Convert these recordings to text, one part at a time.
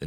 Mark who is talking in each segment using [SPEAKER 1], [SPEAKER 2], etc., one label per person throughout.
[SPEAKER 1] the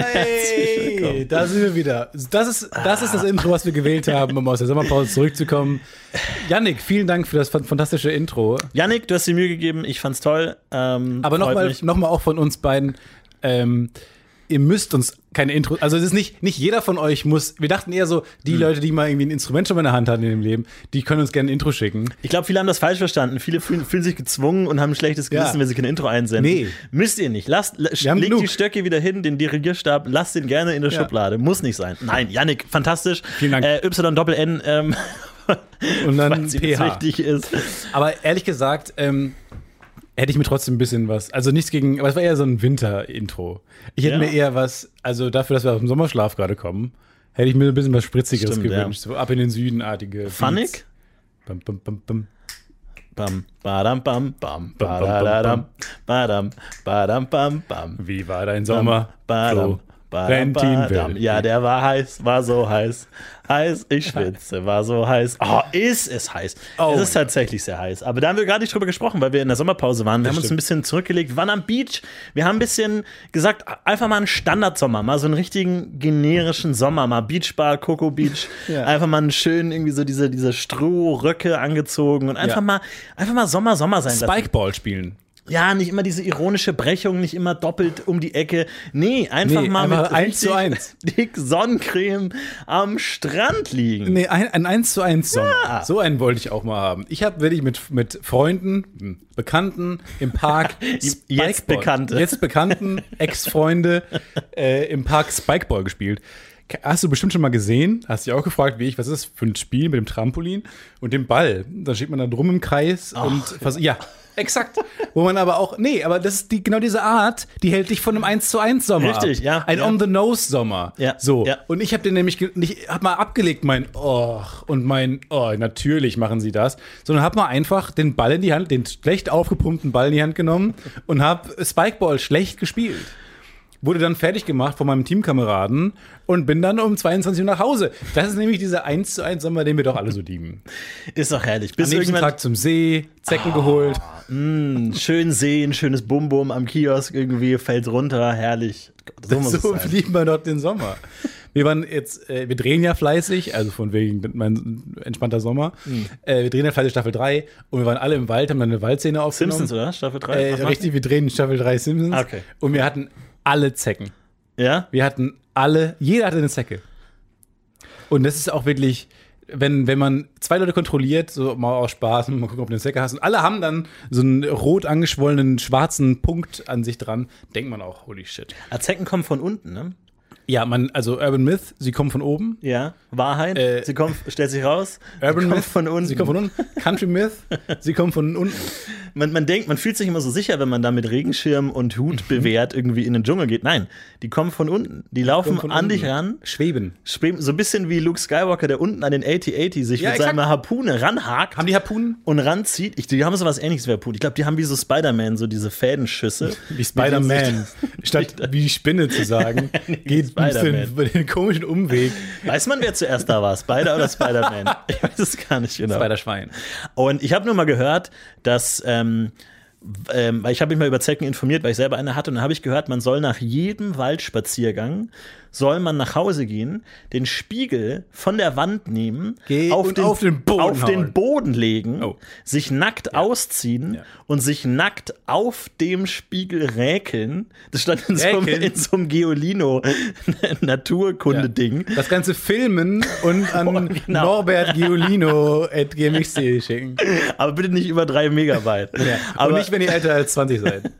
[SPEAKER 2] Hey, da sind wir wieder. Das ist, das ist das Intro, was wir gewählt haben, um aus der Sommerpause zurückzukommen. Yannick, vielen Dank für das fan- fantastische Intro.
[SPEAKER 3] Yannick, du hast dir Mühe gegeben, ich fand's toll. Ähm,
[SPEAKER 2] Aber
[SPEAKER 3] freut
[SPEAKER 2] nochmal
[SPEAKER 3] mich.
[SPEAKER 2] noch mal auch von uns beiden. Ähm, ihr müsst uns keine Intro. Also, es ist nicht, nicht jeder von euch muss. Wir dachten eher so,
[SPEAKER 3] Hm.
[SPEAKER 2] die Leute, die mal irgendwie ein Instrument schon mal in der Hand hatten in dem Leben, die können uns gerne ein Intro schicken.
[SPEAKER 3] Ich glaube, viele haben das falsch verstanden. Viele fühlen, fühlen sich gezwungen und haben ein schlechtes
[SPEAKER 2] Ja.
[SPEAKER 3] Gewissen, wenn sie kein Intro einsenden.
[SPEAKER 2] Nee.
[SPEAKER 3] Müsst ihr nicht. Lasst, le-
[SPEAKER 2] haben
[SPEAKER 3] legt die
[SPEAKER 2] genug.
[SPEAKER 3] Stöcke wieder hin, den Dirigierstab, lasst den gerne in der
[SPEAKER 2] Ja.
[SPEAKER 3] Schublade. Muss nicht sein. Nein, Yannick, fantastisch.
[SPEAKER 2] Vielen Dank.
[SPEAKER 3] Äh, Y-Doppel-N, ähm,
[SPEAKER 2] Und dann
[SPEAKER 3] falls Ihnen das
[SPEAKER 2] PH.
[SPEAKER 3] wichtig ist.
[SPEAKER 2] Aber ehrlich gesagt, ähm, hätte ich mir trotzdem ein bisschen was. Also nichts gegen, aber es war eher so ein Winter-Intro. Ich hätte
[SPEAKER 3] Ja.
[SPEAKER 2] mir eher was, also dafür, dass wir aus dem Sommerschlaf gerade kommen, hätte ich mir ein bisschen was Spritzigeres
[SPEAKER 3] Stimmt, ja.
[SPEAKER 2] gewünscht. So ab in den Südenartige.
[SPEAKER 3] Funnig?
[SPEAKER 2] Bam, bam, bam, bam.
[SPEAKER 3] Bam, badam, bam,
[SPEAKER 2] bam,
[SPEAKER 3] bam,
[SPEAKER 2] bam,
[SPEAKER 3] badadam, badam, badam, bam, bam.
[SPEAKER 2] Wie war dein Sommer?
[SPEAKER 3] Badam,
[SPEAKER 2] Flo?
[SPEAKER 3] badam, badam.
[SPEAKER 2] Rentinwelt.
[SPEAKER 3] Ja, der war heiß, war so heiß. Heiß, ich schwitze, war so heiß. Oh, ist es heiß.
[SPEAKER 2] Oh.
[SPEAKER 3] es ist tatsächlich sehr heiß. Aber da haben wir gar nicht drüber gesprochen, weil wir in der Sommerpause waren. Wir haben uns ein
[SPEAKER 2] stimmt.
[SPEAKER 3] bisschen zurückgelegt, wir waren am Beach. Wir haben ein bisschen gesagt, einfach mal einen Standardsommer, mal so einen richtigen generischen Sommer, mal Beachbar, Coco Beach.
[SPEAKER 2] Ja.
[SPEAKER 3] Einfach mal einen schönen, irgendwie so diese, diese Strohröcke angezogen und einfach
[SPEAKER 2] Ja.
[SPEAKER 3] mal, einfach mal Sommer, Sommer sein lassen.
[SPEAKER 2] Spikeball spielen.
[SPEAKER 3] Ja, nicht immer diese ironische Brechung, nicht immer doppelt um die Ecke. Nee, einfach
[SPEAKER 2] Nee,
[SPEAKER 3] mal mit
[SPEAKER 2] einfach eins
[SPEAKER 3] richtig
[SPEAKER 2] zu eins.
[SPEAKER 3] dick Sonnencreme am Strand liegen.
[SPEAKER 2] Nee, ein, ein 1 zu 1 Song. So einen wollte ich auch mal haben. Ich habe wirklich mit, mit Freunden, hm, Bekannten im Park.
[SPEAKER 3] jetzt
[SPEAKER 2] Spikeball-
[SPEAKER 3] Bekannte.
[SPEAKER 2] Jetzt Bekannten, Ex-Freunde äh, im Park Spikeball gespielt. Ke- Hast du bestimmt schon mal gesehen? Hast dich auch gefragt, wie ich, was ist das für ein Spiel mit dem Trampolin und dem Ball? Dann steht man da drum im Kreis und vers- ja. Exakt. Wo man aber auch, nee, aber das ist die, genau diese Art, die hält dich von einem 1 zu 1 Sommer
[SPEAKER 3] Richtig,
[SPEAKER 2] ab.
[SPEAKER 3] ja,
[SPEAKER 2] Ein
[SPEAKER 3] ja.
[SPEAKER 2] On-the-Nose-Sommer.
[SPEAKER 3] Ja,
[SPEAKER 2] So.
[SPEAKER 3] ja.
[SPEAKER 2] Und ich habe den nämlich, ge- nicht, hab mal abgelegt mein, och, und mein, oh, natürlich machen sie das, sondern hab mal einfach den Ball in die Hand, den schlecht aufgepumpten Ball in die Hand genommen und hab Spikeball schlecht gespielt. Wurde dann fertig gemacht von meinem Teamkameraden und bin dann um 22 Uhr nach Hause. Das ist nämlich dieser 1 zu 1 Sommer, den wir doch alle so lieben.
[SPEAKER 3] Ist doch herrlich.
[SPEAKER 2] Am
[SPEAKER 3] Bis
[SPEAKER 2] nächsten
[SPEAKER 3] irgendwann Ah.
[SPEAKER 2] Tag zum See, Zecken geholt.
[SPEAKER 3] schön sehen, schönes Bum-Bum am Kiosk irgendwie, fällt runter, herrlich. So muss
[SPEAKER 2] so
[SPEAKER 3] es sein.
[SPEAKER 2] blieben wir dort den Sommer. Wir waren jetzt, äh, wir drehen ja fleißig, also von wegen mein entspannter Sommer.
[SPEAKER 3] Hm.
[SPEAKER 2] Äh, wir drehen ja fleißig Staffel 3 und wir waren alle im Wald, haben dann eine Waldszene aufgenommen.
[SPEAKER 3] Simpsons, oder? Staffel 3?
[SPEAKER 2] Äh, richtig, wir drehen Staffel 3 Simpsons.
[SPEAKER 3] Ah, Okay.
[SPEAKER 2] Und wir hatten alle Zecken.
[SPEAKER 3] Ja?
[SPEAKER 2] Wir hatten alle, jeder hatte eine Zecke. Und das ist auch wirklich, wenn, wenn man zwei Leute kontrolliert, so mal aus Spaß, mal gucken, ob du eine Zecke hast, und alle haben dann so einen rot angeschwollenen schwarzen Punkt an sich dran, denkt man auch, holy shit.
[SPEAKER 3] Ah, Zecken kommen von unten, ne?
[SPEAKER 2] Ja, man, also Urban Myth, sie kommen von oben.
[SPEAKER 3] Ja. Wahrheit.
[SPEAKER 2] Äh,
[SPEAKER 3] sie kommt, stellt sich raus. sie
[SPEAKER 2] Urban
[SPEAKER 3] kommt
[SPEAKER 2] Myth,
[SPEAKER 3] von unten.
[SPEAKER 2] sie kommen von unten. Country Myth, sie kommen von unten.
[SPEAKER 3] man, man denkt, man fühlt sich immer so sicher, wenn man da mit Regenschirm und
[SPEAKER 2] Mhm.
[SPEAKER 3] Hut bewährt irgendwie in den Dschungel geht. Nein, die kommen von unten. Die laufen
[SPEAKER 2] von
[SPEAKER 3] an dich
[SPEAKER 2] unten.
[SPEAKER 3] ran,
[SPEAKER 2] Schweben.
[SPEAKER 3] schweben, so ein bisschen wie Luke Skywalker, der unten an den AT-80 sich
[SPEAKER 2] Ja,
[SPEAKER 3] mit
[SPEAKER 2] exakt.
[SPEAKER 3] seiner Harpune ranhakt
[SPEAKER 2] Haben die Harpunen?
[SPEAKER 3] und ranzieht. Ich, die haben so was ähnliches wie Harpune. Ich glaube, die haben wie so Spider-Man, so diese Fädenschüsse.
[SPEAKER 2] Wie Spider-Man. Statt wie die Spinne zu sagen, geht ein bisschen
[SPEAKER 3] Spider-Man.
[SPEAKER 2] über den komischen Umweg.
[SPEAKER 3] Weiß man, wer zuerst da war? Spider oder Spider-Man? Ich weiß es gar nicht genau.
[SPEAKER 2] Spider-Schwein.
[SPEAKER 3] Und ich habe nur mal gehört, dass ähm, w- ähm, weil ich habe mich mal über Zecken informiert, weil ich selber eine hatte und dann habe ich gehört, man soll nach jedem Waldspaziergang soll man nach Hause gehen, den Spiegel von der Wand nehmen,
[SPEAKER 2] Geh und auf den Boden
[SPEAKER 3] auf den
[SPEAKER 2] hauen.
[SPEAKER 3] Boden legen,
[SPEAKER 2] Oh.
[SPEAKER 3] sich nackt ausziehen und sich nackt auf dem Spiegel räkeln. Das stand in, so, einem,
[SPEAKER 2] Räkeln?
[SPEAKER 3] in so einem Geolino Naturkunde-Ding.
[SPEAKER 2] Das ganze Filmen und an
[SPEAKER 3] genau.
[SPEAKER 2] Norbert Giolino at gmx.de schicken.
[SPEAKER 3] Aber bitte nicht über drei Megabyte.
[SPEAKER 2] und nicht, wenn ihr älter als 20 seid.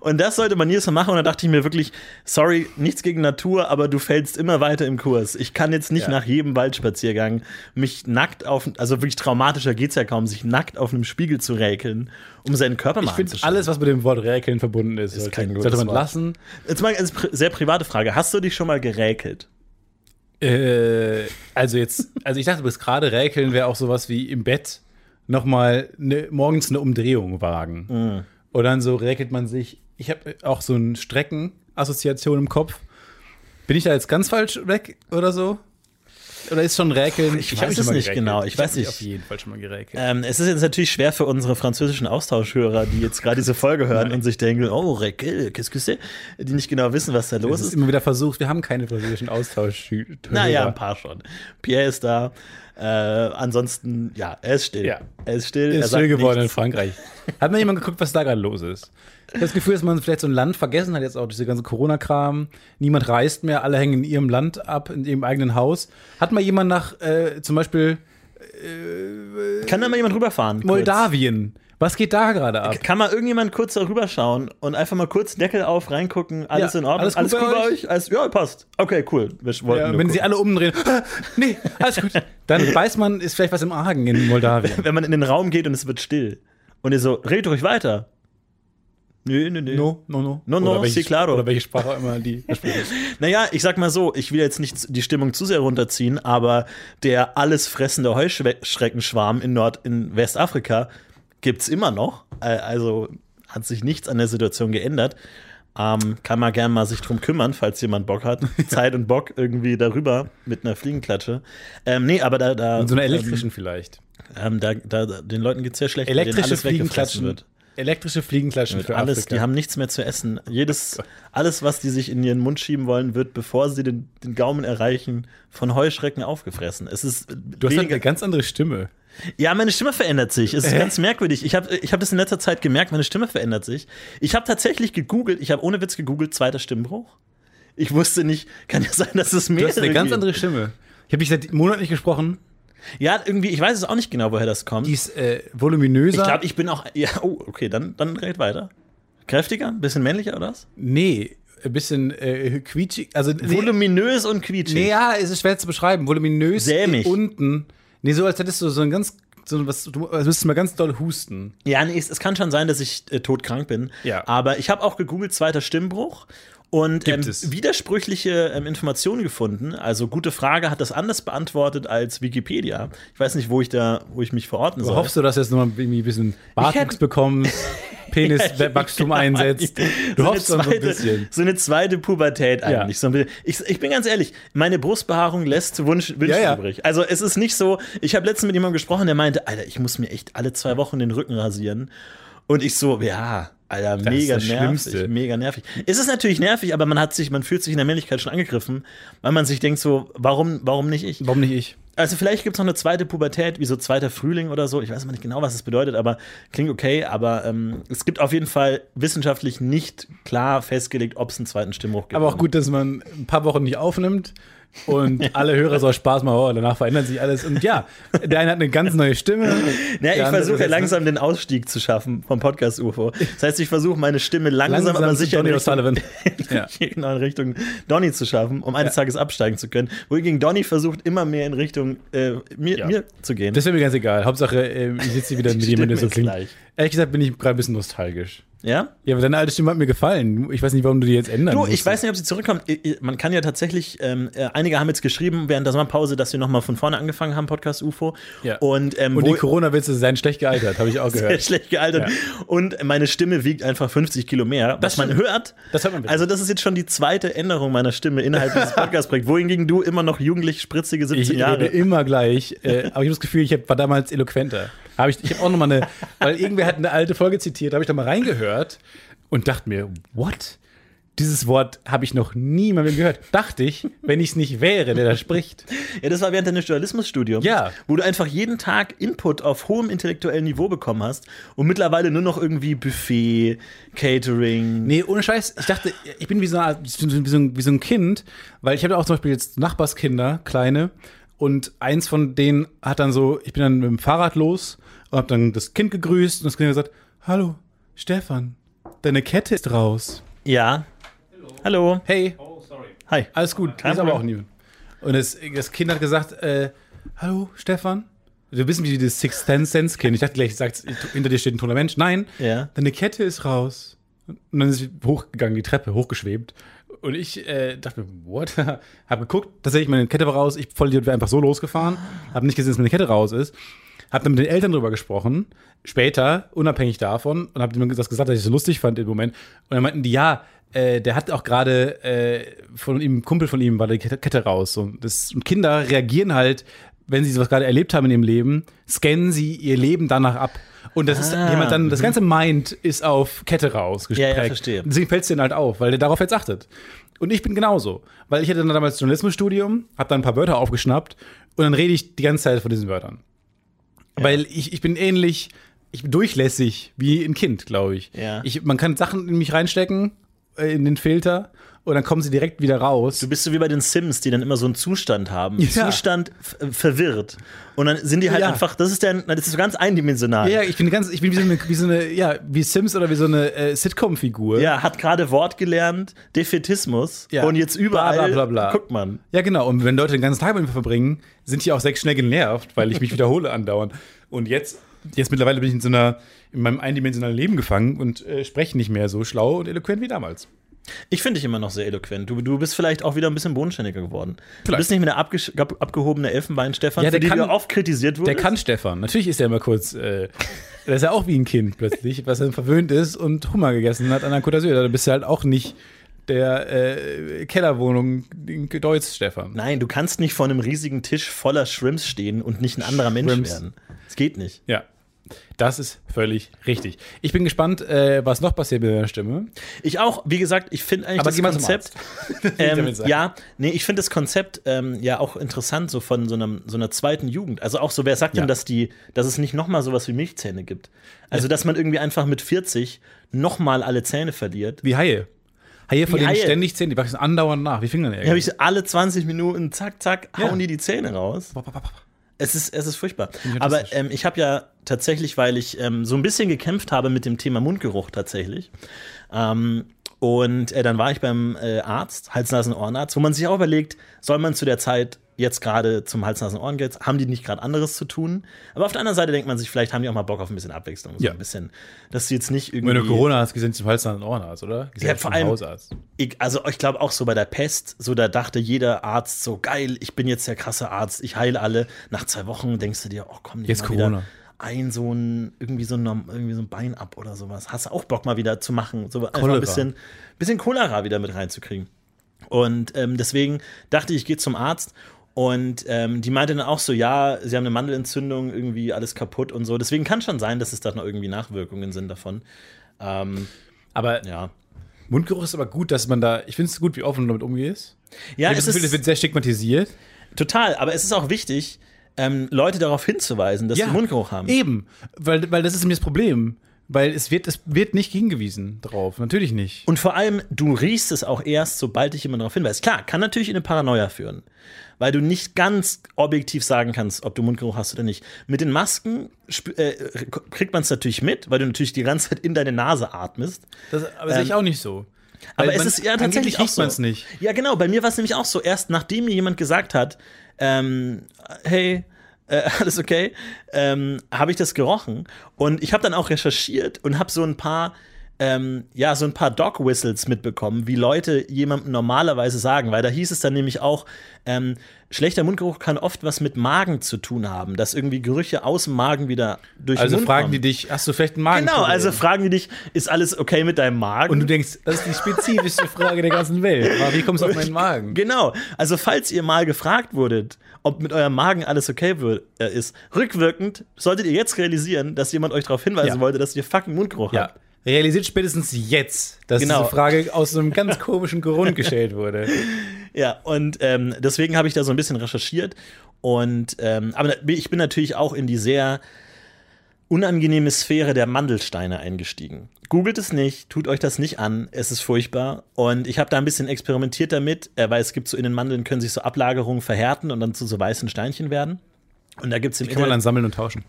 [SPEAKER 3] Und das sollte man jedes Mal machen. Und da dachte ich mir wirklich, sorry, nichts gegen Natur, aber du fällst immer weiter im Kurs. Ich kann jetzt nicht
[SPEAKER 2] Ja.
[SPEAKER 3] nach jedem Waldspaziergang mich nackt auf, also wirklich traumatischer geht's ja kaum, sich nackt auf einem Spiegel zu räkeln, um seinen Körper mal
[SPEAKER 2] Ich finde,
[SPEAKER 3] anzuschauen.
[SPEAKER 2] alles, was mit dem Wort Räkeln verbunden ist, sollte,
[SPEAKER 3] kein gutes
[SPEAKER 2] sollte man
[SPEAKER 3] Wort.
[SPEAKER 2] lassen.
[SPEAKER 3] Jetzt mal eine pri- sehr private Frage. Hast du dich schon mal geräkelt?
[SPEAKER 2] Äh, also jetzt, also ich dachte bis gerade, Räkeln wäre auch sowas wie im Bett nochmal ne, morgens eine Umdrehung wagen.
[SPEAKER 3] Mhm.
[SPEAKER 2] Und dann so räkelt man sich. Ich habe auch so eine Streckenassoziation im Kopf. Bin ich da jetzt ganz falsch weg oder so? Oder ist schon Räkeln?
[SPEAKER 3] ich
[SPEAKER 2] hab
[SPEAKER 3] weiß
[SPEAKER 2] mich schon
[SPEAKER 3] es
[SPEAKER 2] mal
[SPEAKER 3] nicht
[SPEAKER 2] geräkelt.
[SPEAKER 3] genau. Ich
[SPEAKER 2] hab
[SPEAKER 3] weiß
[SPEAKER 2] mich
[SPEAKER 3] nicht.
[SPEAKER 2] auf jeden Fall schon mal geräkelt.
[SPEAKER 3] Ähm, es ist jetzt natürlich schwer für unsere französischen Austauschhörer, die jetzt gerade diese Folge hören und sich denken, oh, Räkel, qu'est-ce que c'est? Die nicht genau wissen, was da los
[SPEAKER 2] Es ist
[SPEAKER 3] ist.
[SPEAKER 2] immer wieder versucht, wir haben keine französischen Austausch.
[SPEAKER 3] Naja, ein paar schon. Pierre ist da. Äh, ansonsten, ja, er ist still.
[SPEAKER 2] Ja.
[SPEAKER 3] Er ist still. er
[SPEAKER 2] Ist
[SPEAKER 3] sagt
[SPEAKER 2] still geworden in
[SPEAKER 3] nichts.
[SPEAKER 2] Frankreich. Hat mal jemand geguckt, was da gerade los ist? Ich habe das Gefühl, dass man vielleicht so ein Land vergessen hat, jetzt auch diese ganze Corona-Kram. Niemand reist mehr, alle hängen in ihrem Land ab, in ihrem eigenen Haus. Hat mal jemand nach äh, zum Beispiel
[SPEAKER 3] Kann da mal jemand rüberfahren? kurz?
[SPEAKER 2] Moldawien? Was geht da gerade ab?
[SPEAKER 3] Kann mal irgendjemand kurz da rüberschauen und einfach mal kurz Deckel auf, reingucken, alles
[SPEAKER 2] Ja,
[SPEAKER 3] in Ordnung?
[SPEAKER 2] alles gut bei euch?
[SPEAKER 3] Alles, ja, passt. Okay, cool. Wir wollten
[SPEAKER 2] Ja,
[SPEAKER 3] nur
[SPEAKER 2] wenn sie
[SPEAKER 3] gucken.
[SPEAKER 2] alle umdrehen, ah, nee, alles gut. Dann weiß man, ist vielleicht was im Argen in Moldawien.
[SPEAKER 3] wenn man in den Raum geht und es wird still und ihr so, red ruhig weiter. Nö, nö, nö.
[SPEAKER 2] No, no, no.
[SPEAKER 3] No, no,
[SPEAKER 2] oder welche,
[SPEAKER 3] sí, claro.
[SPEAKER 2] Oder welche Sprache auch immer die
[SPEAKER 3] Naja, ich sag mal so, ich will jetzt nicht die Stimmung zu sehr runterziehen, aber der alles fressende Heuschreckenschwarm in Nord in Westafrika gibt's immer noch. Äh, Also hat sich nichts an der Situation geändert. Ähm, kann man gern mal sich drum kümmern, falls jemand Bock hat. Zeit und Bock irgendwie darüber mit einer Fliegenklatsche. Ähm, nee, aber da, da,
[SPEAKER 2] In so einer elektrischen vielleicht.
[SPEAKER 3] ähm, da, da, da den Leuten geht's sehr schlecht, weil denen
[SPEAKER 2] Elektrische
[SPEAKER 3] alles weggefressen
[SPEAKER 2] Fliegenklatschen.
[SPEAKER 3] wird.
[SPEAKER 2] Elektrische Fliegenklatschen
[SPEAKER 3] Mit
[SPEAKER 2] für
[SPEAKER 3] alles,
[SPEAKER 2] Afrika. Oh
[SPEAKER 3] die haben nichts mehr zu essen. Jedes, alles, was die sich in ihren Mund schieben wollen, wird, bevor sie den, den Gaumen erreichen, von Heuschrecken aufgefressen. Es ist
[SPEAKER 2] du hast halt
[SPEAKER 3] weniger,
[SPEAKER 2] eine ganz andere Stimme.
[SPEAKER 3] ja, meine Stimme verändert sich. Es ist ganz merkwürdig. Ich habe ich hab das in letzter Zeit gemerkt, meine Stimme verändert sich. Ich habe tatsächlich gegoogelt, ich habe ohne Witz gegoogelt, zweiter Stimmbruch. Ich wusste nicht, kann ja sein, dass es mehr
[SPEAKER 2] Du hast eine ganz andere Stimme. Ich habe dich seit Monaten nicht gesprochen.
[SPEAKER 3] Ja, irgendwie, ich weiß es auch nicht genau, woher das kommt.
[SPEAKER 2] Die ist äh, voluminöser.
[SPEAKER 3] ich glaube, ich bin auch. Ja, oh, okay, dann, dann red weiter. Kräftiger? Ein bisschen männlicher oder was?
[SPEAKER 2] nee, ein bisschen äh, quietschig. Also, nee,
[SPEAKER 3] Voluminös und quietschig.
[SPEAKER 2] nee, ja, es ist schwer zu beschreiben. Voluminös
[SPEAKER 3] Sämig.
[SPEAKER 2] unten. Nee, so als hättest du so ein ganz, so was, du als müsstest du mal ganz doll husten.
[SPEAKER 3] Ja, nee, es, es kann schon sein, dass ich äh, todkrank bin.
[SPEAKER 2] Ja.
[SPEAKER 3] Aber ich habe auch gegoogelt, zweiter Stimmbruch. Und ähm,
[SPEAKER 2] Gibt es.
[SPEAKER 3] widersprüchliche ähm, Informationen gefunden. Also gute Frage hat das anders beantwortet als Wikipedia. Ich weiß nicht, wo ich da, wo ich mich verorten soll.
[SPEAKER 2] Hoffst du, dass du jetzt nochmal irgendwie ein bisschen Bartwuchs
[SPEAKER 3] hätte-
[SPEAKER 2] bekommst, Peniswachstum einsetzt? Du hoffst
[SPEAKER 3] so
[SPEAKER 2] dann
[SPEAKER 3] eine,
[SPEAKER 2] so ein
[SPEAKER 3] zweite,
[SPEAKER 2] bisschen.
[SPEAKER 3] so eine zweite Pubertät
[SPEAKER 2] Ja.
[SPEAKER 3] eigentlich. So ein bisschen. ich, ich bin ganz ehrlich, meine Brustbehaarung lässt Wunsch, Wünschen
[SPEAKER 2] Ja, ja.
[SPEAKER 3] übrig. Also es ist nicht so, ich habe letztens mit jemandem gesprochen, der meinte, Alter, ich muss mir echt alle zwei Wochen den Rücken rasieren. Und ich so, ja, Alter,
[SPEAKER 2] ist
[SPEAKER 3] mega
[SPEAKER 2] das
[SPEAKER 3] nervig,
[SPEAKER 2] Schlimmste.
[SPEAKER 3] mega nervig. Es ist natürlich nervig, aber man hat sich, man fühlt sich in der Männlichkeit schon angegriffen, weil man sich denkt so, warum, warum nicht ich?
[SPEAKER 2] Warum nicht ich?
[SPEAKER 3] Also vielleicht gibt es noch eine zweite Pubertät, wie so zweiter Frühling oder so. Ich weiß mal nicht genau, was es bedeutet, aber klingt okay. Aber ähm, es gibt auf jeden Fall wissenschaftlich nicht klar festgelegt, ob es einen zweiten Stimmbruch gibt.
[SPEAKER 2] Aber auch gut, dass man ein paar Wochen nicht aufnimmt, Und alle Hörer soll Spaß machen, oh, danach verändert sich alles. Und ja, der eine hat eine ganz neue Stimme.
[SPEAKER 3] Ja, ich
[SPEAKER 2] der andere ne?
[SPEAKER 3] versuche ja
[SPEAKER 2] ist jetzt-
[SPEAKER 3] langsam den Ausstieg zu schaffen vom Podcast-UFO. Das heißt, ich versuche meine Stimme langsam,
[SPEAKER 2] ne- langsam
[SPEAKER 3] aber
[SPEAKER 2] zu
[SPEAKER 3] sicher in
[SPEAKER 2] Donny
[SPEAKER 3] Richtung,
[SPEAKER 2] O'Sullivan. ja.
[SPEAKER 3] genau, in Richtung Donny zu schaffen, um eines Tages absteigen zu können. Wohingegen Donny versucht, immer mehr in Richtung äh, mir, mir zu gehen.
[SPEAKER 2] Das wäre mir ganz egal. Hauptsache, ähm, ich sitze hier wieder mit jemandem, der so
[SPEAKER 3] ist
[SPEAKER 2] klingt.
[SPEAKER 3] gleich.
[SPEAKER 2] Ehrlich gesagt bin ich gerade ein bisschen nostalgisch.
[SPEAKER 3] ja?
[SPEAKER 2] Ja, aber deine alte Stimme hat mir gefallen. Ich weiß nicht, warum du die jetzt ändern
[SPEAKER 3] Du, ich
[SPEAKER 2] musstest.
[SPEAKER 3] weiß nicht, ob sie zurückkommt. I- i- Man kann ja tatsächlich, ähm, äh, einige haben jetzt geschrieben während der Sommerpause, dass wir nochmal von vorne angefangen haben, Podcast UFO.
[SPEAKER 2] Ja.
[SPEAKER 3] Und, ähm,
[SPEAKER 2] Und
[SPEAKER 3] wo-
[SPEAKER 2] die Corona-Witze seien schlecht gealtert, habe ich auch
[SPEAKER 3] sehr
[SPEAKER 2] gehört.
[SPEAKER 3] schlecht gealtert.
[SPEAKER 2] Ja.
[SPEAKER 3] Und meine Stimme wiegt einfach 50 Kilo mehr, was
[SPEAKER 2] Das
[SPEAKER 3] man
[SPEAKER 2] stimmt.
[SPEAKER 3] hört.
[SPEAKER 2] Das hört man wirklich.
[SPEAKER 3] also das ist jetzt schon die zweite Änderung meiner Stimme innerhalb dieses Podcast-Projekts. Wohingegen du immer noch jugendlich spritzige
[SPEAKER 2] Ich
[SPEAKER 3] 17
[SPEAKER 2] rede
[SPEAKER 3] Jahre.
[SPEAKER 2] immer gleich, äh, aber ich habe das Gefühl, ich hab, war damals eloquenter. Hab ich ich habe auch nochmal eine, weil irgendwer hat eine alte Folge zitiert, habe ich da mal reingehört und dachte mir, what? Dieses Wort habe ich noch nie mal gehört. Dachte ich, wenn ich es nicht wäre, der da spricht.
[SPEAKER 3] Ja, das war während deines Journalismusstudiums,
[SPEAKER 2] Ja.
[SPEAKER 3] wo du einfach jeden Tag Input auf hohem intellektuellen Niveau bekommen hast und mittlerweile nur noch irgendwie Buffet, Catering.
[SPEAKER 2] Nee, ohne Scheiß. Ich dachte, ich bin wie so, eine, Art- wie so, ein- wie so ein Kind, weil ich habe auch zum Beispiel jetzt Nachbarskinder, kleine, und eins von denen hat dann so, ich bin dann mit dem Fahrrad los und habe dann das Kind gegrüßt und das Kind hat gesagt, hallo, Stefan, deine Kette ist raus.
[SPEAKER 3] Ja. Hallo.
[SPEAKER 2] Hey,
[SPEAKER 3] Hi.
[SPEAKER 2] alles gut,
[SPEAKER 3] Kein
[SPEAKER 2] ist aber
[SPEAKER 3] Problem.
[SPEAKER 2] auch niemand. Und das, das Kind hat gesagt, äh, hallo, Stefan. Wir wissen, wie das Sixth Sense Kind. Ich dachte gleich, sagt, hinter dir steht ein toller Mensch. Nein,
[SPEAKER 3] Ja.
[SPEAKER 2] deine Kette ist raus. Und dann ist sie hochgegangen, die Treppe, hochgeschwebt. Und ich äh, dachte mir, what? hab geguckt, tatsächlich, meine Kette war raus. Ich voll Idiot, wäre einfach so losgefahren. Hab nicht gesehen, dass meine Kette raus ist. Hab dann mit den Eltern drüber gesprochen, später, unabhängig davon, und hab denen das gesagt, dass ich es so lustig fand im Moment. Und dann meinten die, ja, äh, der hat auch gerade äh, von ihm, ein Kumpel von ihm, war die Kette Kette raus. Und, das, und Kinder reagieren halt, wenn sie sowas gerade erlebt haben in ihrem Leben, scannen sie ihr Leben danach ab. Und das ist jemand dann, das ganze Mind ist auf Kette raus geprägt.
[SPEAKER 3] Ja, Ah. Mhm. ja, verstehe.
[SPEAKER 2] Deswegen fällt es denen halt auf, weil der darauf jetzt achtet. Und ich bin genauso. Weil ich hatte dann damals Journalismusstudium, habe dann ein paar Wörter aufgeschnappt und dann rede ich die ganze Zeit von diesen Wörtern. Weil ich, ich bin ähnlich, ich bin durchlässig wie ein Kind, glaube ich.
[SPEAKER 3] Ja.
[SPEAKER 2] ich. Man kann Sachen in mich reinstecken, äh, in den Filter, und dann kommen sie direkt wieder raus.
[SPEAKER 3] Du bist so wie bei den Sims, die dann immer so einen Zustand haben.
[SPEAKER 2] Ja.
[SPEAKER 3] Zustand f- äh, verwirrt. Und dann sind die halt
[SPEAKER 2] Ja.
[SPEAKER 3] einfach, das ist dann, das ist so ganz eindimensional.
[SPEAKER 2] ja, ich bin ganz, ich bin wie so eine, wie so eine ja, wie Sims oder wie so eine äh, Sitcom-Figur.
[SPEAKER 3] Ja, hat gerade Wort gelernt, Defetismus.
[SPEAKER 2] Ja.
[SPEAKER 3] Und jetzt überall.
[SPEAKER 2] Bla, bla, bla, bla.
[SPEAKER 3] Guckt man.
[SPEAKER 2] Ja, genau. Und wenn Leute den ganzen Tag mit mir verbringen, sind die auch sehr schnell genervt, weil ich mich wiederhole andauernd. Und jetzt, jetzt mittlerweile bin ich in so einer, in meinem eindimensionalen Leben gefangen und äh, spreche nicht mehr so schlau und eloquent wie damals.
[SPEAKER 3] Ich finde dich immer noch sehr eloquent. Du, du bist vielleicht auch wieder ein bisschen bodenständiger geworden. Du
[SPEAKER 2] Vielleicht.
[SPEAKER 3] bist nicht mehr der abgesch- ab- abgehobene Elfenbein-Stefan,
[SPEAKER 2] Ja,
[SPEAKER 3] für
[SPEAKER 2] der
[SPEAKER 3] die
[SPEAKER 2] kann-
[SPEAKER 3] du oft kritisiert wurdest.
[SPEAKER 2] Der kann Stefan. Natürlich ist er immer kurz. Äh, der ist ja auch wie ein Kind plötzlich, was dann verwöhnt ist und Hummer gegessen hat an der Côte d'Azur. Da bist du halt auch nicht der äh, Kellerwohnung in Deutsch, Stefan.
[SPEAKER 3] Nein, du kannst nicht vor einem riesigen Tisch voller Shrimps stehen und nicht ein anderer Mensch
[SPEAKER 2] Shrimps.
[SPEAKER 3] werden. Das geht nicht.
[SPEAKER 2] Ja. Das ist völlig richtig. Ich bin gespannt, äh, was noch passiert mit deiner Stimme.
[SPEAKER 3] Ich auch, wie gesagt, ich finde eigentlich
[SPEAKER 2] Aber
[SPEAKER 3] das
[SPEAKER 2] geh mal zum
[SPEAKER 3] Konzept.
[SPEAKER 2] ich
[SPEAKER 3] ähm,
[SPEAKER 2] damit sagen.
[SPEAKER 3] ja, nee, ich finde das Konzept ähm, ja auch interessant, so von so, einem, so einer zweiten Jugend. Also auch so, wer sagt
[SPEAKER 2] Ja.
[SPEAKER 3] denn, dass die, dass es nicht nochmal sowas wie Milchzähne gibt? Also, dass man irgendwie einfach mit 40 nochmal alle Zähne verliert.
[SPEAKER 2] Wie Haie. Haie, von
[SPEAKER 3] Wie
[SPEAKER 2] denen
[SPEAKER 3] Haie.
[SPEAKER 2] ständig Zähne, die wachsen andauernd nach, wie Fingernägel.
[SPEAKER 3] Ja, habe ich alle 20 Minuten, zack, zack, hauen die die Zähne raus.
[SPEAKER 2] Pop, pop, pop, pop.
[SPEAKER 3] Es ist, es ist furchtbar.
[SPEAKER 2] ich
[SPEAKER 3] Aber
[SPEAKER 2] fantastisch.
[SPEAKER 3] ähm, ich habe ja tatsächlich, weil ich ähm, so ein bisschen gekämpft habe mit dem Thema Mundgeruch tatsächlich. Ähm, und äh, dann war ich beim äh, Arzt, Hals-Nasen-Ohrenarzt, wo man sich auch überlegt, soll man zu der Zeit jetzt gerade zum Hals-Nasen-Ohren gehen? Haben die nicht gerade anderes zu tun? Aber auf der anderen Seite denkt man sich, vielleicht haben die auch mal Bock auf ein bisschen Abwechslung. So
[SPEAKER 2] Ja.
[SPEAKER 3] ein bisschen, dass sie jetzt nicht irgendwie.
[SPEAKER 2] Wenn du Corona hast, gesehen zum Hals an Ohrenarzt, oder? Gesehen
[SPEAKER 3] Ja, vor allem-
[SPEAKER 2] Hausarzt.
[SPEAKER 3] Ich, also ich glaube auch so bei der Pest, so da dachte jeder Arzt so, geil, ich bin jetzt der krasse Arzt, ich heile alle. Nach zwei Wochen denkst du dir, oh komm,
[SPEAKER 2] Jetzt
[SPEAKER 3] mal
[SPEAKER 2] Corona.
[SPEAKER 3] Wieder ein so ein, irgendwie so ein, irgendwie so ein Bein ab oder sowas. Hast du auch Bock mal wieder zu machen, so einfach
[SPEAKER 2] Cholera.
[SPEAKER 3] ein bisschen, bisschen Cholera wieder mit reinzukriegen. Und ähm, deswegen dachte ich, ich gehe zum Arzt. Und ähm, die meinte dann auch so, ja, sie haben eine Mandelentzündung, irgendwie alles kaputt und so. Deswegen kann schon sein, dass es da noch irgendwie Nachwirkungen sind davon. Ähm,
[SPEAKER 2] Aber
[SPEAKER 3] ja.
[SPEAKER 2] Mundgeruch ist aber gut, dass man da, ich finde es gut, wie offen du damit umgehst.
[SPEAKER 3] Ja,
[SPEAKER 2] ich habe das Gefühl, das wird sehr stigmatisiert.
[SPEAKER 3] Total, aber es ist auch wichtig,
[SPEAKER 2] E-
[SPEAKER 3] ähm, Leute darauf hinzuweisen, dass sie Mundgeruch haben.
[SPEAKER 2] Eben, weil, weil das ist nämlich das Problem. Weil es wird, es wird nicht hingewiesen drauf. Natürlich nicht.
[SPEAKER 3] Und vor allem, du riechst es auch erst, sobald dich jemand darauf hinweist. Klar, kann natürlich in eine Paranoia führen, weil du nicht ganz objektiv sagen kannst, ob du Mundgeruch hast oder nicht. Mit den Masken spü- äh, kriegt man es natürlich mit, weil du natürlich die ganze Zeit in deine Nase atmest.
[SPEAKER 2] Das aber
[SPEAKER 3] ähm,
[SPEAKER 2] sehe ich auch nicht so.
[SPEAKER 3] Aber
[SPEAKER 2] Weil
[SPEAKER 3] es
[SPEAKER 2] man-
[SPEAKER 3] ist ja tatsächlich
[SPEAKER 2] angeblich
[SPEAKER 3] auch
[SPEAKER 2] riecht
[SPEAKER 3] so.
[SPEAKER 2] man's nicht.
[SPEAKER 3] Ja, genau. Bei mir war es nämlich auch so. Erst nachdem mir jemand gesagt hat, ähm, hey, äh, alles okay, ähm, habe ich das gerochen. Und ich habe dann auch recherchiert und habe so ein paar, ähm, ja, so ein paar Dog Whistles mitbekommen, wie Leute jemandem normalerweise sagen. Weil da hieß es dann nämlich auch, ähm, schlechter Mundgeruch kann oft was mit Magen zu tun haben, dass irgendwie Gerüche aus dem Magen wieder durch
[SPEAKER 2] Also
[SPEAKER 3] den Mund
[SPEAKER 2] fragen
[SPEAKER 3] kommen.
[SPEAKER 2] die dich, hast du vielleicht einen Magen?
[SPEAKER 3] Genau, also fragen die dich, ist alles okay mit deinem Magen?
[SPEAKER 2] Und du denkst, das ist die spezifischste Frage der ganzen Welt. Aber wie kommst du auf meinen Magen?
[SPEAKER 3] Genau. Also, falls ihr mal gefragt wurdet, ob mit eurem Magen alles okay wür- äh, ist, rückwirkend solltet ihr jetzt realisieren, dass jemand euch darauf hinweisen
[SPEAKER 2] Ja.
[SPEAKER 3] wollte, dass ihr fucking Mundgeruch
[SPEAKER 2] Ja.
[SPEAKER 3] habt.
[SPEAKER 2] Realisiert spätestens jetzt, dass
[SPEAKER 3] Genau.
[SPEAKER 2] diese Frage aus so einem ganz komischen Grund gestellt wurde.
[SPEAKER 3] Ja, und ähm, deswegen habe ich da so ein bisschen recherchiert. Und ähm, aber na- ich bin natürlich auch in die sehr unangenehme Sphäre der Mandelsteine eingestiegen. Googelt es nicht, tut euch das nicht an, es ist furchtbar. Und ich habe da ein bisschen experimentiert damit, äh, weil es gibt so in den Mandeln können sich so Ablagerungen verhärten und dann zu so weißen Steinchen werden. Und da gibt es im
[SPEAKER 2] Kann man dann sammeln und tauschen.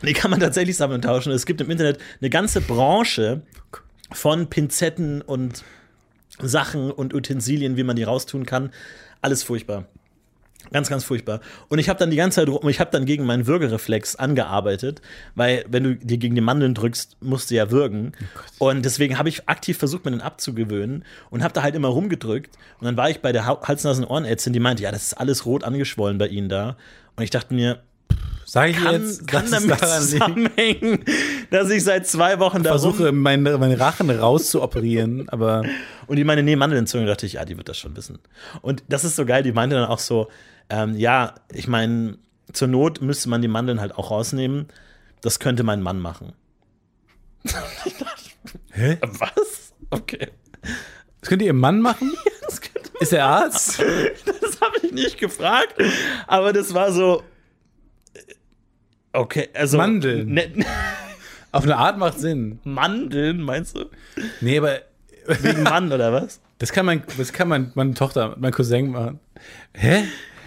[SPEAKER 3] Die kann man tatsächlich sammeln und tauschen. Es gibt im Internet eine ganze Branche von Pinzetten und Sachen und Utensilien, wie man die raustun kann. Alles furchtbar. Ganz, ganz furchtbar. Und ich habe dann die ganze Zeit, rum- ich habe dann gegen meinen Würgereflex angearbeitet, weil wenn du dir gegen die Mandeln drückst, musst du ja würgen. und deswegen habe ich aktiv versucht, mir den abzugewöhnen und habe da halt immer rumgedrückt. Und dann war ich bei der Ha- Hals-, Nasen-, Ohrenärztin, die meinte, ja, das ist alles rot angeschwollen bei Ihnen da. Und ich dachte mir,
[SPEAKER 2] Sag ich
[SPEAKER 3] kann,
[SPEAKER 2] jetzt, dass
[SPEAKER 3] kann
[SPEAKER 2] es
[SPEAKER 3] damit
[SPEAKER 2] daran liegt.
[SPEAKER 3] zusammenhängen, dass ich seit zwei Wochen da rum-
[SPEAKER 2] versuche, meinen meinen Rachen rauszuoperieren, aber
[SPEAKER 3] Und die meine, nee, Mandelentzündung, dachte ich, ja, die wird das schon wissen. Und das ist so geil, die meinte dann auch so, ähm, ja, ich meine, zur Not müsste man die Mandeln halt auch rausnehmen. Das könnte mein Mann machen. Hä? Was? Okay.
[SPEAKER 2] das könnt ihr im Mann machen?
[SPEAKER 3] Das, könnte-
[SPEAKER 2] Ist er Arzt?
[SPEAKER 3] das habe ich nicht gefragt, aber das war so. äh, Okay, also.
[SPEAKER 2] Mandeln.
[SPEAKER 3] Ne,
[SPEAKER 2] Auf eine Art macht Sinn.
[SPEAKER 3] Mandeln, meinst du?
[SPEAKER 2] Nee, aber
[SPEAKER 3] Wegen Mann oder was?
[SPEAKER 2] das kann mein, das kann mein, meine Tochter, mein Cousin machen. Hä?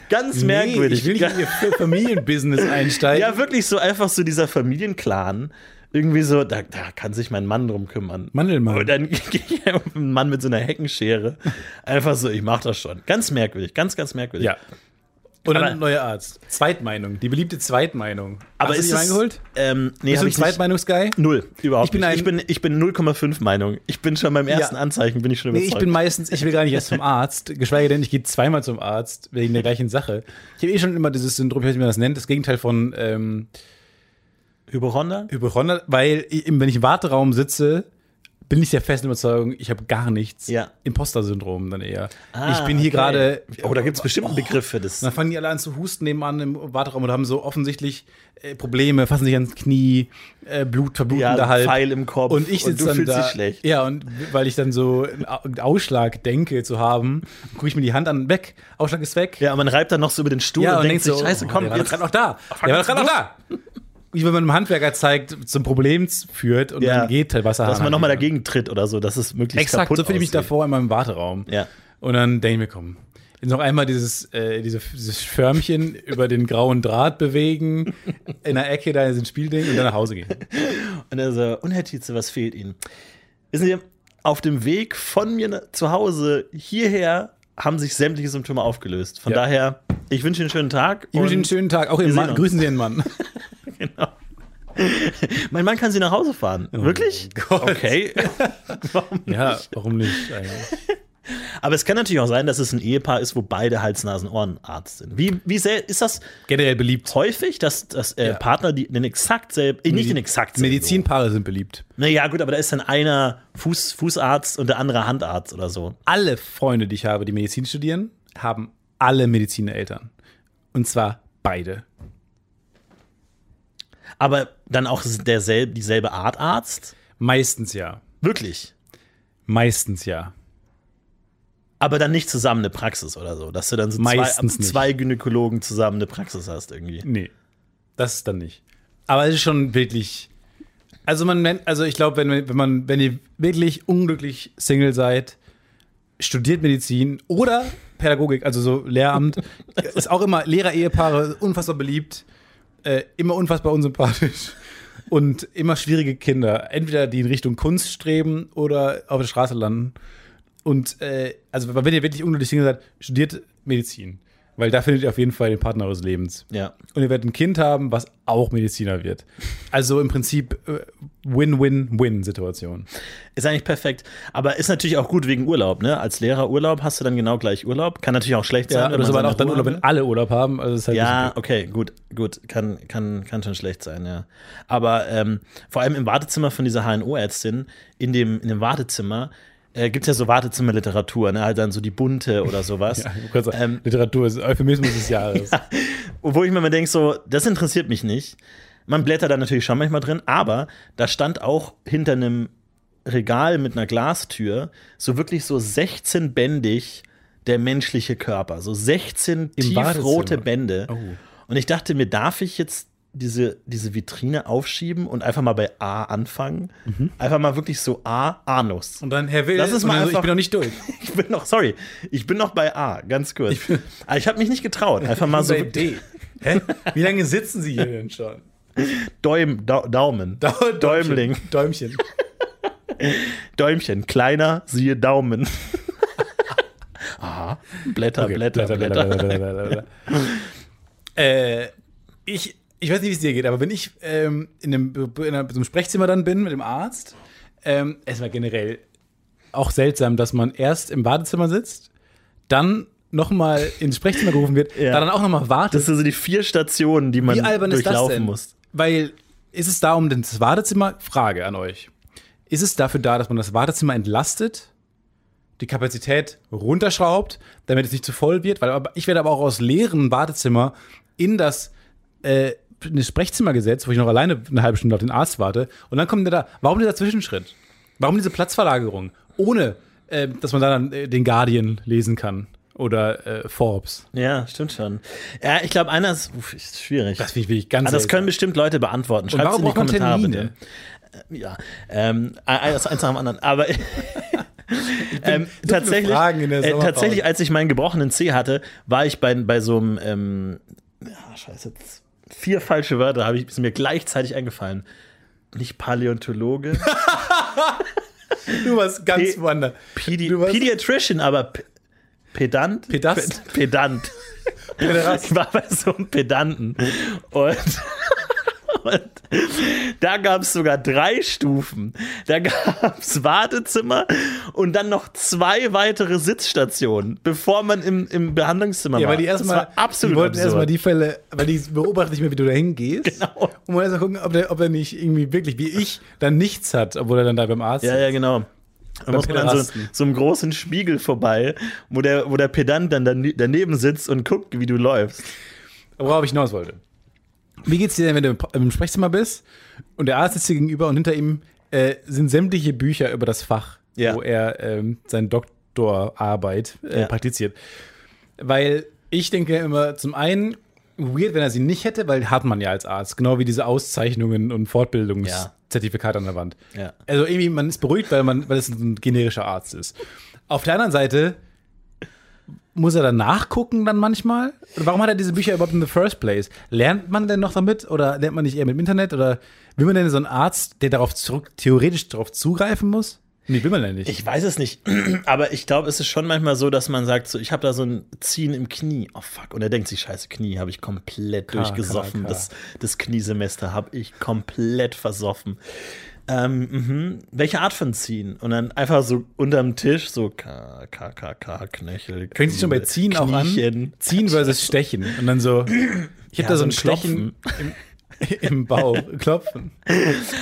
[SPEAKER 3] Ganz merkwürdig.
[SPEAKER 2] Nee, ich will nicht in ihr Familienbusiness einsteigen.
[SPEAKER 3] ja, wirklich so einfach so dieser Familienclan. Irgendwie so, da, da kann sich mein Mann drum kümmern.
[SPEAKER 2] Mandelmann.
[SPEAKER 3] Und dann geht ja ein Mann mit so einer Heckenschere. Einfach so, ich mach das schon. Ganz merkwürdig, ganz, ganz merkwürdig.
[SPEAKER 2] ja. Und dann
[SPEAKER 3] Aber-
[SPEAKER 2] ein neuer Arzt. Zweitmeinung, die beliebte Zweitmeinung.
[SPEAKER 3] Aber
[SPEAKER 2] Hast
[SPEAKER 3] ist
[SPEAKER 2] du die
[SPEAKER 3] es-
[SPEAKER 2] reingeholt?
[SPEAKER 3] Ähm,
[SPEAKER 2] Bist
[SPEAKER 3] nee, hab
[SPEAKER 2] du ein
[SPEAKER 3] ich nicht.
[SPEAKER 2] Zweitmeinungsguy?
[SPEAKER 3] Null, überhaupt
[SPEAKER 2] Ich bin
[SPEAKER 3] nicht.
[SPEAKER 2] ein-
[SPEAKER 3] ich bin, ich bin 0,5 Meinung. Ich bin schon beim ersten
[SPEAKER 2] Ja.
[SPEAKER 3] Anzeichen, bin ich schon
[SPEAKER 2] Nee,
[SPEAKER 3] überzeugt.
[SPEAKER 2] ich bin meistens, ich will gar nicht erst zum Arzt, geschweige denn, ich gehe zweimal zum Arzt wegen der gleichen Sache. Ich habe eh schon immer dieses Syndrom, ich weiß nicht, wie man das nennt, das Gegenteil von ähm,
[SPEAKER 3] Hypochonder?
[SPEAKER 2] Hypochonder, weil ich, wenn ich im Warteraum sitze, bin ich der festen Überzeugung, ich habe gar nichts.
[SPEAKER 3] Ja.
[SPEAKER 2] Imposter-Syndrom dann eher.
[SPEAKER 3] Ah,
[SPEAKER 2] ich bin hier
[SPEAKER 3] okay.
[SPEAKER 2] gerade.
[SPEAKER 3] Oh, da gibt's bestimmt einen Begriff für das.
[SPEAKER 2] Und dann fangen die alle an zu husten nebenan im Warteraum und haben so offensichtlich äh, Probleme, fassen sich ans Knie, äh, Blut verbluten
[SPEAKER 3] Ja,
[SPEAKER 2] da halt.
[SPEAKER 3] Pfeil im Kopf
[SPEAKER 2] Und ich
[SPEAKER 3] und
[SPEAKER 2] sitze
[SPEAKER 3] du
[SPEAKER 2] dann
[SPEAKER 3] fühlst
[SPEAKER 2] da.
[SPEAKER 3] dich schlecht.
[SPEAKER 2] Ja, und weil ich dann so einen Au- einen Ausschlag denke zu haben, gucke ich mir die Hand an, weg, Ausschlag ist weg.
[SPEAKER 3] Ja, man reibt dann noch so über den Stuhl
[SPEAKER 2] Ja, und, denkst
[SPEAKER 3] denkt sich,
[SPEAKER 2] so, oh,
[SPEAKER 3] scheiße, komm,
[SPEAKER 2] der war doch
[SPEAKER 3] jetzt.
[SPEAKER 2] gerade noch da. Der war doch gerade noch da. Wie wenn man einem Handwerker zeigt, zum Problem führt und
[SPEAKER 3] Ja.
[SPEAKER 2] dann geht halt Wasser.
[SPEAKER 3] Dass man nochmal dagegen tritt oder so, dass es möglichst
[SPEAKER 2] Exakt,
[SPEAKER 3] kaputt
[SPEAKER 2] so fühle ich mich
[SPEAKER 3] aussieht.
[SPEAKER 2] davor in meinem Warteraum.
[SPEAKER 3] Ja.
[SPEAKER 2] Und dann denke ich mir, komm, jetzt noch einmal dieses, äh, diese, dieses Förmchen über den grauen Draht bewegen, in der Ecke da ist ein Spielding und dann nach Hause gehen.
[SPEAKER 3] Und er so, und Herr Tietze, was fehlt Ihnen? Wissen Sie, auf dem Weg von mir na- zu Hause hierher haben sich sämtliche Symptome aufgelöst. Von
[SPEAKER 2] Ja.
[SPEAKER 3] daher, ich wünsche Ihnen einen schönen Tag.
[SPEAKER 2] Ich wünsche Ihnen einen
[SPEAKER 3] und
[SPEAKER 2] schönen Tag. Auch Ihren
[SPEAKER 3] sehen
[SPEAKER 2] Mann.
[SPEAKER 3] uns.
[SPEAKER 2] Grüßen Sie Ihren Mann.
[SPEAKER 3] Mein Mann kann Sie nach Hause fahren. Wirklich?
[SPEAKER 2] Gott.
[SPEAKER 3] Okay.
[SPEAKER 2] Ja, warum nicht Also, eigentlich?
[SPEAKER 3] Aber es kann natürlich auch sein, dass es ein Ehepaar ist, wo beide Hals-Nasen-Ohren-Arzt sind. Wie, wie sehr ist das
[SPEAKER 2] Generell beliebt.
[SPEAKER 3] häufig, dass, dass äh,
[SPEAKER 2] Ja.
[SPEAKER 3] Partner die, den exakt selben, äh, nicht den exakt selben
[SPEAKER 2] Medizinpaare sind beliebt.
[SPEAKER 3] Naja, gut, aber da ist dann einer Fuß, Fußarzt und der andere Handarzt oder so.
[SPEAKER 2] alle Freunde, die ich habe, die Medizin studieren, haben alle Medizinereltern. Und zwar beide.
[SPEAKER 3] Aber dann auch derselbe, dieselbe Art Arzt?
[SPEAKER 2] Meistens ja.
[SPEAKER 3] Wirklich?
[SPEAKER 2] Meistens ja.
[SPEAKER 3] Aber dann nicht zusammen eine Praxis oder so, dass du dann so
[SPEAKER 2] Meistens
[SPEAKER 3] zwei,
[SPEAKER 2] nicht.
[SPEAKER 3] zwei Gynäkologen zusammen eine Praxis hast irgendwie.
[SPEAKER 2] Nee. Das ist dann nicht. Aber es ist schon wirklich Also man nennt, also ich glaube, wenn, wenn man, wenn ihr wirklich unglücklich Single seid, studiert Medizin oder Pädagogik, also so Lehramt, ist auch immer Lehrer-Ehepaare unfassbar beliebt, äh, immer unfassbar unsympathisch und immer schwierige Kinder. Entweder die in Richtung Kunst streben oder auf der Straße landen. Und äh, also wenn ihr wirklich unglücklich Single seid, studiert Medizin. Weil da findet ihr auf jeden Fall den Partner eures Lebens.
[SPEAKER 3] Ja.
[SPEAKER 2] Und ihr werdet ein Kind haben, was auch Mediziner wird. Also im Prinzip äh, Win-Win-Win-Situation.
[SPEAKER 3] Ist eigentlich perfekt. Aber ist natürlich auch gut wegen Urlaub, ne? Als Lehrer Urlaub hast du dann genau gleich Urlaub. Kann natürlich auch schlecht sein.
[SPEAKER 2] Ja,
[SPEAKER 3] wenn
[SPEAKER 2] oder so
[SPEAKER 3] man
[SPEAKER 2] man auch dann
[SPEAKER 3] seine Ruhe
[SPEAKER 2] Urlaub,
[SPEAKER 3] haben
[SPEAKER 2] wenn alle Urlaub haben. Also ist halt
[SPEAKER 3] Ja, okay, gut, gut. Kann, kann, kann schon schlecht sein, ja. Aber ähm, vor allem im Wartezimmer von dieser HNO-Ärztin, in dem, in dem Wartezimmer, äh, gibt es ja so Wartezimmerliteratur, ne? Halt dann so die bunte oder sowas.
[SPEAKER 2] Ja, ich wollte sagen,
[SPEAKER 3] ähm,
[SPEAKER 2] Literatur ist Euphemismus des Jahres.
[SPEAKER 3] wo ich mir mal denke, so, das interessiert mich nicht. Man blättert da natürlich schon manchmal drin, aber da stand auch hinter einem Regal mit einer Glastür so wirklich so 16-bändig der menschliche Körper. So 16 tiefrote
[SPEAKER 2] Badezimmer.
[SPEAKER 3] Bände.
[SPEAKER 2] Oh.
[SPEAKER 3] Und ich dachte mir, darf ich jetzt diese, diese Vitrine aufschieben und einfach mal bei A anfangen?
[SPEAKER 2] Mhm.
[SPEAKER 3] Einfach mal wirklich so A, Anus.
[SPEAKER 2] Und dann, Herr Will,
[SPEAKER 3] Lass es mal
[SPEAKER 2] und dann so,
[SPEAKER 3] einfach-
[SPEAKER 2] ich bin noch nicht durch.
[SPEAKER 3] Ich bin noch, sorry, ich bin noch bei A, ganz kurz. Ich, Aber ich habe mich nicht getraut. Einfach mal so
[SPEAKER 2] Bei D. Hä? Wie lange sitzen Sie hier denn schon?
[SPEAKER 3] Däum, Dau- Daumen. Däumling.
[SPEAKER 2] Däumchen.
[SPEAKER 3] Däumchen, kleiner, siehe Daumen. Aha. Blätter,
[SPEAKER 2] Okay,
[SPEAKER 3] Blätter,
[SPEAKER 2] Blätter,
[SPEAKER 3] Blätter,
[SPEAKER 2] Blätter, Blätter. äh, ich, ich weiß nicht, wie es dir geht, aber wenn ich ähm, in, einem, in einem so einem Sprechzimmer dann bin mit dem Arzt, ähm, es war generell auch seltsam, dass man erst im Badezimmer sitzt, dann nochmal ins Sprechzimmer gerufen wird,
[SPEAKER 3] Ja.
[SPEAKER 2] da dann auch nochmal wartet.
[SPEAKER 3] Das sind so die vier Stationen, die man
[SPEAKER 2] Wie albern ist das
[SPEAKER 3] durchlaufen
[SPEAKER 2] denn?
[SPEAKER 3] muss.
[SPEAKER 2] Weil ist es da um das Wartezimmer? Frage an euch. Ist es dafür da, dass man das Wartezimmer entlastet, die Kapazität runterschraubt, damit es nicht zu voll wird? Weil aber- ich werde aber auch aus leeren Wartezimmer in das äh, in das Sprechzimmer gesetzt, wo ich noch alleine eine halbe Stunde auf den Arzt warte. Und dann kommt der da. Warum dieser Zwischenschritt? Warum diese Platzverlagerung? Ohne, äh, dass man da dann äh, den Guardian lesen kann oder äh, Forbes.
[SPEAKER 3] Ja, stimmt schon. Ja, ich glaube, einer ist, uff, ist schwierig.
[SPEAKER 2] Das finde ich wirklich ganz
[SPEAKER 3] Ah, das
[SPEAKER 2] seltsam.
[SPEAKER 3] können bestimmt Leute beantworten. Schreibt es in die
[SPEAKER 2] warum braucht man
[SPEAKER 3] Kommentare bitte.
[SPEAKER 2] Termine?
[SPEAKER 3] Äh, Ja, ähm, eins, eins nach dem anderen. Aber
[SPEAKER 2] viele
[SPEAKER 3] ähm, tatsächlich,
[SPEAKER 2] Fragen in der
[SPEAKER 3] äh,
[SPEAKER 2] Sommerpause.
[SPEAKER 3] tatsächlich, als ich meinen gebrochenen C hatte, war ich bei, bei so einem, ähm, ja, scheiße, jetzt vier falsche Wörter habe ich sind mir gleichzeitig eingefallen. Nicht Paläontologe,
[SPEAKER 2] Du warst ganz
[SPEAKER 3] P-
[SPEAKER 2] woanders.
[SPEAKER 3] Pädi
[SPEAKER 2] Du warst-
[SPEAKER 3] Pediatrician, aber P Pedant?
[SPEAKER 2] Pedast?
[SPEAKER 3] Pe- Pedant.
[SPEAKER 2] Pedast.
[SPEAKER 3] Ich war bei so einem Pedanten. Und, und da gab es sogar drei Stufen. Da gab es Wartezimmer und dann noch zwei weitere Sitzstationen, bevor man im, im Behandlungszimmer
[SPEAKER 2] Ja,
[SPEAKER 3] war.
[SPEAKER 2] weil die erstmal,
[SPEAKER 3] das war absolut
[SPEAKER 2] die wollten
[SPEAKER 3] absurd.
[SPEAKER 2] erstmal die Fälle, weil die beobachten nicht mehr, wie du da hingehst.
[SPEAKER 3] Genau.
[SPEAKER 2] Und wollen erstmal gucken, ob der, ob er nicht irgendwie wirklich, wie ich, dann nichts hat, obwohl er dann da beim Arzt
[SPEAKER 3] Ja,
[SPEAKER 2] ist.
[SPEAKER 3] ja, genau. Da muss man an so,
[SPEAKER 2] Päderasten.
[SPEAKER 3] so einem großen Spiegel vorbei, wo der, wo der Pedant dann dane- daneben sitzt und guckt, wie du läufst.
[SPEAKER 2] Worauf ich hinaus wollte. Wie geht's dir denn, wenn du im Pa- im Sprechzimmer bist und der Arzt sitzt dir gegenüber und hinter ihm äh, sind sämtliche Bücher über das Fach,
[SPEAKER 3] Ja.
[SPEAKER 2] wo er ähm, seine Doktorarbeit äh,
[SPEAKER 3] Ja.
[SPEAKER 2] praktiziert. Weil ich denke immer, zum einen weird, wenn er sie nicht hätte, weil hat man ja als Arzt, genau wie diese Auszeichnungen und
[SPEAKER 3] Ja.
[SPEAKER 2] Fortbildungszertifikate an der Wand.
[SPEAKER 3] Ja.
[SPEAKER 2] Also irgendwie, man ist beruhigt, weil, man, weil es ein generischer Arzt ist. Auf der anderen Seite muss er dann nachgucken dann manchmal? Oder warum hat er diese Bücher überhaupt in the first place? Lernt man denn noch damit oder lernt man nicht eher mit dem Internet? Oder will man denn so einen Arzt, der darauf zurück, theoretisch darauf zugreifen muss? Nee, will man denn nicht.
[SPEAKER 3] Ich weiß es nicht, aber ich glaube, es ist schon manchmal so, dass man sagt, so, ich habe da so ein Ziehen im Knie. Oh fuck. Und er denkt sich, scheiße, Knie habe ich komplett durchgesoffen.
[SPEAKER 2] ka, ka.
[SPEAKER 3] Das, das Kniesemester habe ich komplett versoffen. Ähm, mhm. Welche Art von Ziehen? Und dann einfach so unterm Tisch, so K, K, K, K, Knöchel.
[SPEAKER 2] Fängt sich schon bei Ziehen auch an.
[SPEAKER 3] Kniechen.
[SPEAKER 2] Ziehen versus Stechen. Und dann so, ich habe
[SPEAKER 3] Ja,
[SPEAKER 2] da
[SPEAKER 3] so
[SPEAKER 2] so
[SPEAKER 3] ein
[SPEAKER 2] ein Stechen im, im Bauch. Klopfen.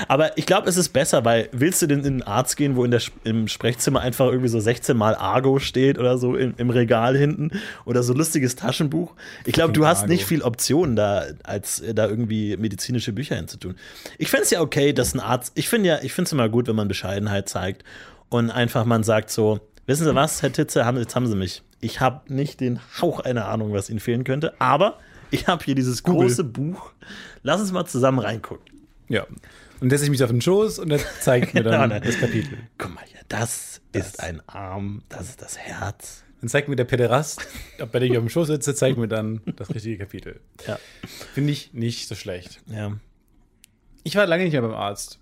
[SPEAKER 3] Aber ich glaube, es ist besser, weil willst du denn in einen Arzt gehen, wo in der, Sp- im Sprechzimmer einfach irgendwie so 16 Mal Argo steht oder so im, im Regal hinten oder so lustiges Taschenbuch? Ich glaube, du hast
[SPEAKER 2] Argo.
[SPEAKER 3] nicht viel Optionen da, als äh, da irgendwie medizinische Bücher hinzutun. Ich fände es ja okay, dass ein Arzt, ich finde ja, ich finde es immer gut, wenn man Bescheidenheit zeigt und einfach man sagt so, wissen Sie was, Herr Titze, haben, jetzt haben Sie mich. Ich habe nicht den Hauch einer Ahnung, was Ihnen fehlen könnte, aber ich habe hier dieses große Buch. Lass uns mal zusammen reingucken.
[SPEAKER 2] Ja. Und setze ich mich auf den Schoß und er zeigt mir dann
[SPEAKER 3] Genau, ne?
[SPEAKER 2] das Kapitel.
[SPEAKER 3] Guck mal hier, das, ist ein Arm, das ist das Herz.
[SPEAKER 2] Dann zeigt mir der Pederast, ob er ich auf dem Schoß sitze, zeigt mir dann das richtige Kapitel.
[SPEAKER 3] Ja.
[SPEAKER 2] Finde ich nicht so schlecht.
[SPEAKER 3] ja.
[SPEAKER 2] Ich war lange nicht mehr beim Arzt.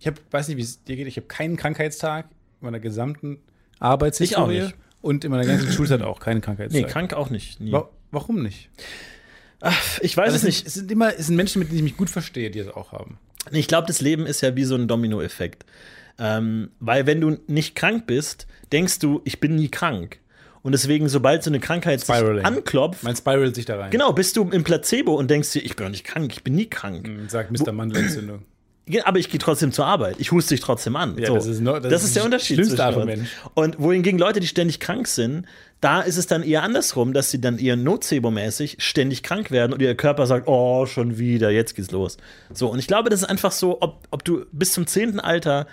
[SPEAKER 2] Ich habe, weiß nicht, wie es dir geht, ich habe keinen Krankheitstag in meiner gesamten Arbeitshistorie.
[SPEAKER 3] Ich auch nicht.
[SPEAKER 2] Und in meiner ganzen Schulzeit auch keinen Krankheitstag.
[SPEAKER 3] Nee, krank auch nicht. Nie. Also
[SPEAKER 2] Wa warum nicht?
[SPEAKER 3] Ich weiß es
[SPEAKER 2] sind,
[SPEAKER 3] nicht.
[SPEAKER 2] Es sind immer es sind Menschen, mit denen ich mich gut verstehe, die das auch haben.
[SPEAKER 3] Ich glaube, das Leben ist ja wie so ein Dominoeffekt. Ähm, weil wenn du nicht krank bist, denkst du, ich bin nie krank. Und deswegen, sobald so eine Krankheit sich
[SPEAKER 2] Spiraling.
[SPEAKER 3] anklopft,
[SPEAKER 2] Mein Spiral sich da rein.
[SPEAKER 3] genau, bist du im Placebo und denkst dir, ich bin doch nicht krank, ich bin nie krank.
[SPEAKER 2] Sagt Mr. Mandelentzündung.
[SPEAKER 3] Ja, aber ich gehe trotzdem zur Arbeit. Ich huste dich trotzdem an.
[SPEAKER 2] Ja,
[SPEAKER 3] so.
[SPEAKER 2] das ist no- das
[SPEAKER 3] das,
[SPEAKER 2] ist
[SPEAKER 3] ist
[SPEAKER 2] die
[SPEAKER 3] der Unterschied.
[SPEAKER 2] schlimmste
[SPEAKER 3] zwischen
[SPEAKER 2] Art von
[SPEAKER 3] uns.
[SPEAKER 2] Mensch.
[SPEAKER 3] Und wohingegen Leute, die ständig krank sind, da ist es dann eher andersrum, dass sie dann eher nocebo-mäßig ständig krank werden und ihr Körper sagt, oh, schon wieder, jetzt geht's los. So, und ich glaube, das ist einfach so, ob, ob du bis zum 10. Alter,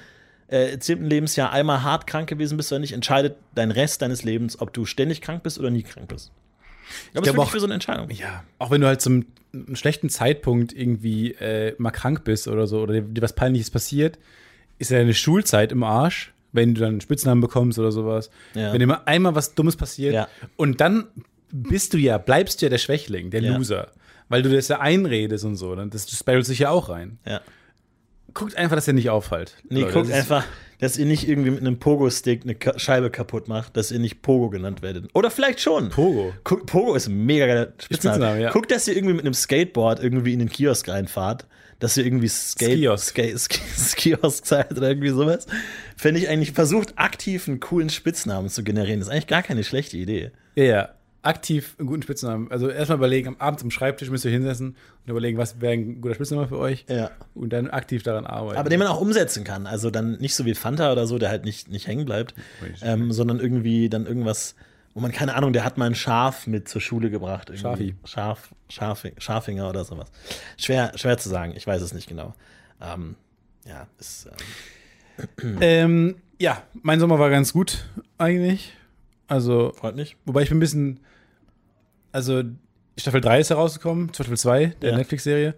[SPEAKER 3] äh, 10. Lebensjahr einmal hart krank gewesen bist oder nicht, entscheidet dein Rest deines Lebens, ob du ständig krank bist oder nie krank bist. Ich
[SPEAKER 2] glaub
[SPEAKER 3] glaube, das ist
[SPEAKER 2] auch-
[SPEAKER 3] wirklich für so eine Entscheidung.
[SPEAKER 2] Ja, auch wenn du halt zum einem schlechten Zeitpunkt irgendwie äh, mal krank bist oder so oder dir, dir was Peinliches passiert, ist ja deine Schulzeit im Arsch, wenn du dann einen Spitznamen bekommst oder sowas.
[SPEAKER 3] Ja.
[SPEAKER 2] Wenn dir mal einmal was Dummes passiert
[SPEAKER 3] Ja.
[SPEAKER 2] und dann bist du ja, bleibst du ja der Schwächling, der
[SPEAKER 3] Ja.
[SPEAKER 2] Loser, weil du das ja einredest und so, dann das spiralt sich ja auch rein.
[SPEAKER 3] Ja.
[SPEAKER 2] Guckt einfach, dass ihr nicht auffallt.
[SPEAKER 3] Nee,
[SPEAKER 2] Leute,
[SPEAKER 3] guckt
[SPEAKER 2] das ist-
[SPEAKER 3] einfach, dass ihr nicht irgendwie mit einem Pogo-Stick eine Ka Scheibe kaputt macht, dass ihr nicht Pogo genannt werdet. Oder vielleicht schon.
[SPEAKER 2] Pogo.
[SPEAKER 3] Guckt, Pogo ist ein mega geiler Spitzname.
[SPEAKER 2] Spitzname, ja.
[SPEAKER 3] Guckt, dass ihr irgendwie mit einem Skateboard irgendwie in den Kiosk reinfahrt, dass ihr irgendwie Skate
[SPEAKER 2] Skiosk.
[SPEAKER 3] Skate Sk Kiosk seid oder irgendwie sowas. Fände ich eigentlich, versucht aktiv einen coolen Spitznamen zu generieren. Das ist eigentlich gar keine schlechte Idee.
[SPEAKER 2] Ja, ja. Aktiv einen guten Spitznamen. Also erstmal überlegen, am Abend am Schreibtisch müsst ihr hinsetzen und überlegen, was wäre ein guter Spitzname für euch.
[SPEAKER 3] Ja.
[SPEAKER 2] Und dann aktiv daran arbeiten.
[SPEAKER 3] Aber den man auch umsetzen kann. Also dann nicht so wie Fanta oder so, der halt nicht, nicht hängen bleibt, ähm, sondern irgendwie dann irgendwas, wo man keine Ahnung, der hat mal ein Schaf mit zur Schule gebracht. irgendwie.
[SPEAKER 2] Schafi.
[SPEAKER 3] Schaf, Schaf, Schafinger oder sowas. Schwer, schwer zu sagen, ich weiß es nicht genau. Ähm, ja, ist, ähm,
[SPEAKER 2] Ähm, ja, mein Sommer war ganz gut eigentlich. Also,
[SPEAKER 3] freut mich.
[SPEAKER 2] wobei ich bin ein bisschen. Also, Staffel 3 ist herausgekommen, Staffel 2 der
[SPEAKER 3] Ja.
[SPEAKER 2] Netflix-Serie.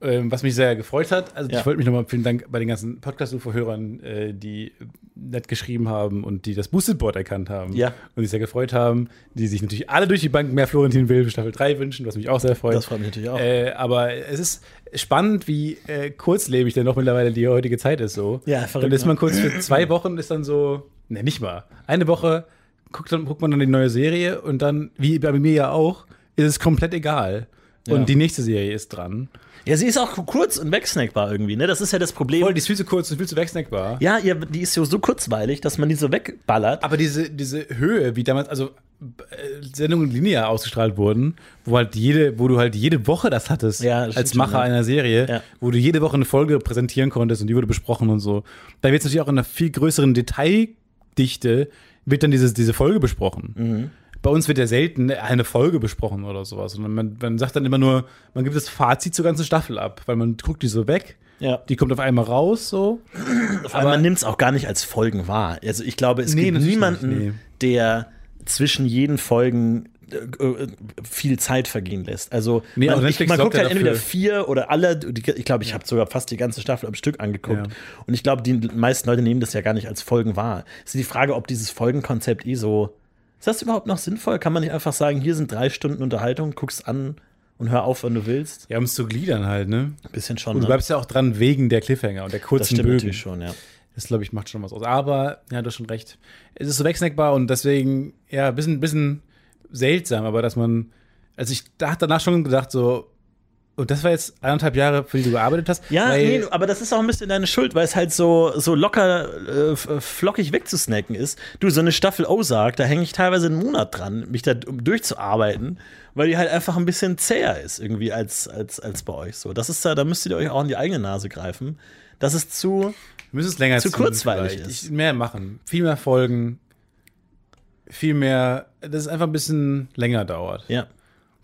[SPEAKER 2] Ähm, was mich sehr gefreut hat. Also, ich
[SPEAKER 3] Ja.
[SPEAKER 2] wollte mich nochmal vielen Dank bei den ganzen Podcast-UFO-Hörern, äh, die nett geschrieben haben und die das Boosted Board erkannt haben.
[SPEAKER 3] Ja.
[SPEAKER 2] Und sich sehr gefreut haben, die sich natürlich alle durch die Bank mehr Florentin Will für Staffel 3 wünschen, was mich auch sehr freut.
[SPEAKER 3] Das freut mich natürlich auch.
[SPEAKER 2] Äh, aber es ist spannend, wie äh, kurzlebig denn noch mittlerweile die heutige Zeit ist so.
[SPEAKER 3] Ja,
[SPEAKER 2] Dann
[SPEAKER 3] verrückt,
[SPEAKER 2] ist man
[SPEAKER 3] ne?
[SPEAKER 2] kurz für zwei Wochen, ist dann so, ne, nicht mal. Eine Woche guckt, dann, guckt man dann die neue Serie und dann, wie bei mir ja auch, ist es komplett egal.
[SPEAKER 3] Ja.
[SPEAKER 2] Und die nächste Serie ist dran.
[SPEAKER 3] Ja, sie ist auch kurz und wegsnackbar irgendwie, ne? Das ist ja das Problem.
[SPEAKER 2] Voll, die ist viel zu kurz und viel zu wegsnackbar.
[SPEAKER 3] ja, ihr, die ist ja so kurzweilig, dass man die so wegballert.
[SPEAKER 2] Aber diese, diese Höhe, wie damals, also äh, Sendungen linear ausgestrahlt wurden, wo halt jede, wo du halt jede Woche das hattest
[SPEAKER 3] Ja, das
[SPEAKER 2] als
[SPEAKER 3] stimmt
[SPEAKER 2] Macher
[SPEAKER 3] schon, ja.
[SPEAKER 2] einer Serie,
[SPEAKER 3] Ja.
[SPEAKER 2] wo du jede Woche eine Folge präsentieren konntest und die wurde besprochen und so. Da wird es natürlich auch in einer viel größeren Detaildichte wird dann dieses, diese Folge besprochen.
[SPEAKER 3] Mhm.
[SPEAKER 2] Bei uns wird ja selten eine Folge besprochen oder sowas, sondern man, man sagt dann immer nur, man gibt das Fazit zur ganzen Staffel ab, weil man guckt die so weg,
[SPEAKER 3] Ja.
[SPEAKER 2] die kommt auf einmal raus so.
[SPEAKER 3] Aber man nimmt es auch gar nicht als Folgen wahr. Also ich glaube, es
[SPEAKER 2] Nee,
[SPEAKER 3] gibt
[SPEAKER 2] natürlich
[SPEAKER 3] niemanden,
[SPEAKER 2] nicht, nee.
[SPEAKER 3] der zwischen jeden Folgen äh, äh, viel Zeit vergehen lässt. Also
[SPEAKER 2] Nee, auch
[SPEAKER 3] man, ich,
[SPEAKER 2] Netflix
[SPEAKER 3] man
[SPEAKER 2] sorgt
[SPEAKER 3] guckt
[SPEAKER 2] ja
[SPEAKER 3] halt entweder
[SPEAKER 2] dafür.
[SPEAKER 3] vier oder alle. die- Ich glaube, ich habe sogar fast die ganze Staffel am Stück angeguckt.
[SPEAKER 2] Ja.
[SPEAKER 3] Und ich glaube, die meisten Leute nehmen das ja gar nicht als Folgen wahr. Es ist die Frage, ob dieses Folgenkonzept eh so ist das überhaupt noch sinnvoll? Kann man nicht einfach sagen, hier sind drei Stunden Unterhaltung, guck's an und hör auf, wenn du willst?
[SPEAKER 2] Ja, um es zu gliedern halt, ne?
[SPEAKER 3] Ein bisschen schon.
[SPEAKER 2] Und du
[SPEAKER 3] Ne?
[SPEAKER 2] bleibst ja auch dran wegen der Cliffhanger und der
[SPEAKER 3] Das
[SPEAKER 2] kurzen
[SPEAKER 3] stimmt
[SPEAKER 2] Bögen.
[SPEAKER 3] natürlich schon, ja.
[SPEAKER 2] Das, glaube ich, macht schon was aus. Aber, ja, du hast schon recht. Es ist so wegsnackbar und deswegen, ja, ein bisschen, bisschen seltsam, aber dass man, also ich da- danach schon gedacht, so, und das war jetzt eineinhalb Jahre, für die du gearbeitet hast.
[SPEAKER 3] Ja,
[SPEAKER 2] weil,
[SPEAKER 3] nee, aber das ist auch ein bisschen deine Schuld, weil es halt so, so locker äh, f- flockig wegzusnacken ist. Du, so eine Staffel Ozark, da hänge ich teilweise einen Monat dran, mich da um durchzuarbeiten, weil die halt einfach ein bisschen zäher ist irgendwie als, als, als bei euch so. Das ist da, da müsst ihr euch auch in die eigene Nase greifen. Das ist zu.
[SPEAKER 2] wir müssen es länger
[SPEAKER 3] zu
[SPEAKER 2] ziehen
[SPEAKER 3] kurzweilig
[SPEAKER 2] vielleicht.
[SPEAKER 3] ist.
[SPEAKER 2] Ich, mehr machen, viel mehr Folgen, viel mehr, dass es einfach ein bisschen länger dauert.
[SPEAKER 3] Ja.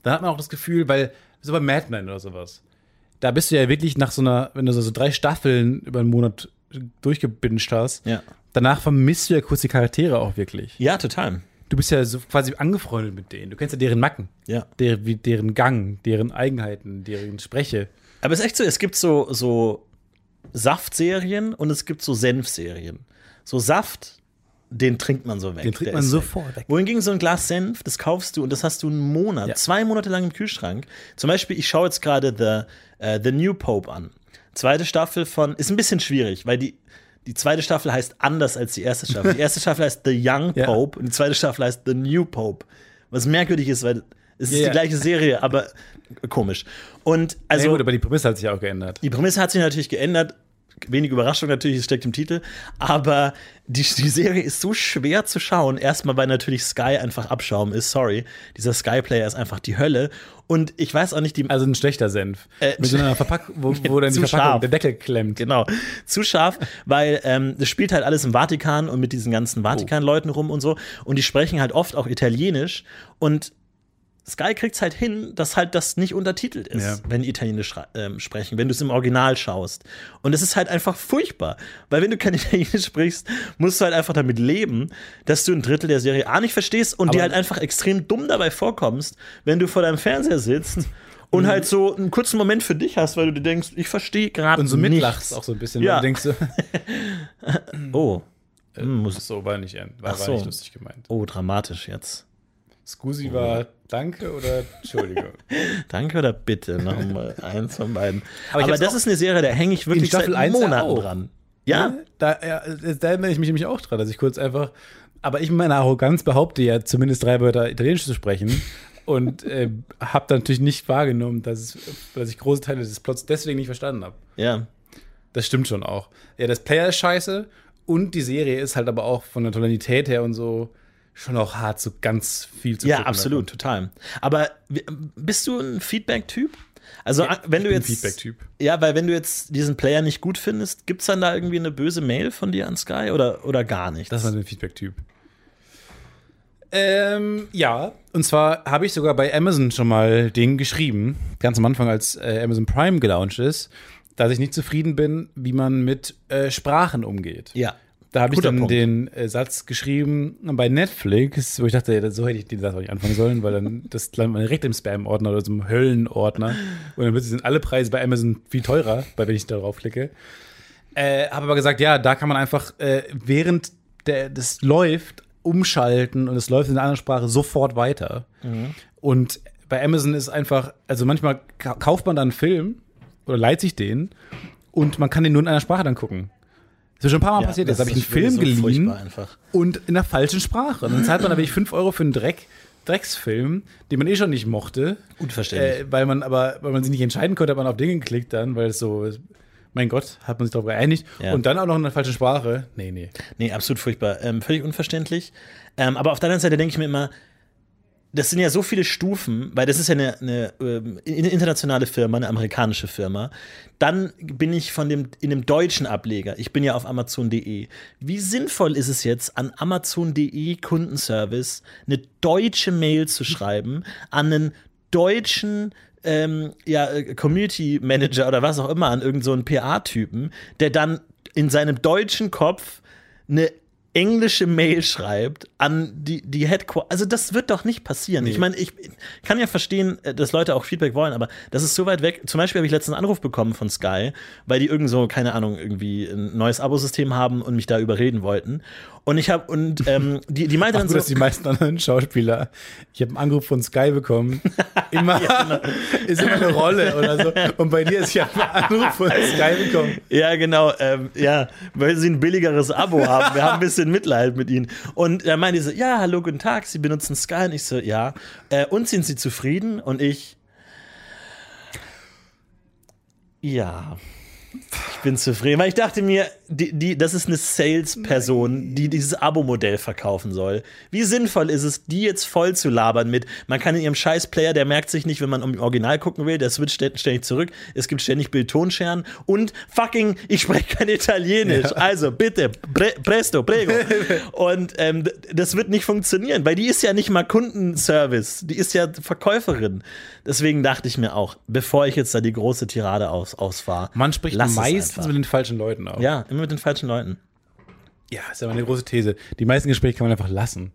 [SPEAKER 2] Dann hat man auch das Gefühl, weil, so bei Mad Men oder sowas, da bist du ja wirklich nach so einer, wenn du so, so drei Staffeln über einen Monat durchgebinscht hast,
[SPEAKER 3] Ja.
[SPEAKER 2] danach vermisst du ja kurz die Charaktere auch wirklich.
[SPEAKER 3] Ja, total.
[SPEAKER 2] Du bist ja so quasi angefreundet mit denen. Du kennst ja deren Macken,
[SPEAKER 3] Ja.
[SPEAKER 2] der, wie, deren Gang, deren Eigenheiten, deren Spreche.
[SPEAKER 3] Aber es ist echt so, es gibt so, so Saftserien und es gibt so Senfserien. So Saft, den trinkt man so weg.
[SPEAKER 2] Den trinkt
[SPEAKER 3] der
[SPEAKER 2] man
[SPEAKER 3] ist
[SPEAKER 2] sofort weg.
[SPEAKER 3] Wohingegen so ein Glas Senf, das kaufst du und das hast du einen Monat,
[SPEAKER 2] Ja.
[SPEAKER 3] zwei Monate lang im Kühlschrank. Zum Beispiel, ich schaue jetzt gerade The, äh, The New Pope an. Zweite Staffel von, ist ein bisschen schwierig, weil die, die zweite Staffel heißt anders als die erste Staffel. Die erste Staffel heißt The Young
[SPEAKER 2] Ja.
[SPEAKER 3] Pope und die zweite Staffel heißt The New Pope. Was merkwürdig ist, weil es ist
[SPEAKER 2] Ja, ja.
[SPEAKER 3] die gleiche Serie, aber komisch. Und also.
[SPEAKER 2] ja, gut, aber die Prämisse hat sich auch geändert.
[SPEAKER 3] Die Prämisse hat sich natürlich geändert. Wenig Überraschung natürlich, es steckt im Titel. Aber die, die Serie ist so schwer zu schauen. Erstmal, weil natürlich Sky einfach Abschaum ist. Sorry. Dieser Sky-Player ist einfach die Hölle. Und ich weiß auch nicht, die.
[SPEAKER 2] Also ein schlechter Senf. Mit so einer Verpackung, wo, wo dann die
[SPEAKER 3] Äh, zu
[SPEAKER 2] Verpackung,
[SPEAKER 3] scharf.
[SPEAKER 2] der Deckel klemmt.
[SPEAKER 3] Genau, zu scharf, weil ähm, das spielt halt alles im Vatikan und mit diesen ganzen Vatikan-Leuten rum und so. Und die sprechen halt oft auch Italienisch. Und Sky kriegt's halt hin, dass halt das nicht untertitelt ist,
[SPEAKER 2] Ja.
[SPEAKER 3] wenn die Italienisch schra- ähm, sprechen, wenn du es im Original schaust. Und es ist halt einfach furchtbar, weil wenn du kein Italienisch sprichst, musst du halt einfach damit leben, dass du ein Drittel der Serie A nicht verstehst und dir halt einfach extrem dumm dabei vorkommst, wenn du vor deinem Fernseher sitzt
[SPEAKER 2] Mhm.
[SPEAKER 3] und halt so einen kurzen Moment für dich hast, weil du dir denkst, ich verstehe gerade
[SPEAKER 2] Und so mitlachst
[SPEAKER 3] nichts.
[SPEAKER 2] auch so ein bisschen.
[SPEAKER 3] Ja.
[SPEAKER 2] weil Du denkst so,
[SPEAKER 3] Oh.
[SPEAKER 2] Äh.
[SPEAKER 3] Muss,
[SPEAKER 2] so war nicht, war, war
[SPEAKER 3] Ach so.
[SPEAKER 2] nicht lustig gemeint.
[SPEAKER 3] oh, dramatisch jetzt.
[SPEAKER 2] Scusi war
[SPEAKER 3] Oh.
[SPEAKER 2] danke oder Entschuldigung.
[SPEAKER 3] Danke oder bitte? Nochmal eins von beiden.
[SPEAKER 2] Aber
[SPEAKER 3] Aber,
[SPEAKER 2] ich hab's
[SPEAKER 3] das
[SPEAKER 2] auch-
[SPEAKER 3] ist eine Serie, da hänge ich wirklich seit
[SPEAKER 2] Staffel eins ja
[SPEAKER 3] Monaten
[SPEAKER 2] auch.
[SPEAKER 3] dran. Ja,
[SPEAKER 2] Da, ja, da erinnere ich mich nämlich auch dran, dass ich kurz einfach. Aber ich in meiner Arroganz behaupte ja, zumindest drei Wörter Italienisch zu sprechen. Und äh, habe da natürlich nicht wahrgenommen, dass, es, dass ich große Teile des Plots deswegen nicht verstanden habe.
[SPEAKER 3] ja.
[SPEAKER 2] Das stimmt schon auch. Ja, das Player ist scheiße und die Serie ist halt aber auch von der Tonalität her und so schon auch hart, so ganz viel zu
[SPEAKER 3] Ja,
[SPEAKER 2] gucken
[SPEAKER 3] absolut,
[SPEAKER 2] davon.
[SPEAKER 3] total. Aber w- bist du ein Feedback-Typ? Also, a- wenn du
[SPEAKER 2] bin
[SPEAKER 3] jetzt.
[SPEAKER 2] Feedback-Typ.
[SPEAKER 3] Ja, weil wenn du jetzt diesen Player nicht gut findest, gibt es dann da irgendwie eine böse Mail von dir an Sky oder, oder gar nichts?
[SPEAKER 2] Das war ein Feedback-Typ. Ähm, ja, und zwar habe ich sogar bei Amazon schon mal den geschrieben, ganz am Anfang, als äh, Amazon Prime gelauncht ist, dass ich nicht zufrieden bin, wie man mit äh, Sprachen umgeht.
[SPEAKER 3] ja.
[SPEAKER 2] Da habe ich
[SPEAKER 3] Guter
[SPEAKER 2] dann
[SPEAKER 3] Punkt.
[SPEAKER 2] den äh, Satz geschrieben bei Netflix, wo ich dachte, ja, so hätte ich den Satz auch nicht anfangen sollen, weil dann das landet man direkt im Spam-Ordner oder so im Höllenordner. Und dann wird- sind alle Preise bei Amazon viel teurer, weil wenn ich da draufklicke. Äh, habe aber gesagt, ja, da kann man einfach, äh, während der, das läuft, umschalten und es läuft in einer anderen Sprache sofort weiter.
[SPEAKER 3] Mhm.
[SPEAKER 2] Und bei Amazon ist einfach, also manchmal ka- kauft man dann einen Film oder leiht sich den und man kann den nur in einer Sprache dann gucken. Das ist mir schon ein paar Mal
[SPEAKER 3] ja,
[SPEAKER 2] passiert. Jetzt
[SPEAKER 3] das
[SPEAKER 2] habe ich einen
[SPEAKER 3] ist wirklich
[SPEAKER 2] Film
[SPEAKER 3] so
[SPEAKER 2] geliehen
[SPEAKER 3] furchtbar einfach.
[SPEAKER 2] und in der falschen Sprache. Und dann zahlt man aber nicht 5 Euro für einen Dreck, Drecksfilm, den man eh schon nicht mochte.
[SPEAKER 3] Unverständlich.
[SPEAKER 2] Äh, weil man aber, weil man sich nicht entscheiden konnte, hat man auf Dinge geklickt dann, weil es so, mein Gott, hat man sich darauf geeinigt.
[SPEAKER 3] Ja.
[SPEAKER 2] Und dann auch noch in der falschen Sprache. Nee, nee.
[SPEAKER 3] Nee, absolut furchtbar. Ähm, völlig unverständlich. Ähm, aber auf der anderen Seite denke ich mir immer, das sind ja so viele Stufen, weil das ist ja eine, eine ähm, in- internationale Firma, eine amerikanische Firma. Dann bin ich von dem in dem deutschen Ableger. Ich bin ja auf Amazon.de. Wie sinnvoll ist es jetzt, an Amazon.de Kundenservice eine deutsche Mail zu schreiben an einen deutschen ähm, ja, äh, Community Manager oder was auch immer, an irgendeinen so einen PA-Typen, der dann in seinem deutschen Kopf eine englische Mail schreibt an die, die Headquarter. Also das wird doch nicht passieren. Ich meine, ich kann ja verstehen, äh, dass Leute auch Feedback wollen, aber das ist so weit weg. Zum Beispiel habe ich letztens einen Anruf bekommen von Sky, weil die irgend so, keine Ahnung, irgendwie ein neues Abosystem haben und mich da überreden wollten. Und ich habe, und ähm, die, die meinte
[SPEAKER 2] Ach,
[SPEAKER 3] dann
[SPEAKER 2] gut, dass
[SPEAKER 3] so,
[SPEAKER 2] die meisten anderen Schauspieler, ich habe einen Anruf von Sky bekommen, immer,
[SPEAKER 3] genau.
[SPEAKER 2] ist immer eine Rolle oder so. Und bei dir ist, ich habe einen Anruf von Sky bekommen.
[SPEAKER 3] Ja, genau. Ähm, ja, weil sie ein billigeres Abo haben. Wir haben ein bisschen Mitleid mit ihnen. Und dann meinte sie, so, ja, hallo, guten Tag, Sie benutzen Sky. Und ich so, ja. Äh, und sind Sie zufrieden? Und ich, ja. Ich bin zufrieden, weil ich dachte mir, die, die, das ist eine Sales-Person, die dieses Abo-Modell verkaufen soll. Wie sinnvoll ist es, die jetzt voll zu labern mit, man kann in ihrem Scheiß-Player, der merkt sich nicht, wenn man im Original gucken will, der switcht stä- ständig zurück, es gibt ständig Bildtonscheren und fucking, ich spreche kein Italienisch. Also bitte, pre presto, prego. und ähm, d- das wird nicht funktionieren, weil die ist ja nicht mal Kundenservice, die ist ja Verkäuferin. Deswegen dachte ich mir auch, bevor ich jetzt da die große Tirade aus, ausfahre,
[SPEAKER 2] Man spricht
[SPEAKER 3] Lass es
[SPEAKER 2] meistens
[SPEAKER 3] einfach.
[SPEAKER 2] mit den falschen Leuten auch.
[SPEAKER 3] Ja, immer mit den falschen Leuten.
[SPEAKER 2] Ja, ist ja meine große These. Die meisten Gespräche kann man einfach lassen.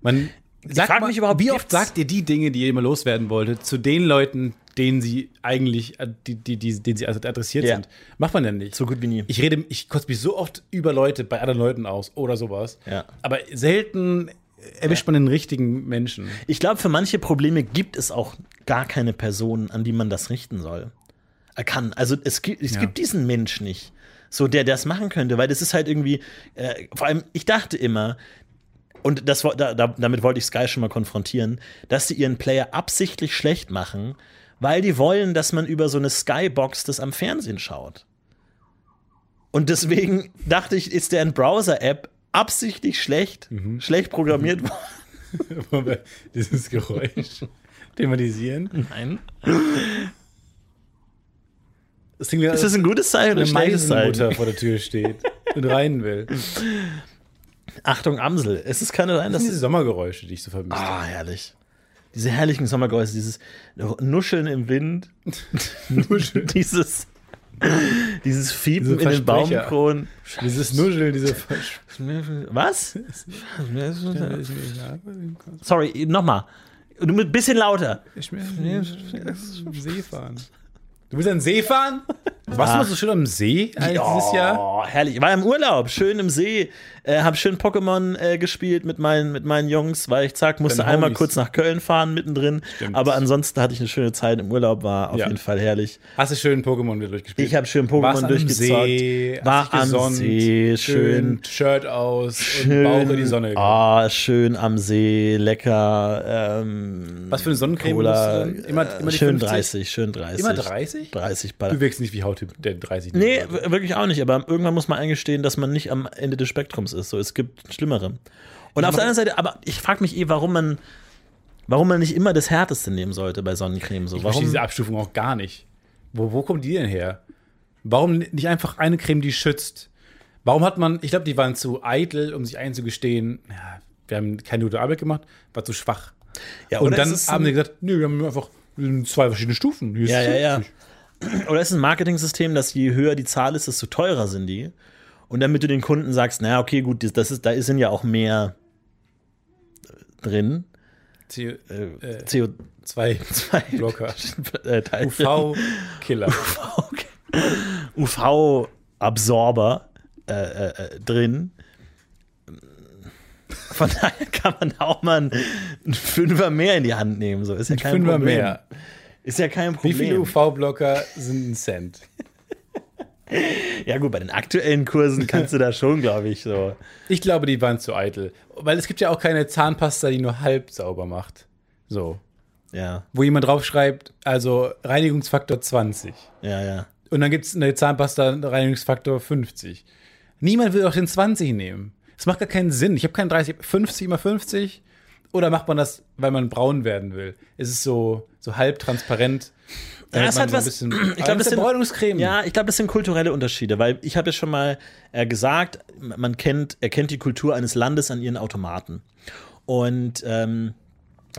[SPEAKER 2] Man sagt
[SPEAKER 3] frag
[SPEAKER 2] mal,
[SPEAKER 3] mich überhaupt,
[SPEAKER 2] wie
[SPEAKER 3] gibt's-
[SPEAKER 2] oft sagt ihr die Dinge, die ihr immer loswerden wolltet, zu den Leuten, denen sie eigentlich, äh, die, die, die, denen sie also adressiert
[SPEAKER 3] Ja.
[SPEAKER 2] sind. Macht man denn nicht.
[SPEAKER 3] So gut wie nie.
[SPEAKER 2] Ich rede, ich kotze mich so oft über Leute bei anderen Leuten aus oder sowas.
[SPEAKER 3] Ja.
[SPEAKER 2] Aber selten erwischt man den richtigen Menschen.
[SPEAKER 3] Ich glaube, für manche Probleme gibt es auch gar keine Person, an die man das richten soll. Er kann. Also es gibt, es
[SPEAKER 2] Ja.
[SPEAKER 3] gibt diesen Mensch nicht, so der das machen könnte, weil das ist halt irgendwie, äh, vor allem, ich dachte immer, und das, wo- da, da, damit wollte ich Sky schon mal konfrontieren, dass sie ihren Player absichtlich schlecht machen, weil die wollen, dass man über so eine Skybox das am Fernsehen schaut. Und deswegen dachte ich, ist deren Browser-App absichtlich schlecht, schlecht programmiert worden.
[SPEAKER 2] Wollen wir Dieses Geräusch thematisieren.
[SPEAKER 3] Nein.
[SPEAKER 2] Das klingt wie
[SPEAKER 3] Ist das ein gutes Zeichen oder
[SPEAKER 2] eine
[SPEAKER 3] ein schlechtes
[SPEAKER 2] Meisenmutter
[SPEAKER 3] Zeichen?
[SPEAKER 2] vor der Tür steht und rein will. Das
[SPEAKER 3] Achtung, Amsel. Es ist keine rein,
[SPEAKER 2] sind
[SPEAKER 3] dass
[SPEAKER 2] diese Sommergeräusche, die ich so vermisse.
[SPEAKER 3] Ah, herrlich. Diese herrlichen Sommergeräusche, dieses Nuscheln im Wind, dieses, dieses Fiepen
[SPEAKER 2] Diese
[SPEAKER 3] in den
[SPEAKER 2] Versprecher.
[SPEAKER 3] Baumkronen.
[SPEAKER 2] Dieses Nuscheln, diese Versch
[SPEAKER 3] Was? Sorry, nochmal. Du mit bisschen lauter.
[SPEAKER 2] Ich will am See fahren. Du willst an den See fahren?
[SPEAKER 3] Ah.
[SPEAKER 2] Warst du mal so schön am See eigentlich dieses Jahr?
[SPEAKER 3] Oh, herrlich. Ich War im Urlaub, schön im See, äh, hab schön Pokémon äh, gespielt mit meinen, mit meinen Jungs, weil ich zack, musste
[SPEAKER 2] Deine
[SPEAKER 3] einmal
[SPEAKER 2] Homies.
[SPEAKER 3] kurz nach Köln fahren mittendrin.
[SPEAKER 2] Stimmt.
[SPEAKER 3] Aber ansonsten hatte ich eine schöne Zeit im Urlaub, war auf
[SPEAKER 2] Ja.
[SPEAKER 3] jeden Fall herrlich.
[SPEAKER 2] Hast du schön Pokémon wieder durchgespielt?
[SPEAKER 3] Ich habe schön Pokémon
[SPEAKER 2] Warst an einem
[SPEAKER 3] durchgezockt.
[SPEAKER 2] See,
[SPEAKER 3] war
[SPEAKER 2] hast dich
[SPEAKER 3] am
[SPEAKER 2] gesonnt,
[SPEAKER 3] See, schön.
[SPEAKER 2] Shirt aus
[SPEAKER 3] schön
[SPEAKER 2] und Bauch in die Sonne. gegangen.
[SPEAKER 3] Ah, schön am See, lecker. Ähm,
[SPEAKER 2] Was für eine Sonnencreme
[SPEAKER 3] Cola,
[SPEAKER 2] benutzt du denn? Immer-
[SPEAKER 3] äh,
[SPEAKER 2] immer die
[SPEAKER 3] schön
[SPEAKER 2] 50?
[SPEAKER 3] 30, schön 30.
[SPEAKER 2] Immer 30?
[SPEAKER 3] 30
[SPEAKER 2] Du
[SPEAKER 3] Ball.
[SPEAKER 2] wirkst nicht wie Hauttyp, der 30 nicht
[SPEAKER 3] Nee,
[SPEAKER 2] war.
[SPEAKER 3] w- wirklich auch nicht, aber irgendwann muss man eingestehen, dass man nicht am Ende des Spektrums ist. So, es gibt Schlimmere. Und auf der anderen Seite, aber ich frage mich eh, warum man, warum man nicht immer das Härteste nehmen sollte bei Sonnencreme. So,
[SPEAKER 2] Ich verstehe
[SPEAKER 3] warum?
[SPEAKER 2] diese Abstufung auch gar nicht. Wo, wo kommen die denn her? Warum nicht einfach eine Creme, die schützt? Warum hat man, ich glaube, die waren zu eitel, um sich einzugestehen, ja, wir haben keine gute Arbeit gemacht, war zu schwach.
[SPEAKER 3] Ja,
[SPEAKER 2] Und
[SPEAKER 3] oder
[SPEAKER 2] dann
[SPEAKER 3] ist es
[SPEAKER 2] haben
[SPEAKER 3] ein-
[SPEAKER 2] die gesagt, nö, wir haben einfach zwei verschiedene Stufen. Hier ist
[SPEAKER 3] Ja, ja, ja.
[SPEAKER 2] 50.
[SPEAKER 3] Oder ist es ein Marketing-System, dass je höher die Zahl ist, desto teurer sind die? Und damit du den Kunden sagst, naja, okay, gut, das- das ist, da sind ja auch mehr drin.
[SPEAKER 2] C-
[SPEAKER 3] Äh,
[SPEAKER 2] Äh,
[SPEAKER 3] CO2
[SPEAKER 2] Zwei Blocker.
[SPEAKER 3] äh, Teilchen.
[SPEAKER 2] UV-Killer.
[SPEAKER 3] Okay. UV-Absorber äh, äh, äh, drin. Von daher kann man da auch mal einen einen Fünfer mehr in die Hand nehmen. So ist ja kein
[SPEAKER 2] Fünfer
[SPEAKER 3] Problem.
[SPEAKER 2] mehr.
[SPEAKER 3] Ist ja kein Problem.
[SPEAKER 2] Wie viele UV-Blocker sind ein Cent?
[SPEAKER 3] Ja, gut, bei den aktuellen Kursen kannst du da schon, glaube ich, so.
[SPEAKER 2] Ich glaube, die waren zu eitel. Weil es gibt ja auch keine Zahnpasta, die nur halb sauber macht. So.
[SPEAKER 3] Ja,
[SPEAKER 2] wo jemand draufschreibt, also Reinigungsfaktor 20.
[SPEAKER 3] ja, ja.
[SPEAKER 2] Und dann gibt es eine Zahnpasta Reinigungsfaktor 50. Niemand will auch den 20 nehmen. Das macht gar keinen Sinn. Ich habe keinen 30, 50 mal 50. Oder macht man das, weil man braun werden will? Es ist so, so halb transparent. damit
[SPEAKER 3] Ja, es
[SPEAKER 2] man
[SPEAKER 3] hat
[SPEAKER 2] so ein
[SPEAKER 3] was-
[SPEAKER 2] bisschen-
[SPEAKER 3] ich
[SPEAKER 2] Aber
[SPEAKER 3] glaub,
[SPEAKER 2] das
[SPEAKER 3] Ah, das
[SPEAKER 2] ist
[SPEAKER 3] sind-
[SPEAKER 2] Bräunungscreme.
[SPEAKER 3] Ja, ich glaube, das sind kulturelle Unterschiede, weil ich habe ja schon mal äh, gesagt, man kennt, erkennt die Kultur eines Landes an ihren Automaten. Und ähm,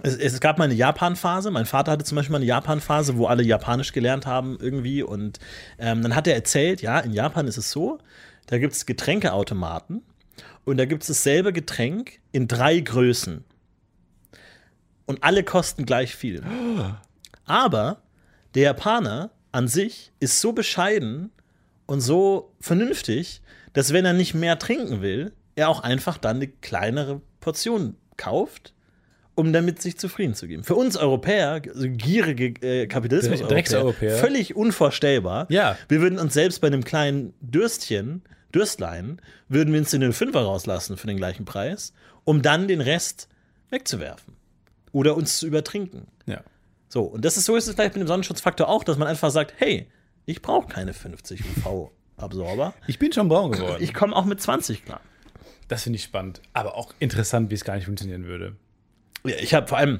[SPEAKER 3] es, es gab mal eine Japan-Phase. Mein Vater hatte zum Beispiel mal eine Japan-Phase, wo alle Japanisch gelernt haben irgendwie. Und ähm, dann hat er erzählt, ja, in Japan ist es so, da gibt es Getränkeautomaten und da gibt es dasselbe Getränk in drei Größen. Und alle kosten gleich viel. Aber der Japaner an sich ist so bescheiden und so vernünftig, dass wenn er nicht mehr trinken will, er auch einfach dann eine kleinere Portion kauft, um damit sich zufrieden zu geben. Für uns Europäer, also gierige äh, Kapitalismus,
[SPEAKER 2] Dreckseuropäer.
[SPEAKER 3] völlig unvorstellbar.
[SPEAKER 2] Ja.
[SPEAKER 3] Wir würden uns selbst bei einem kleinen Dürstchen, Dürstlein, würden wir uns in den Fünfer rauslassen für den gleichen Preis, um dann den Rest wegzuwerfen oder uns zu übertrinken.
[SPEAKER 2] Ja.
[SPEAKER 3] So, und das ist so ist es vielleicht mit dem Sonnenschutzfaktor auch, dass man einfach sagt, hey, ich brauche keine 50 UV-Absorber.
[SPEAKER 2] Ich bin schon braun geworden.
[SPEAKER 3] Ich komme auch mit 20 klar.
[SPEAKER 2] das finde ich spannend. Aber auch interessant, wie es gar nicht funktionieren würde.
[SPEAKER 3] Ja, ich habe vor allem.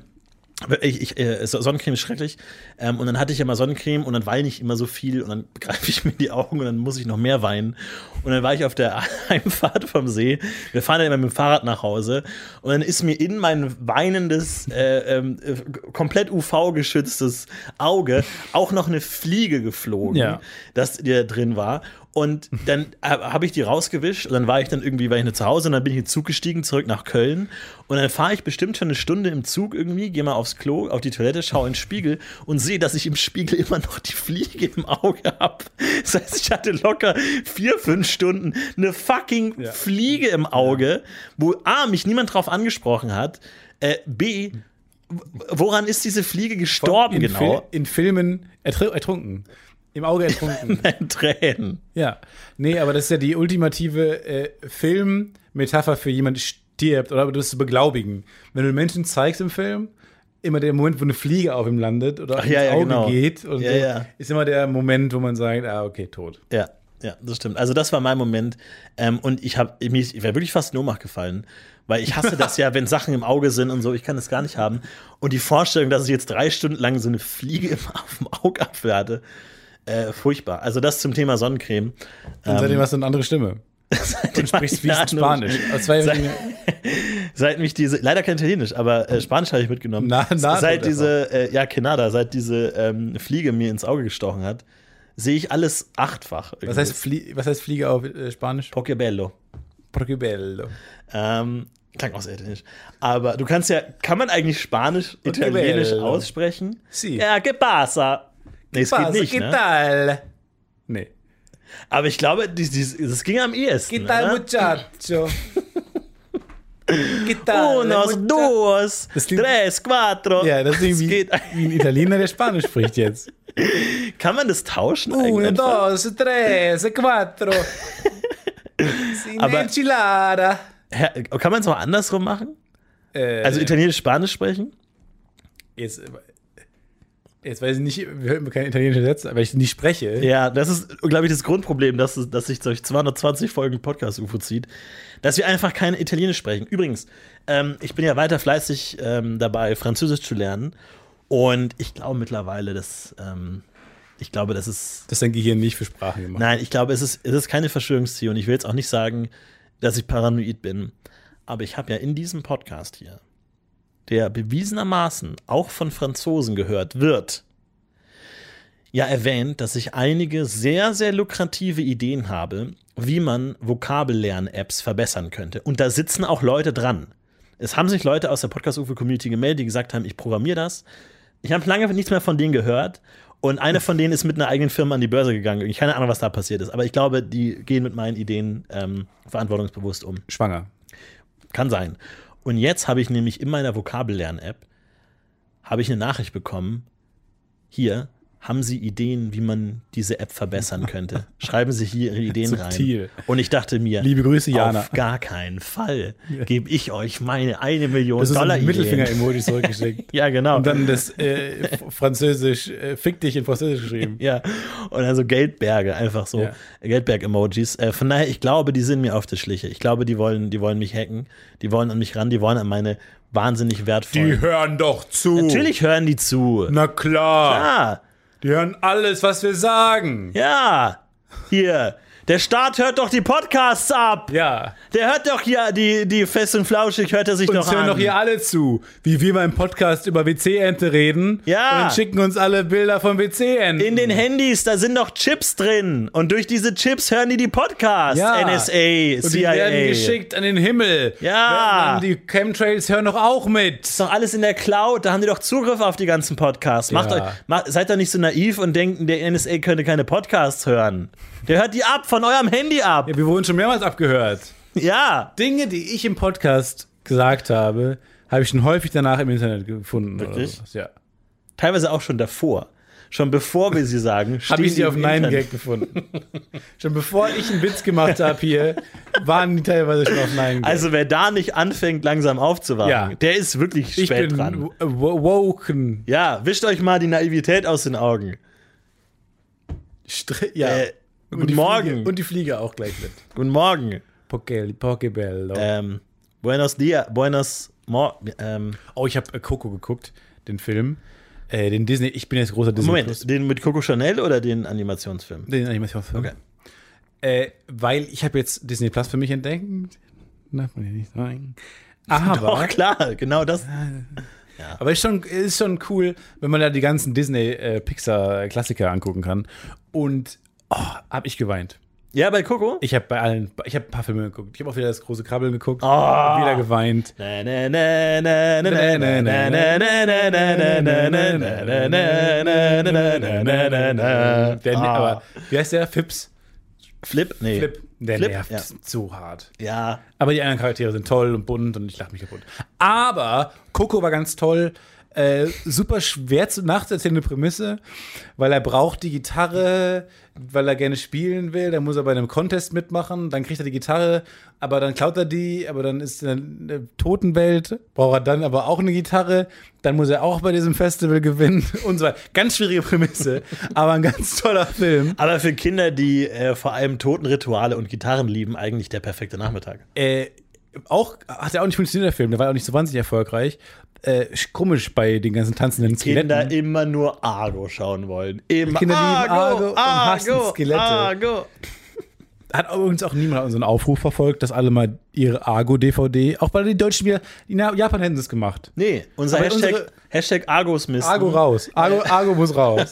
[SPEAKER 3] Ich, ich, äh, So- Sonnencreme ist schrecklich. Ähm, und dann hatte ich ja mal Sonnencreme und dann weine ich immer so viel und dann begreife ich mir die Augen und dann muss ich noch mehr weinen. Und dann war ich auf der Heimfahrt vom See. Wir fahren ja immer mit dem Fahrrad nach Hause. Und dann ist mir in mein weinendes, äh, ähm, äh, komplett UV-geschütztes Auge auch noch eine Fliege geflogen,
[SPEAKER 2] Ja.
[SPEAKER 3] das die da drin war. Und dann äh, habe ich die rausgewischt und dann war ich dann irgendwie, war ich nicht zu Hause und dann bin ich in den Zug gestiegen, zurück nach Köln. Und dann fahre ich bestimmt schon eine Stunde im Zug irgendwie, gehe mal aufs Klo, auf die Toilette, schaue in den Spiegel und sehe, dass ich im Spiegel immer noch die Fliege im Auge habe. Das heißt, ich hatte locker vier, fünf Stunden eine fucking
[SPEAKER 2] Ja.
[SPEAKER 3] Fliege im Auge, wo A, mich niemand drauf angesprochen hat, äh, B, w- woran ist diese Fliege gestorben
[SPEAKER 2] in Fil
[SPEAKER 3] genau?
[SPEAKER 2] in Filmen ertr ertrunken. Im Auge ertrunken.
[SPEAKER 3] In Tränen.
[SPEAKER 2] ja. Nee, aber das ist ja die ultimative äh, Film-Metapher für jemand stirbt oder das zu beglaubigen. Wenn du Menschen zeigst im Film, immer der Moment, wo eine Fliege auf ihm landet oder
[SPEAKER 3] Ach, ja,
[SPEAKER 2] ins
[SPEAKER 3] ja,
[SPEAKER 2] Auge
[SPEAKER 3] genau.
[SPEAKER 2] geht und
[SPEAKER 3] Ja,
[SPEAKER 2] so,
[SPEAKER 3] ja.
[SPEAKER 2] ist immer der Moment, wo man sagt, ah, okay, tot.
[SPEAKER 3] Ja, ja, das stimmt. Also das war mein Moment. Ähm, und ich habe ich, ich wäre wirklich fast in Ohnmacht gefallen, weil ich hasse das ja, wenn Sachen im Auge sind und so. Ich kann das gar nicht haben. Und die Vorstellung, dass ich jetzt drei Stunden lang so eine Fliege im, auf dem Augapfel hatte, äh, furchtbar. Also das zum Thema Sonnencreme.
[SPEAKER 2] Und seitdem hast du eine andere Stimme.
[SPEAKER 3] Ähm. Seitdem
[SPEAKER 2] Du sprichst
[SPEAKER 3] hab
[SPEAKER 2] fließend
[SPEAKER 3] ich eine andere
[SPEAKER 2] Spanisch. Also,
[SPEAKER 3] Stimme.
[SPEAKER 2] Das war ja
[SPEAKER 3] Seit-
[SPEAKER 2] irgendwie-
[SPEAKER 3] Seit mich diese, leider kein Italienisch, aber äh, Spanisch habe ich mitgenommen.
[SPEAKER 2] Na- na,
[SPEAKER 3] seit
[SPEAKER 2] gut,
[SPEAKER 3] diese, äh, ja, Canada, seit diese ähm, Fliege mir ins Auge gestochen hat, sehe ich alles achtfach.
[SPEAKER 2] was,
[SPEAKER 3] irgendwie.
[SPEAKER 2] heißt Flie was heißt Fliege auf äh, Spanisch?
[SPEAKER 3] Pokebello.
[SPEAKER 2] Porcubello.
[SPEAKER 3] Ähm, klang auch sehr italienisch. Aber du kannst ja, kann man eigentlich Spanisch, Italienisch
[SPEAKER 2] bello.
[SPEAKER 3] aussprechen?
[SPEAKER 2] Si.
[SPEAKER 3] Ja, que pasa? Nee, es geht nicht, ne?
[SPEAKER 2] tal? Nee.
[SPEAKER 3] Aber ich glaube, dies, dies, das ging am ehesten.
[SPEAKER 2] ¿Qué tal,
[SPEAKER 3] oder? ne?
[SPEAKER 2] muchacho? ¿Qué
[SPEAKER 3] Unos, dos,
[SPEAKER 2] Das klingt-
[SPEAKER 3] tres, cuatro.
[SPEAKER 2] Ja, das ist
[SPEAKER 3] Es
[SPEAKER 2] irgendwie
[SPEAKER 3] geht,
[SPEAKER 2] wie ein Italiener, der Spanisch spricht jetzt.
[SPEAKER 3] kann man das tauschen?
[SPEAKER 2] Uno,
[SPEAKER 3] eigentlich?
[SPEAKER 2] dos, tres, cuatro. Sin
[SPEAKER 3] Aber-
[SPEAKER 2] enchilada.
[SPEAKER 3] Hä, Kann man es auch andersrum machen?
[SPEAKER 2] Äh,
[SPEAKER 3] Also Italienisch, Spanisch sprechen?
[SPEAKER 2] jetzt, jetzt weiß ich nicht, wir hören keine italienischen Sätze, weil ich nicht spreche.
[SPEAKER 3] Ja, das ist, glaube ich, das Grundproblem, dass, es- dass sich durch 220 Folgen Podcast-UFO zieht, dass wir einfach kein Italienisch sprechen. Übrigens, ähm, ich bin ja weiter fleißig ähm, dabei, Französisch zu lernen. Und ich glaube mittlerweile, dass ähm, ich glaube, das ist.
[SPEAKER 2] Das ist dein Gehirn nicht für Sprachen gemacht.
[SPEAKER 3] Nein, ich glaube, es ist, es ist keine Verschwörungstheorie. Und ich will jetzt auch nicht sagen, dass ich paranoid bin. Aber ich habe ja in diesem Podcast hier, der bewiesenermaßen auch von Franzosen gehört wird, ja erwähnt, dass ich einige sehr, sehr lukrative Ideen habe, wie man Vokabellern-Apps verbessern könnte. Und da sitzen auch Leute dran. Es haben sich Leute aus der Podcast-UFO-Community gemeldet, die gesagt haben, ich programmiere das. Ich habe lange nichts mehr von denen gehört. Und eine von denen ist mit einer eigenen Firma an die Börse gegangen. Ich keine Ahnung, was da passiert ist. Aber ich glaube, die gehen mit meinen Ideen ähm, verantwortungsbewusst um.
[SPEAKER 2] Schwanger.
[SPEAKER 3] Kann sein. Und jetzt habe ich nämlich in meiner Vokabellern-App habe ich eine Nachricht bekommen. Hier haben Sie Ideen, wie man diese App verbessern könnte. Schreiben Sie hier Ihre Ideen
[SPEAKER 2] Subtil.
[SPEAKER 3] rein. Und ich dachte mir,
[SPEAKER 2] Liebe Grüße, Jana.
[SPEAKER 3] auf gar keinen Fall gebe ich euch meine eine Million
[SPEAKER 2] Das ist
[SPEAKER 3] Dollar
[SPEAKER 2] ein
[SPEAKER 3] Ideen.
[SPEAKER 2] Mittelfinger-Emoji zurückgeschickt.
[SPEAKER 3] Ja, genau.
[SPEAKER 2] Und dann das äh, Französisch, äh, fick dich in Französisch geschrieben.
[SPEAKER 3] ja, und also Geldberge, einfach so.
[SPEAKER 2] Ja.
[SPEAKER 3] Geldberg-Emojis. Äh, von daher, ich glaube, die sind mir auf der Schliche. Ich glaube, die wollen, die wollen mich hacken. Die wollen an mich ran. Die wollen an meine wahnsinnig wertvollen.
[SPEAKER 2] hören doch zu.
[SPEAKER 3] Natürlich hören die zu.
[SPEAKER 2] Na klar.
[SPEAKER 3] Ja,
[SPEAKER 2] Die hören alles, was wir sagen.
[SPEAKER 3] ja. Hier. Der Staat hört doch die Podcasts ab.
[SPEAKER 2] Ja.
[SPEAKER 3] Der hört doch hier die, die Fest und Flauschig, hört er sich
[SPEAKER 2] Uns
[SPEAKER 3] doch
[SPEAKER 2] hören
[SPEAKER 3] an.
[SPEAKER 2] doch hier alle zu, wie wir mal im Podcast über WC-Ente reden.
[SPEAKER 3] Ja.
[SPEAKER 2] Und dann schicken uns alle Bilder von WC-Enten.
[SPEAKER 3] In den Handys, da sind doch Chips drin. Und durch diese Chips hören die die Podcasts.
[SPEAKER 2] Ja.
[SPEAKER 3] NSA,
[SPEAKER 2] Und die
[SPEAKER 3] CIA.
[SPEAKER 2] werden geschickt an den Himmel.
[SPEAKER 3] Ja.
[SPEAKER 2] Werden Dann die Chemtrails hören doch auch mit.
[SPEAKER 3] Ist doch alles in der Cloud, da haben die doch Zugriff auf die ganzen Podcasts. Macht
[SPEAKER 2] Ja.
[SPEAKER 3] euch, macht, seid doch nicht so naiv und denken, der NSA könnte keine Podcasts hören. Der hört die ab, von eurem Handy ab.
[SPEAKER 2] Ja, wir wurden schon mehrmals abgehört.
[SPEAKER 3] Ja.
[SPEAKER 2] Dinge, die ich im Podcast gesagt habe, habe ich schon häufig danach im Internet gefunden.
[SPEAKER 3] Wirklich?
[SPEAKER 2] Oder sowas. ja.
[SPEAKER 3] Teilweise auch schon davor. Schon bevor wir sie sagen,
[SPEAKER 2] Habe ich
[SPEAKER 3] stehen
[SPEAKER 2] sie auf
[SPEAKER 3] im
[SPEAKER 2] Nein
[SPEAKER 3] Internet.
[SPEAKER 2] Gag gefunden. schon bevor ich einen Witz gemacht habe hier, waren die teilweise schon auf Nein Gag.
[SPEAKER 3] Also wer da nicht anfängt, langsam aufzuwachen,
[SPEAKER 2] Ja.
[SPEAKER 3] der ist wirklich
[SPEAKER 2] ich
[SPEAKER 3] spät
[SPEAKER 2] bin
[SPEAKER 3] dran.
[SPEAKER 2] w- woken.
[SPEAKER 3] Ja, wischt euch mal die Naivität aus den Augen.
[SPEAKER 2] Str ja.
[SPEAKER 3] Äh,
[SPEAKER 2] Und
[SPEAKER 3] guten
[SPEAKER 2] die
[SPEAKER 3] Morgen.
[SPEAKER 2] Fliege, und die Fliege auch gleich mit.
[SPEAKER 3] Guten Morgen.
[SPEAKER 2] Poke- Pokebello.
[SPEAKER 3] Ähm, buenos dias, buenos mor ähm,
[SPEAKER 2] Oh, ich habe Coco geguckt, den Film. Äh, den Disney. Ich bin jetzt großer Disney. Plus-
[SPEAKER 3] Moment, den mit Coco Chanel oder den Animationsfilm?
[SPEAKER 2] Den Animationsfilm.
[SPEAKER 3] Okay.
[SPEAKER 2] Äh, weil ich habe jetzt Disney Plus für mich entdeckt. Darf man ja nicht sagen. Aber,
[SPEAKER 3] Doch, klar, genau das.
[SPEAKER 2] aber ist, schon, ist schon cool, wenn man da die äh, ganzen Disney-Pixar-Klassiker angucken kann. Und oh, habe ich geweint.
[SPEAKER 3] Ja, bei Coco?
[SPEAKER 2] Ich habe bei allen, ich habe ein paar Filme geguckt. Ich habe auch wieder das große Krabbeln geguckt.
[SPEAKER 3] Ah.
[SPEAKER 2] Hab wieder geweint.
[SPEAKER 3] Na, na, na, na, na, na, na, na, na, na, na, na, na, na, na, na, na, na, na, na, na, na.
[SPEAKER 2] Der,
[SPEAKER 3] Ah.
[SPEAKER 2] ne, aber, wie heißt der? Fips?
[SPEAKER 3] Flip? Nee.
[SPEAKER 2] Flip. Der
[SPEAKER 3] Flip?
[SPEAKER 2] nervt
[SPEAKER 3] Ja.
[SPEAKER 2] so hart.
[SPEAKER 3] Ja.
[SPEAKER 2] Aber die anderen Charaktere sind toll und bunt und ich lache mich kaputt. Aber Coco war ganz toll. Äh, super schwer zu nachzuerzählende Prämisse, weil er braucht die Gitarre, weil er gerne spielen will. Dann muss er bei einem Contest mitmachen. Dann kriegt er die Gitarre, aber dann klaut er die. Aber dann ist er in der Totenwelt. Braucht er dann aber auch eine Gitarre. Dann muss er auch bei diesem Festival gewinnen und so weiter. Ganz schwierige Prämisse, aber ein ganz toller Film.
[SPEAKER 3] Aber für Kinder, die äh, vor allem Totenrituale und Gitarren lieben, eigentlich der perfekte Nachmittag.
[SPEAKER 2] äh, auch hat ja auch nicht funktioniert, der Film. Der war ja auch nicht so wahnsinnig erfolgreich. Äh, sch- komisch bei den ganzen tanzenden Skeletten.
[SPEAKER 3] Kinder immer nur Argo schauen wollen. Immer
[SPEAKER 2] Kinder lieben Argo
[SPEAKER 3] Argo,
[SPEAKER 2] und hassen Skelette.
[SPEAKER 3] Argo.
[SPEAKER 2] Hat übrigens auch niemand unseren Aufruf verfolgt, dass alle mal ihre Argo-DVD, auch bei den Deutschen wieder, in Japan hätten sie es gemacht.
[SPEAKER 3] Nee, unser
[SPEAKER 2] Aber
[SPEAKER 3] Hashtag,
[SPEAKER 2] unsere-
[SPEAKER 3] Hashtag Argos Mist.
[SPEAKER 2] Argo raus. Argo, Argo muss raus.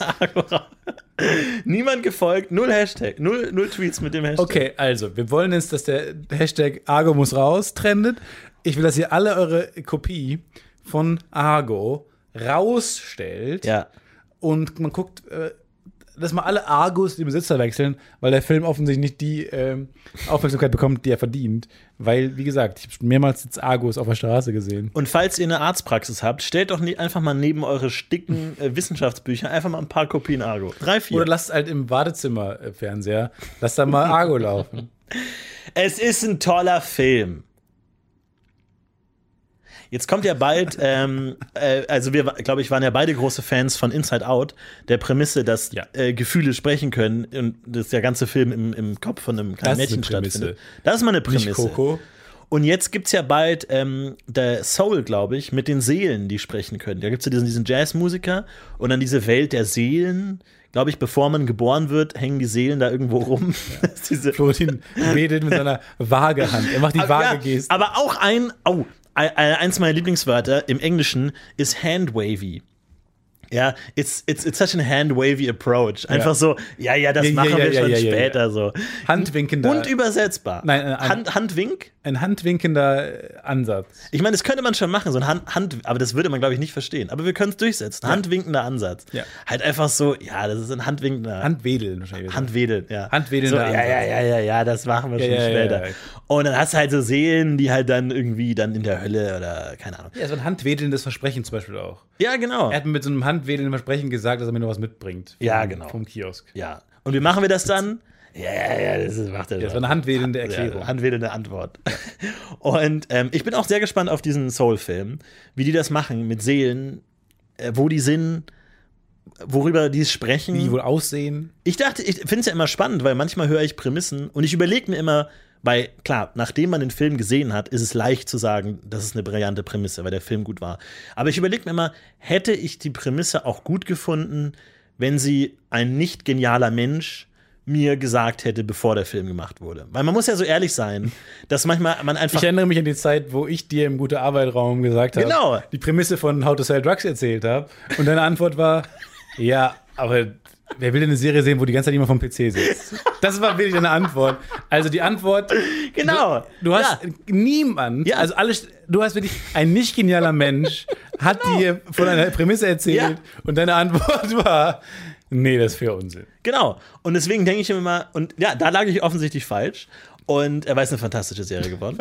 [SPEAKER 3] Niemand gefolgt, null Hashtag, null, null Tweets mit dem Hashtag.
[SPEAKER 2] Okay, also, wir wollen jetzt, dass der Hashtag Argo muss raus trendet. Ich will, dass ihr alle eure Kopie von Argo rausstellt.
[SPEAKER 3] Ja.
[SPEAKER 2] und man guckt, äh, dass mal alle Argus die Besitzer wechseln, weil der Film offensichtlich nicht die ähm, Aufmerksamkeit bekommt, die er verdient. Weil, wie gesagt, ich habe schon mehrmals jetzt Argus auf der Straße gesehen.
[SPEAKER 3] Und falls ihr eine Arztpraxis habt, stellt doch nie, einfach mal neben eure sticken äh, Wissenschaftsbücher einfach mal ein paar Kopien Argo. Drei, vier.
[SPEAKER 2] Oder lasst halt im Badezimmer äh, Fernseher, lasst da mal Argo laufen.
[SPEAKER 3] Es ist ein toller Film. Jetzt kommt ja bald, ähm, äh, also wir, glaube ich, waren ja beide große Fans von Inside Out, der Prämisse, dass
[SPEAKER 2] Ja.
[SPEAKER 3] äh, Gefühle sprechen können und dass der ganze Film im, im Kopf von einem kleinen
[SPEAKER 2] Das ist eine
[SPEAKER 3] Mädchen
[SPEAKER 2] Prämisse.
[SPEAKER 3] stattfindet. Das ist mal eine
[SPEAKER 2] Nicht
[SPEAKER 3] Prämisse.
[SPEAKER 2] Coco.
[SPEAKER 3] Und jetzt gibt's ja bald ähm, der Soul, glaube ich, mit den Seelen, die sprechen können. Da gibt's ja diesen, diesen Jazzmusiker und dann diese Welt der Seelen. Glaube ich, bevor man geboren wird, hängen die Seelen da irgendwo rum. Das ist diese,
[SPEAKER 2] Florentin wedelt mit seiner Waagehand. Er macht die
[SPEAKER 3] aber,
[SPEAKER 2] Waagegeste.
[SPEAKER 3] aber auch ein, oh, ein- ein- eins meiner Lieblingswörter im Englischen ist handwavy. Ja, it's, it's, it's such a handwavy approach. Einfach so, ja, ja, das
[SPEAKER 2] Ja, ja,
[SPEAKER 3] machen
[SPEAKER 2] ja,
[SPEAKER 3] wir
[SPEAKER 2] ja,
[SPEAKER 3] schon
[SPEAKER 2] ja, ja,
[SPEAKER 3] später so.
[SPEAKER 2] Handwinkender.
[SPEAKER 3] Und übersetzbar.
[SPEAKER 2] Nein, äh, nein, nein.
[SPEAKER 3] Hand, Handwink?
[SPEAKER 2] Ein handwinkender äh, Ansatz.
[SPEAKER 3] Ich meine, das könnte man schon machen, so ein Hand, Hand aber das würde man, glaube ich, nicht verstehen. Aber wir können es durchsetzen. Handwinkender Ansatz.
[SPEAKER 2] Ja.
[SPEAKER 3] Halt einfach so, ja, das ist ein handwinkender.
[SPEAKER 2] Handwedeln wahrscheinlich.
[SPEAKER 3] Handwedeln, ja.
[SPEAKER 2] Handwedeln
[SPEAKER 3] So, ja,
[SPEAKER 2] da
[SPEAKER 3] ja,
[SPEAKER 2] ansetzen.
[SPEAKER 3] ja, ja, ja, das machen wir schon
[SPEAKER 2] ja, ja,
[SPEAKER 3] später.
[SPEAKER 2] ja.
[SPEAKER 3] Und dann hast du halt so Seelen, die halt dann irgendwie dann in der Hölle oder keine Ahnung.
[SPEAKER 2] ja, so ein handwedelndes Versprechen zum Beispiel auch.
[SPEAKER 3] Ja, genau.
[SPEAKER 2] Er hat mir mit so einem handwedelnden Versprechen gesagt, dass er mir noch was mitbringt. Vom,
[SPEAKER 3] Ja, genau.
[SPEAKER 2] Vom Kiosk.
[SPEAKER 3] Ja. Und wie machen wir das dann? Ja, ja, ja, das ist- macht er
[SPEAKER 2] Das
[SPEAKER 3] schon.
[SPEAKER 2] war eine handwedelnde
[SPEAKER 3] Ja,
[SPEAKER 2] Erklärung.
[SPEAKER 3] handwedelnde Antwort. Und ähm, ich bin auch sehr gespannt auf diesen Soul-Film, wie die das machen mit Seelen, äh, wo die sind, worüber die sprechen.
[SPEAKER 2] Wie die wohl aussehen.
[SPEAKER 3] Ich dachte, ich finde es ja immer spannend, weil manchmal höre ich Prämissen und ich überlege mir immer, weil klar, nachdem man den Film gesehen hat, ist es leicht zu sagen, das ist eine brillante Prämisse, weil der Film gut war. Aber ich überlege mir immer, hätte ich die Prämisse auch gut gefunden, wenn sie ein nicht genialer Mensch mir gesagt hätte, bevor der Film gemacht wurde. Weil man muss ja so ehrlich sein, dass manchmal man einfach
[SPEAKER 2] Ich erinnere mich an die Zeit, wo ich dir im gute Arbeit Raum gesagt habe,
[SPEAKER 3] Genau.
[SPEAKER 2] die Prämisse von How to Sell Drugs erzählt habe und deine Antwort war ja, aber wer will denn eine Serie sehen, wo die ganze Zeit jemand vom PC sitzt? Das war wirklich deine Antwort. Also die Antwort
[SPEAKER 3] genau.
[SPEAKER 2] Du hast
[SPEAKER 3] ja.
[SPEAKER 2] niemand,
[SPEAKER 3] Ja.
[SPEAKER 2] also alles, du hast wirklich ein nicht genialer Mensch, hat dir von einer Prämisse erzählt
[SPEAKER 3] Ja.
[SPEAKER 2] und deine Antwort war, nee, das ist für Unsinn.
[SPEAKER 3] Genau. Und deswegen denke ich immer, und ja, da lag ich offensichtlich falsch. Und er weiß eine fantastische Serie geworden.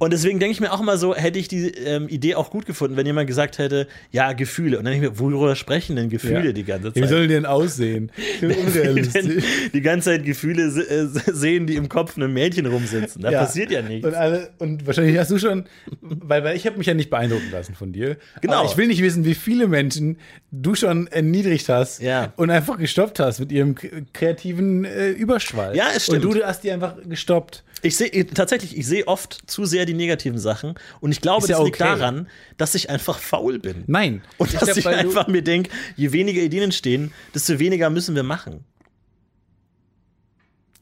[SPEAKER 3] und deswegen denke ich mir auch immer so, hätte ich die ähm, Idee auch gut gefunden, wenn jemand gesagt hätte, ja, Gefühle. Und dann denke ich mir, worüber sprechen denn Gefühle die ganze
[SPEAKER 2] Wie
[SPEAKER 3] Zeit?
[SPEAKER 2] sollen die denn aussehen?
[SPEAKER 3] denn
[SPEAKER 2] Unrealistisch.
[SPEAKER 3] die ganze Zeit Gefühle se- äh, sehen, die im Kopf einem Mädchen rumsitzen. Da passiert ja nichts.
[SPEAKER 2] Und, alle, und wahrscheinlich hast du schon, weil, weil ich habe mich ja nicht beeindrucken lassen von dir.
[SPEAKER 3] Genau.
[SPEAKER 2] Aber ich will nicht wissen, wie viele Menschen du schon erniedrigt hast
[SPEAKER 3] Ja.
[SPEAKER 2] und einfach gestoppt hast mit ihrem k- kreativen äh, Überschwall.
[SPEAKER 3] Ja, es stimmt.
[SPEAKER 2] Und du hast die einfach gestoppt.
[SPEAKER 3] Ich sehe tatsächlich, ich sehe oft zu sehr die negativen Sachen. Und ich glaube,
[SPEAKER 2] Ist ja
[SPEAKER 3] das liegt
[SPEAKER 2] okay.
[SPEAKER 3] daran, dass ich einfach faul bin.
[SPEAKER 2] Nein.
[SPEAKER 3] Und dass
[SPEAKER 2] glaub,
[SPEAKER 3] ich
[SPEAKER 2] weil du-
[SPEAKER 3] einfach mir denke, je weniger Ideen entstehen, desto weniger müssen wir machen.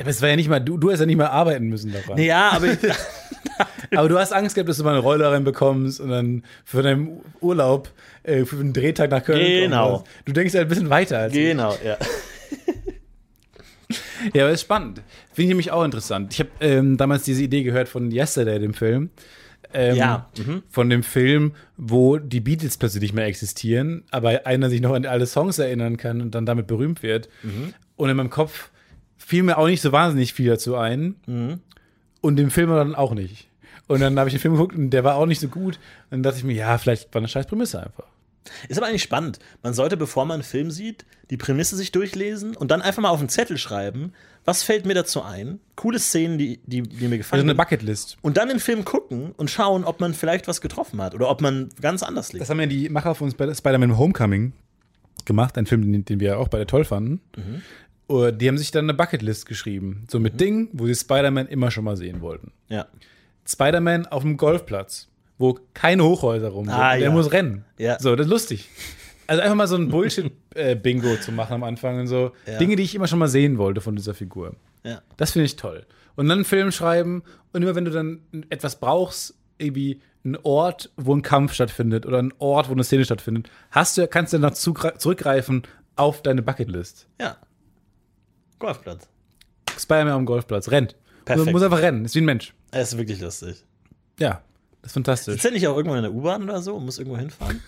[SPEAKER 2] Aber es war ja nicht mal, du, du hast ja nicht mal arbeiten müssen daran.
[SPEAKER 3] Ja, aber ich,
[SPEAKER 2] Aber du hast Angst gehabt, dass du mal eine Rollerin bekommst und dann für deinen Urlaub, äh, für einen Drehtag nach Köln
[SPEAKER 3] Genau.
[SPEAKER 2] kommst. Du denkst halt ein bisschen weiter als ich.
[SPEAKER 3] genau, ja.
[SPEAKER 2] Ja, aber ist spannend. Finde ich nämlich auch interessant. Ich habe ähm, damals diese Idee gehört von Yesterday, dem Film. Ähm,
[SPEAKER 3] Ja,
[SPEAKER 2] Von dem Film, wo die Beatles plötzlich nicht mehr existieren, aber einer sich noch an alle Songs erinnern kann und dann damit berühmt wird. Und in meinem Kopf fiel mir auch nicht so wahnsinnig viel dazu ein. Und im Film dann auch nicht. Und dann habe ich den Film geguckt und der war auch nicht so gut. Und dann dachte ich mir, ja, vielleicht war eine scheiß Prämisse einfach.
[SPEAKER 3] Ist aber eigentlich spannend. Man sollte, bevor man einen Film sieht, die Prämisse sich durchlesen und dann einfach mal auf einen Zettel schreiben, was fällt mir dazu ein? Coole Szenen, die, die, die
[SPEAKER 2] Also
[SPEAKER 3] mir gefallen.
[SPEAKER 2] eine Bucketlist.
[SPEAKER 3] und dann den Film gucken und schauen, ob man vielleicht was getroffen hat oder ob man ganz anders liegt.
[SPEAKER 2] Das haben ja die Macher von Spider- Spider-Man Homecoming gemacht, ein Film, den, den wir auch beide toll fanden.
[SPEAKER 3] Mhm.
[SPEAKER 2] Äh, Die haben sich dann eine Bucketlist geschrieben, so mit Dingen, wo sie Spider-Man immer schon mal sehen wollten.
[SPEAKER 3] ja.
[SPEAKER 2] Spider-Man auf dem Golfplatz, wo keine Hochhäuser rum sind.
[SPEAKER 3] Ah,
[SPEAKER 2] der
[SPEAKER 3] ja.
[SPEAKER 2] muss rennen.
[SPEAKER 3] Ja.
[SPEAKER 2] So, das ist lustig. Also einfach mal so ein Bullshit-Bingo zu machen am Anfang und so.
[SPEAKER 3] Ja.
[SPEAKER 2] Dinge, die ich immer schon mal sehen wollte von dieser Figur.
[SPEAKER 3] ja.
[SPEAKER 2] Das finde ich toll. Und dann einen Film schreiben und immer wenn du dann etwas brauchst, irgendwie einen Ort, wo ein Kampf stattfindet oder einen Ort, wo eine Szene stattfindet, hast du, kannst du dann noch zugre- zurückgreifen auf deine Bucketlist.
[SPEAKER 3] Ja. Golfplatz.
[SPEAKER 2] Spider-Man am Golfplatz, rennt.
[SPEAKER 3] Perfekt.
[SPEAKER 2] Du musst einfach rennen, ist wie ein Mensch.
[SPEAKER 3] Das ist wirklich lustig.
[SPEAKER 2] Ja, das ist fantastisch.
[SPEAKER 3] Sitzt er nicht auch irgendwann in der U-Bahn oder so und muss irgendwo hinfahren?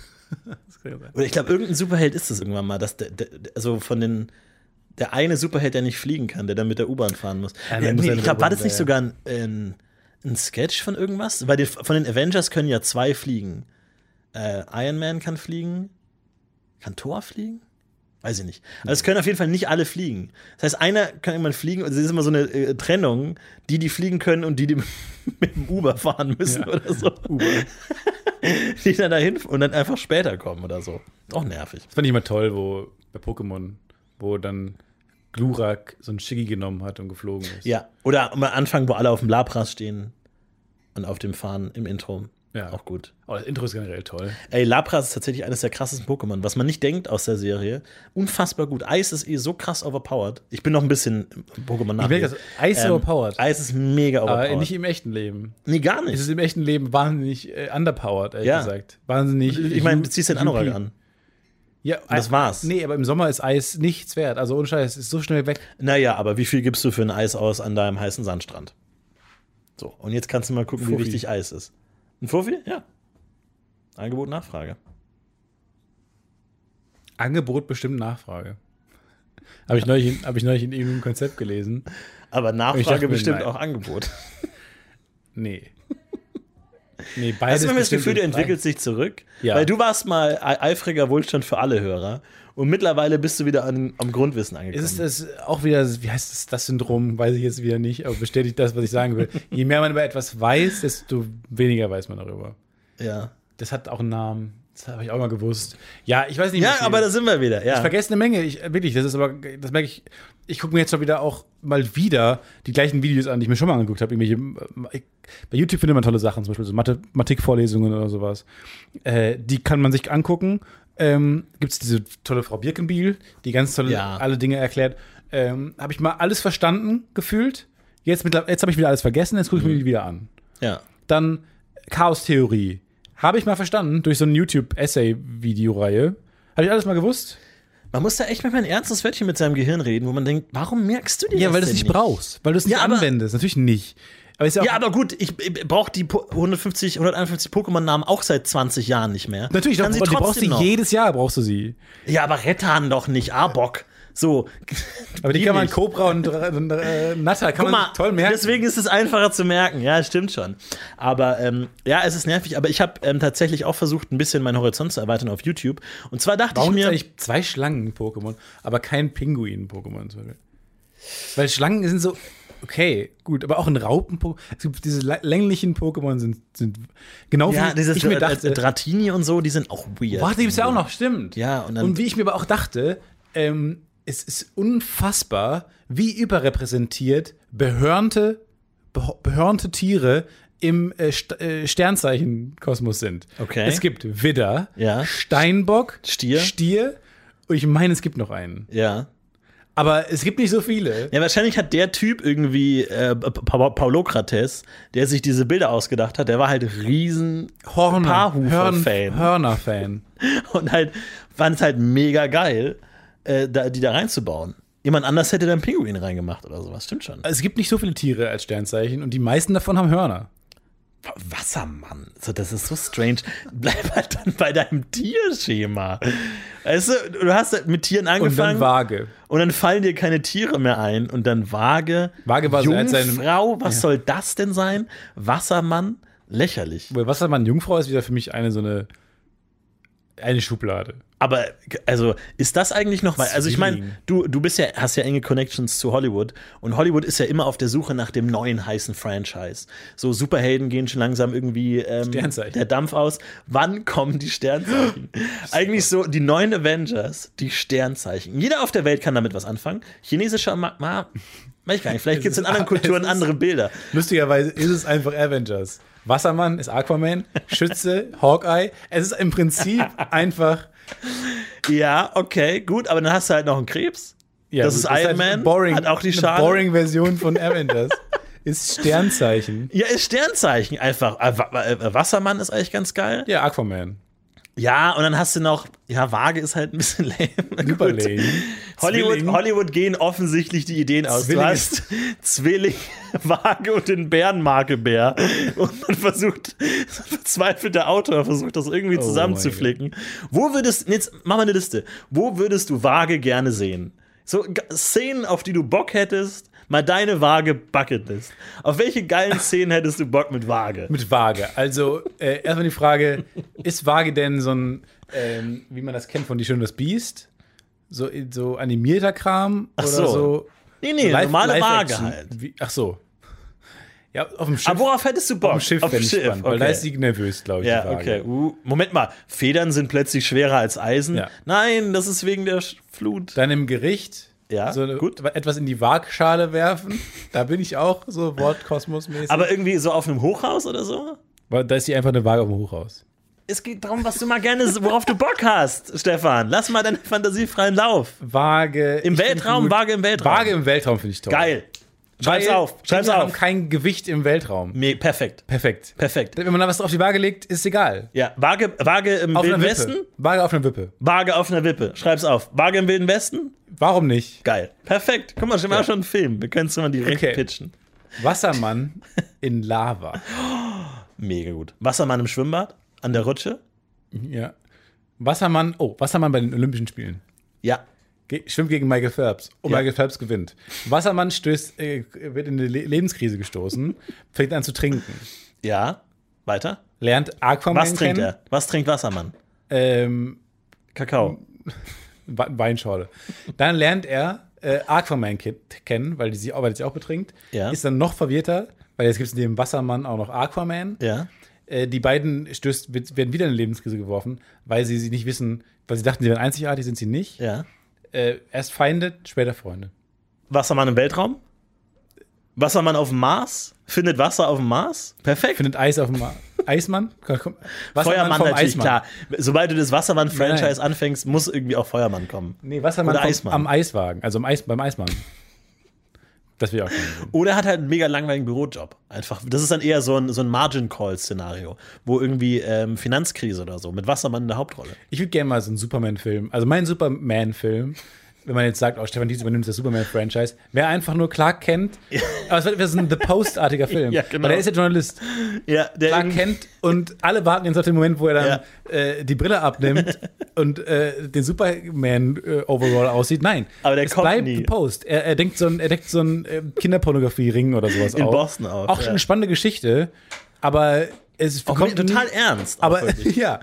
[SPEAKER 3] Oder ich glaube, irgendein Superheld ist es irgendwann mal, dass der, der, der- also von den der eine Superheld, der nicht fliegen kann, der dann mit der U-Bahn fahren muss.
[SPEAKER 2] Ja, dann
[SPEAKER 3] Ja,
[SPEAKER 2] muss
[SPEAKER 3] nee,
[SPEAKER 2] er
[SPEAKER 3] ich
[SPEAKER 2] mit
[SPEAKER 3] glaube,
[SPEAKER 2] der
[SPEAKER 3] war
[SPEAKER 2] U-Bahn,
[SPEAKER 3] das nicht
[SPEAKER 2] ja.
[SPEAKER 3] sogar ein, ein, ein Sketch von irgendwas? Weil die, von den Avengers können ja zwei fliegen. Äh, Iron Man kann fliegen. Kann Thor fliegen? Weiß ich nicht. Also
[SPEAKER 2] Hm.
[SPEAKER 3] es können auf jeden Fall nicht alle fliegen. Das heißt, einer kann irgendwann fliegen und es ist immer so eine äh, Trennung, die, die fliegen können und die, die mit dem Uber fahren müssen oder so. Die dann dahin und dann einfach später kommen oder so. Ist auch nervig.
[SPEAKER 2] Das fand ich immer toll, wo bei Pokémon, wo dann Glurak so ein Shiggy genommen hat und geflogen ist.
[SPEAKER 3] Ja, oder am Anfang, wo alle auf dem Labras stehen und auf dem Fahren im Intro.
[SPEAKER 2] Ja.
[SPEAKER 3] Auch gut.
[SPEAKER 2] Oh, das Intro ist generell toll.
[SPEAKER 3] Ey, Labras ist tatsächlich eines der krassesten Pokémon, was man nicht denkt aus der Serie. Unfassbar gut. Eis ist eh so krass overpowered. Ich bin noch ein bisschen Pokémon nach.
[SPEAKER 2] Ich merke das, Eis ist overpowered.
[SPEAKER 3] Eis ist mega
[SPEAKER 2] Aber
[SPEAKER 3] overpowered.
[SPEAKER 2] nicht im echten Leben.
[SPEAKER 3] nee, gar
[SPEAKER 2] Es ist
[SPEAKER 3] nicht.
[SPEAKER 2] im echten Leben wahnsinnig äh, underpowered, ehrlich
[SPEAKER 3] Ja.
[SPEAKER 2] gesagt. Wahnsinnig.
[SPEAKER 3] Ich meine, du ziehst den Anorak
[SPEAKER 2] UP.
[SPEAKER 3] an.
[SPEAKER 2] Ja, äh,
[SPEAKER 3] das war's.
[SPEAKER 2] Nee, aber im Sommer ist Eis nichts wert. Also ohne Scheiß, es ist so schnell weg.
[SPEAKER 3] Naja, aber wie viel gibst du für ein Eis aus an deinem heißen Sandstrand? So, und jetzt kannst du mal gucken,
[SPEAKER 2] Fuffi.
[SPEAKER 3] wie wichtig Eis ist. Ein Fuffi? Ja. Angebot, Nachfrage.
[SPEAKER 2] Angebot bestimmt Nachfrage. Habe ich, neulich in- hab ich neulich in irgendeinem Konzept gelesen.
[SPEAKER 3] Aber
[SPEAKER 2] Ich dachte
[SPEAKER 3] Nachfrage
[SPEAKER 2] mir,
[SPEAKER 3] bestimmt
[SPEAKER 2] nein.
[SPEAKER 3] auch Angebot.
[SPEAKER 2] Nee. Nee,
[SPEAKER 3] Hast
[SPEAKER 2] beides.
[SPEAKER 3] du immer das
[SPEAKER 2] bestimmt
[SPEAKER 3] Gefühl, du
[SPEAKER 2] in Frage.
[SPEAKER 3] entwickelst dich zurück?
[SPEAKER 2] Ja.
[SPEAKER 3] Weil du warst mal e- eifriger Wohlstand für alle Hörer und mittlerweile bist du wieder an, am Grundwissen angekommen.
[SPEAKER 2] Ist es das auch wieder, wie heißt das, das Syndrom? Weiß ich jetzt wieder nicht, aber bestätigt das, was ich sagen will. Je mehr man über etwas weiß, desto weniger weiß man darüber.
[SPEAKER 3] ja,
[SPEAKER 2] Das hat auch einen Namen. Das habe ich auch mal gewusst. Ja, ich weiß nicht. wie
[SPEAKER 3] ja
[SPEAKER 2] viel.
[SPEAKER 3] aber da sind wir wieder. Ja.
[SPEAKER 2] Ich vergesse eine Menge, ich, äh, wirklich, das ist aber, das merke ich, ich gucke mir jetzt schon wieder auch mal wieder die gleichen Videos an, die ich mir schon mal angeguckt habe. Irgendwelche, äh, ich- bei YouTube findet man tolle Sachen, zum Beispiel so Mathematikvorlesungen oder sowas. Äh, die kann man sich angucken. Ähm, Gibt es diese tolle Frau Birkenbiel, die ganz tolle
[SPEAKER 3] Ja.
[SPEAKER 2] alle Dinge erklärt. Ähm, habe ich mal alles verstanden, gefühlt. Jetzt, mittler- jetzt habe ich wieder alles vergessen, jetzt gucke ich mir die wieder an
[SPEAKER 3] ja.
[SPEAKER 2] dann Chaostheorie. Habe ich mal verstanden durch so eine YouTube-Essay-Videoreihe. Habe ich alles mal gewusst?
[SPEAKER 3] Man muss da echt mal ein ernstes Wörtchen mit seinem Gehirn reden, wo man denkt, warum merkst du dir das denn
[SPEAKER 2] brauchst, weil du es nicht
[SPEAKER 3] Ja, aber-
[SPEAKER 2] anwendest. Natürlich nicht. Aber ist ja auch
[SPEAKER 3] Ja, aber gut, ich, ich brauche die Po- 150, 151 Pokémon-Namen auch seit 20 Jahren nicht mehr.
[SPEAKER 2] natürlich,
[SPEAKER 3] Kann
[SPEAKER 2] doch,
[SPEAKER 3] sie
[SPEAKER 2] die brauchst
[SPEAKER 3] trotzdem
[SPEAKER 2] du
[SPEAKER 3] noch.
[SPEAKER 2] jedes Jahr brauchst du sie.
[SPEAKER 3] Ja, aber Rettan doch nicht, Arbok. So.
[SPEAKER 2] Aber die, kann man
[SPEAKER 3] nicht.
[SPEAKER 2] Cobra und, und äh, Natter kann
[SPEAKER 3] Guck
[SPEAKER 2] man
[SPEAKER 3] mal,
[SPEAKER 2] sich toll merken.
[SPEAKER 3] Deswegen ist es einfacher zu merken. Ja, stimmt schon. Aber ähm, ja, es ist nervig. Aber ich habe ähm, tatsächlich auch versucht, ein bisschen meinen Horizont zu erweitern auf YouTube. Und zwar dachte
[SPEAKER 2] Warum
[SPEAKER 3] ich
[SPEAKER 2] gibt
[SPEAKER 3] mir,
[SPEAKER 2] eigentlich zwei Schlangen-Pokémon, aber kein Pinguin-Pokémon zum Beispiel? Weil Schlangen sind so, okay, gut, aber auch ein Raupen-Pokémon. Es gibt diese lä- länglichen Pokémon sind, sind genau
[SPEAKER 3] ja,
[SPEAKER 2] wie
[SPEAKER 3] dieses äh,
[SPEAKER 2] ich mir dachte.
[SPEAKER 3] Dratini und so, die sind auch weird.
[SPEAKER 2] Boah, die gibt's ja auch noch, stimmt.
[SPEAKER 3] Ja, und dann-
[SPEAKER 2] wie ich mir aber auch dachte, ähm, es ist unfassbar, wie überrepräsentiert behörnte, beh- behörnte Tiere im äh, St äh, Sternzeichenkosmos sind.
[SPEAKER 3] Okay.
[SPEAKER 2] Es gibt Widder,
[SPEAKER 3] Ja.
[SPEAKER 2] Steinbock,
[SPEAKER 3] Stier.
[SPEAKER 2] Stier. Und ich meine, es gibt noch einen.
[SPEAKER 3] Ja.
[SPEAKER 2] Aber es gibt nicht so viele.
[SPEAKER 3] Ja, wahrscheinlich hat der Typ irgendwie, äh, Pa- Pa- Paulokrates, der sich diese Bilder ausgedacht hat, der war halt riesen
[SPEAKER 2] Hörn-
[SPEAKER 3] Paarhufer-Fan.
[SPEAKER 2] Hörner-Fan.
[SPEAKER 3] Und halt, fand es halt mega geil, äh, da, die da reinzubauen. Jemand anders hätte da einen Pinguin reingemacht oder sowas. Stimmt schon.
[SPEAKER 2] Es gibt nicht so viele Tiere als Sternzeichen und die meisten davon haben Hörner.
[SPEAKER 3] Wassermann. So, das ist so strange. Bleib halt dann bei deinem Tierschema. Weißt du, du hast halt mit Tieren
[SPEAKER 2] Und
[SPEAKER 3] angefangen.
[SPEAKER 2] dann Waage.
[SPEAKER 3] Und dann fallen dir keine Tiere mehr ein. Und dann Waage.
[SPEAKER 2] Waage war so als ein-
[SPEAKER 3] Jungfrau, was soll das denn sein? Wassermann, lächerlich.
[SPEAKER 2] Wobei Wassermann Jungfrau ist wieder für mich eine so eine, eine Schublade.
[SPEAKER 3] Aber also ist das eigentlich noch mal? Also ich
[SPEAKER 2] Zwilling.
[SPEAKER 3] meine, du du bist ja hast ja enge Connections zu Hollywood und Hollywood ist ja immer auf der Suche nach dem neuen heißen Franchise. So Superhelden gehen schon langsam irgendwie ähm,
[SPEAKER 2] Sternzeichen.
[SPEAKER 3] der Dampf aus. Wann kommen die Sternzeichen? eigentlich so die neuen Avengers, die Sternzeichen. Jeder auf der Welt kann damit was anfangen. Chinesischer Magma, weiß ich gar nicht. Vielleicht gibt es in
[SPEAKER 2] ist-
[SPEAKER 3] anderen Kulturen
[SPEAKER 2] es ist-
[SPEAKER 3] andere Bilder.
[SPEAKER 2] Lustigerweise ist es einfach Avengers. Wassermann ist Aquaman, Schütze, Hawkeye. Es ist im Prinzip einfach.
[SPEAKER 3] Ja, okay, gut, aber dann hast du halt noch einen Krebs.
[SPEAKER 2] Ja,
[SPEAKER 3] Das ist
[SPEAKER 2] halt
[SPEAKER 3] Iron Man,
[SPEAKER 2] eine boring,
[SPEAKER 3] hat auch die Schale.
[SPEAKER 2] Eine boring Version von Avengers. ist Sternzeichen.
[SPEAKER 3] Ja, ist Sternzeichen einfach. Äh, Wa- äh, Wassermann ist eigentlich ganz geil.
[SPEAKER 2] Ja, Aquaman.
[SPEAKER 3] Ja, und dann hast du noch, ja, Waage ist halt ein bisschen lame.
[SPEAKER 2] Super
[SPEAKER 3] Gut.
[SPEAKER 2] lame.
[SPEAKER 3] Hollywood,
[SPEAKER 2] Zwilling.
[SPEAKER 3] Hollywood gehen offensichtlich die Ideen aus.
[SPEAKER 2] Zwilling
[SPEAKER 3] Du hast Zwilling, Waage und den Bärenmarke-Bär. Und man versucht, so ein verzweifelter Autor versucht das irgendwie
[SPEAKER 2] Oh
[SPEAKER 3] zusammenzuflicken. Wo würdest, nee, jetzt mach mal eine Liste. Wo würdest du Waage gerne sehen? So g- Szenen, auf die du Bock hättest, mal deine Waage Bucketlist. Auf welche geilen Szenen hättest du Bock mit Waage?
[SPEAKER 2] Mit Waage. Also, äh, erstmal die Frage: Ist Waage denn so ein, ähm, wie man das kennt von Die Schöne und das Biest? So, so animierter Kram? Ach
[SPEAKER 3] so.
[SPEAKER 2] Oder so
[SPEAKER 3] Nee, nee,
[SPEAKER 2] Live-
[SPEAKER 3] normale Waage
[SPEAKER 2] Live-Action.
[SPEAKER 3] halt.
[SPEAKER 2] Wie, ach so. Ja, auf dem Schiff.
[SPEAKER 3] Aber worauf hättest du Bock?
[SPEAKER 2] auf dem Schiff
[SPEAKER 3] Auf
[SPEAKER 2] fände
[SPEAKER 3] dem
[SPEAKER 2] ich spannend, weil da
[SPEAKER 3] okay.
[SPEAKER 2] ist sie nervös, glaube ich. die
[SPEAKER 3] Ja,
[SPEAKER 2] Waage.
[SPEAKER 3] okay. Uh, Moment mal, Federn sind plötzlich schwerer als Eisen.
[SPEAKER 2] Ja.
[SPEAKER 3] Nein, das ist wegen der Sch- Flut.
[SPEAKER 2] Dann im Gericht.
[SPEAKER 3] Ja,
[SPEAKER 2] so eine-
[SPEAKER 3] gut.
[SPEAKER 2] etwas in die Waagschale werfen. Da bin ich auch so wortkosmosmäßig.
[SPEAKER 3] Aber irgendwie so auf einem Hochhaus oder so?
[SPEAKER 2] Weil da ist sie einfach eine Waage auf dem Hochhaus.
[SPEAKER 3] Es geht darum, was du mal gerne, worauf du Bock hast, Stefan. Lass mal deine Fantasie freien Lauf.
[SPEAKER 2] Waage.
[SPEAKER 3] Im
[SPEAKER 2] ich find
[SPEAKER 3] Weltraum,
[SPEAKER 2] gut.
[SPEAKER 3] Waage im Weltraum.
[SPEAKER 2] Waage im Weltraum finde ich toll.
[SPEAKER 3] Geil. Schreib's
[SPEAKER 2] Weil
[SPEAKER 3] auf, schreib's
[SPEAKER 2] Dinge haben
[SPEAKER 3] auf.
[SPEAKER 2] kein Gewicht im Weltraum.
[SPEAKER 3] Nee, perfekt,
[SPEAKER 2] Perfekt.
[SPEAKER 3] perfekt.
[SPEAKER 2] Wenn man da was auf die Waage legt, ist egal.
[SPEAKER 3] Ja, Waage, Waage im
[SPEAKER 2] Auf
[SPEAKER 3] Wilden
[SPEAKER 2] einer
[SPEAKER 3] Westen,
[SPEAKER 2] Wippe. Waage auf einer Wippe.
[SPEAKER 3] Waage auf einer Wippe. Schreib's auf. Waage im Wilden Westen,
[SPEAKER 2] Warum nicht?
[SPEAKER 3] geil. Perfekt. Guck mal, schon mal schon einen Film. Wir können es mal direkt
[SPEAKER 2] Okay.
[SPEAKER 3] pitchen.
[SPEAKER 2] Wassermann in Lava.
[SPEAKER 3] Mega gut. Wassermann im Schwimmbad, an der Rutsche.
[SPEAKER 2] Ja. Wassermann, oh, Wassermann bei den Olympischen Spielen.
[SPEAKER 3] Ja,
[SPEAKER 2] Ge schwimmt gegen Michael Phelps. Und
[SPEAKER 3] Ja.
[SPEAKER 2] Michael Phelps gewinnt. Wassermann stößt, äh, wird in eine Le Lebenskrise gestoßen, fängt an zu trinken.
[SPEAKER 3] ja. Weiter.
[SPEAKER 2] Lernt Aquaman
[SPEAKER 3] Was trinkt
[SPEAKER 2] kennen.
[SPEAKER 3] er? Was trinkt Wassermann?
[SPEAKER 2] Ähm,
[SPEAKER 3] Kakao.
[SPEAKER 2] We Weinschorle. Dann lernt er äh, Aquaman ke- kennen, weil die sie auch, weil die sie auch betrinkt.
[SPEAKER 3] Ja.
[SPEAKER 2] Ist dann noch verwirrter, weil jetzt gibt es neben Wassermann auch noch Aquaman.
[SPEAKER 3] Ja.
[SPEAKER 2] Äh, die beiden stößt, wird- werden wieder in eine Lebenskrise geworfen, weil sie sie nicht wissen, weil sie dachten, sie wären einzigartig, sind sie nicht.
[SPEAKER 3] Ja.
[SPEAKER 2] Äh, erst Feinde, später Freunde.
[SPEAKER 3] Wassermann im Weltraum? Wassermann auf dem Mars? Findet Wasser auf dem Mars? Perfekt.
[SPEAKER 2] Findet Eis auf dem Ma Eismann? Komm, komm. Wassermann
[SPEAKER 3] Feuermann
[SPEAKER 2] vom
[SPEAKER 3] natürlich,
[SPEAKER 2] Eismann.
[SPEAKER 3] klar. Sobald du das
[SPEAKER 2] Nein,
[SPEAKER 3] Wassermann-Franchise
[SPEAKER 2] nein.
[SPEAKER 3] anfängst, muss irgendwie auch Feuermann kommen.
[SPEAKER 2] Nee, Wassermann
[SPEAKER 3] Oder
[SPEAKER 2] vom,
[SPEAKER 3] Eismann.
[SPEAKER 2] am Eiswagen, also am Eis, beim Eismann. Das will ich auch gerne sehen.
[SPEAKER 3] Oder hat halt einen mega langweiligen Bürojob. Einfach, das ist dann eher so ein, so ein Margin-Call-Szenario, wo irgendwie ähm, Finanzkrise oder so, mit Wassermann in der Hauptrolle.
[SPEAKER 2] Ich würde gerne mal so einen Superman-Film, also mein Superman-Film, wenn man jetzt sagt, oh, Stefan Dietz übernimmt das Superman-Franchise, wäre einfach nur Clark Kent. Aber es wäre so ein The Post-artiger Film.
[SPEAKER 3] Ja, genau.
[SPEAKER 2] Weil er ist ja Journalist.
[SPEAKER 3] Ja, der
[SPEAKER 2] Clark
[SPEAKER 3] irgendwie-
[SPEAKER 2] Kent und alle warten jetzt auf den Moment, wo er dann äh, die Brille abnimmt und äh, den Superman-Overall aussieht. Nein.
[SPEAKER 3] Aber der
[SPEAKER 2] es
[SPEAKER 3] kommt
[SPEAKER 2] bleibt
[SPEAKER 3] nie.
[SPEAKER 2] The Post. Er, er denkt so ein, er deckt so ein äh, Kinderpornografie-Ring oder sowas
[SPEAKER 3] In
[SPEAKER 2] auf.
[SPEAKER 3] Boston auf,
[SPEAKER 2] Auch schon
[SPEAKER 3] ja.
[SPEAKER 2] eine spannende Geschichte, aber es
[SPEAKER 3] auch
[SPEAKER 2] kommt
[SPEAKER 3] total
[SPEAKER 2] nie-
[SPEAKER 3] ernst. auch
[SPEAKER 2] Aber
[SPEAKER 3] wirklich.
[SPEAKER 2] ja,